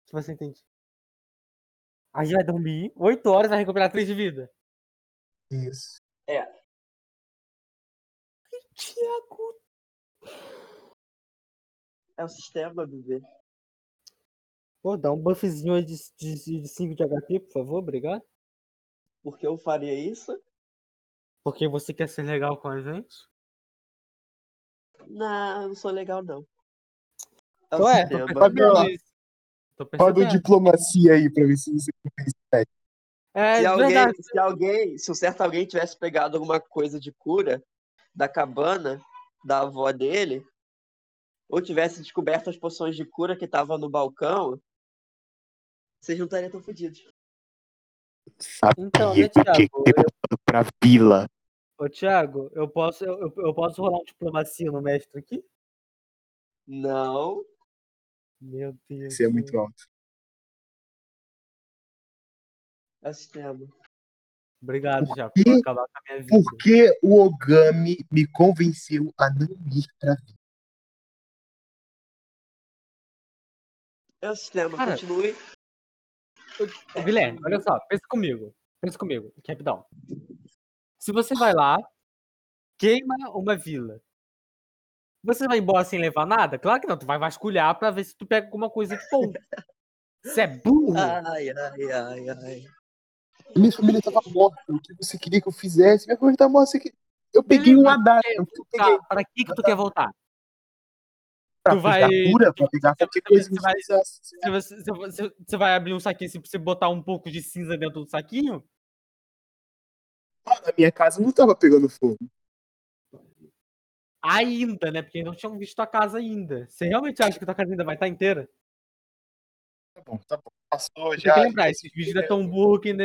Speaker 2: Se você entende. A gente vai dormir 8 horas vai recuperar 3 de vida.
Speaker 3: Isso.
Speaker 2: Tiago.
Speaker 1: É o sistema, bebê.
Speaker 2: Pô, dá um buffzinho aí de 5 de HP, por favor, obrigado.
Speaker 1: Por que eu faria isso?
Speaker 2: Porque você quer ser legal com a gente?
Speaker 1: Não, não sou legal, não. É o
Speaker 2: Ué,
Speaker 1: sistema.
Speaker 3: Vai ver lá.
Speaker 2: Tô
Speaker 3: Fala
Speaker 2: percebendo.
Speaker 3: diplomacia aí pra ver se você
Speaker 2: É,
Speaker 1: Se
Speaker 2: de
Speaker 1: alguém,
Speaker 2: verdade.
Speaker 1: se alguém, se um certo alguém tivesse pegado alguma coisa de cura da cabana da avó dele, ou tivesse descoberto as poções de cura que estavam no balcão, vocês não estariam tão fodidos.
Speaker 3: sabe
Speaker 2: Então, né, Tiago?
Speaker 3: pra vila.
Speaker 2: Ô, Thiago, eu posso, eu, eu- eu posso rolar um diplomacia no mestre aqui?
Speaker 1: Não.
Speaker 2: Meu Deus.
Speaker 3: Isso é muito alto.
Speaker 1: É o sistema.
Speaker 2: Obrigado, Thiago,
Speaker 3: quê?
Speaker 2: por acabar com a minha vida.
Speaker 3: Por que o Ogami me convenceu a não ir pra vila?
Speaker 1: É o sistema.
Speaker 2: Cara.
Speaker 1: Continue.
Speaker 2: Ô, Guilherme, olha só, pensa comigo. Pensa comigo, aqui, rapidão. Se você vai lá, queima uma vila. Você vai embora sem levar nada? Claro que não, tu vai vasculhar pra ver se tu pega alguma coisa de bom. Você é burro?
Speaker 3: Ah,
Speaker 1: Ai, ai, ai, ai.
Speaker 3: Minha família tava morta. O que você queria que eu fizesse? Minha família tava morta. Você que... Eu peguei um haddad. Eu peguei
Speaker 2: Tá, pra que que tu quer voltar?
Speaker 3: pra
Speaker 2: tu vai-
Speaker 3: pegar cura, pra pegar qualquer coisa que
Speaker 2: Você vai-
Speaker 3: você fizesse.
Speaker 2: Se você, se você- se você vai abrir um saquinho, se você botar um pouco de cinza dentro do saquinho,
Speaker 3: Na minha casa não tava pegando fogo.
Speaker 2: ainda, né? Porque não tinham visto a casa ainda. Você realmente acha que tua casa ainda vai estar inteira?
Speaker 3: Tá bom, tá bom. Passou
Speaker 2: Tem que lembrar, esses vídeos ainda tão burro que ainda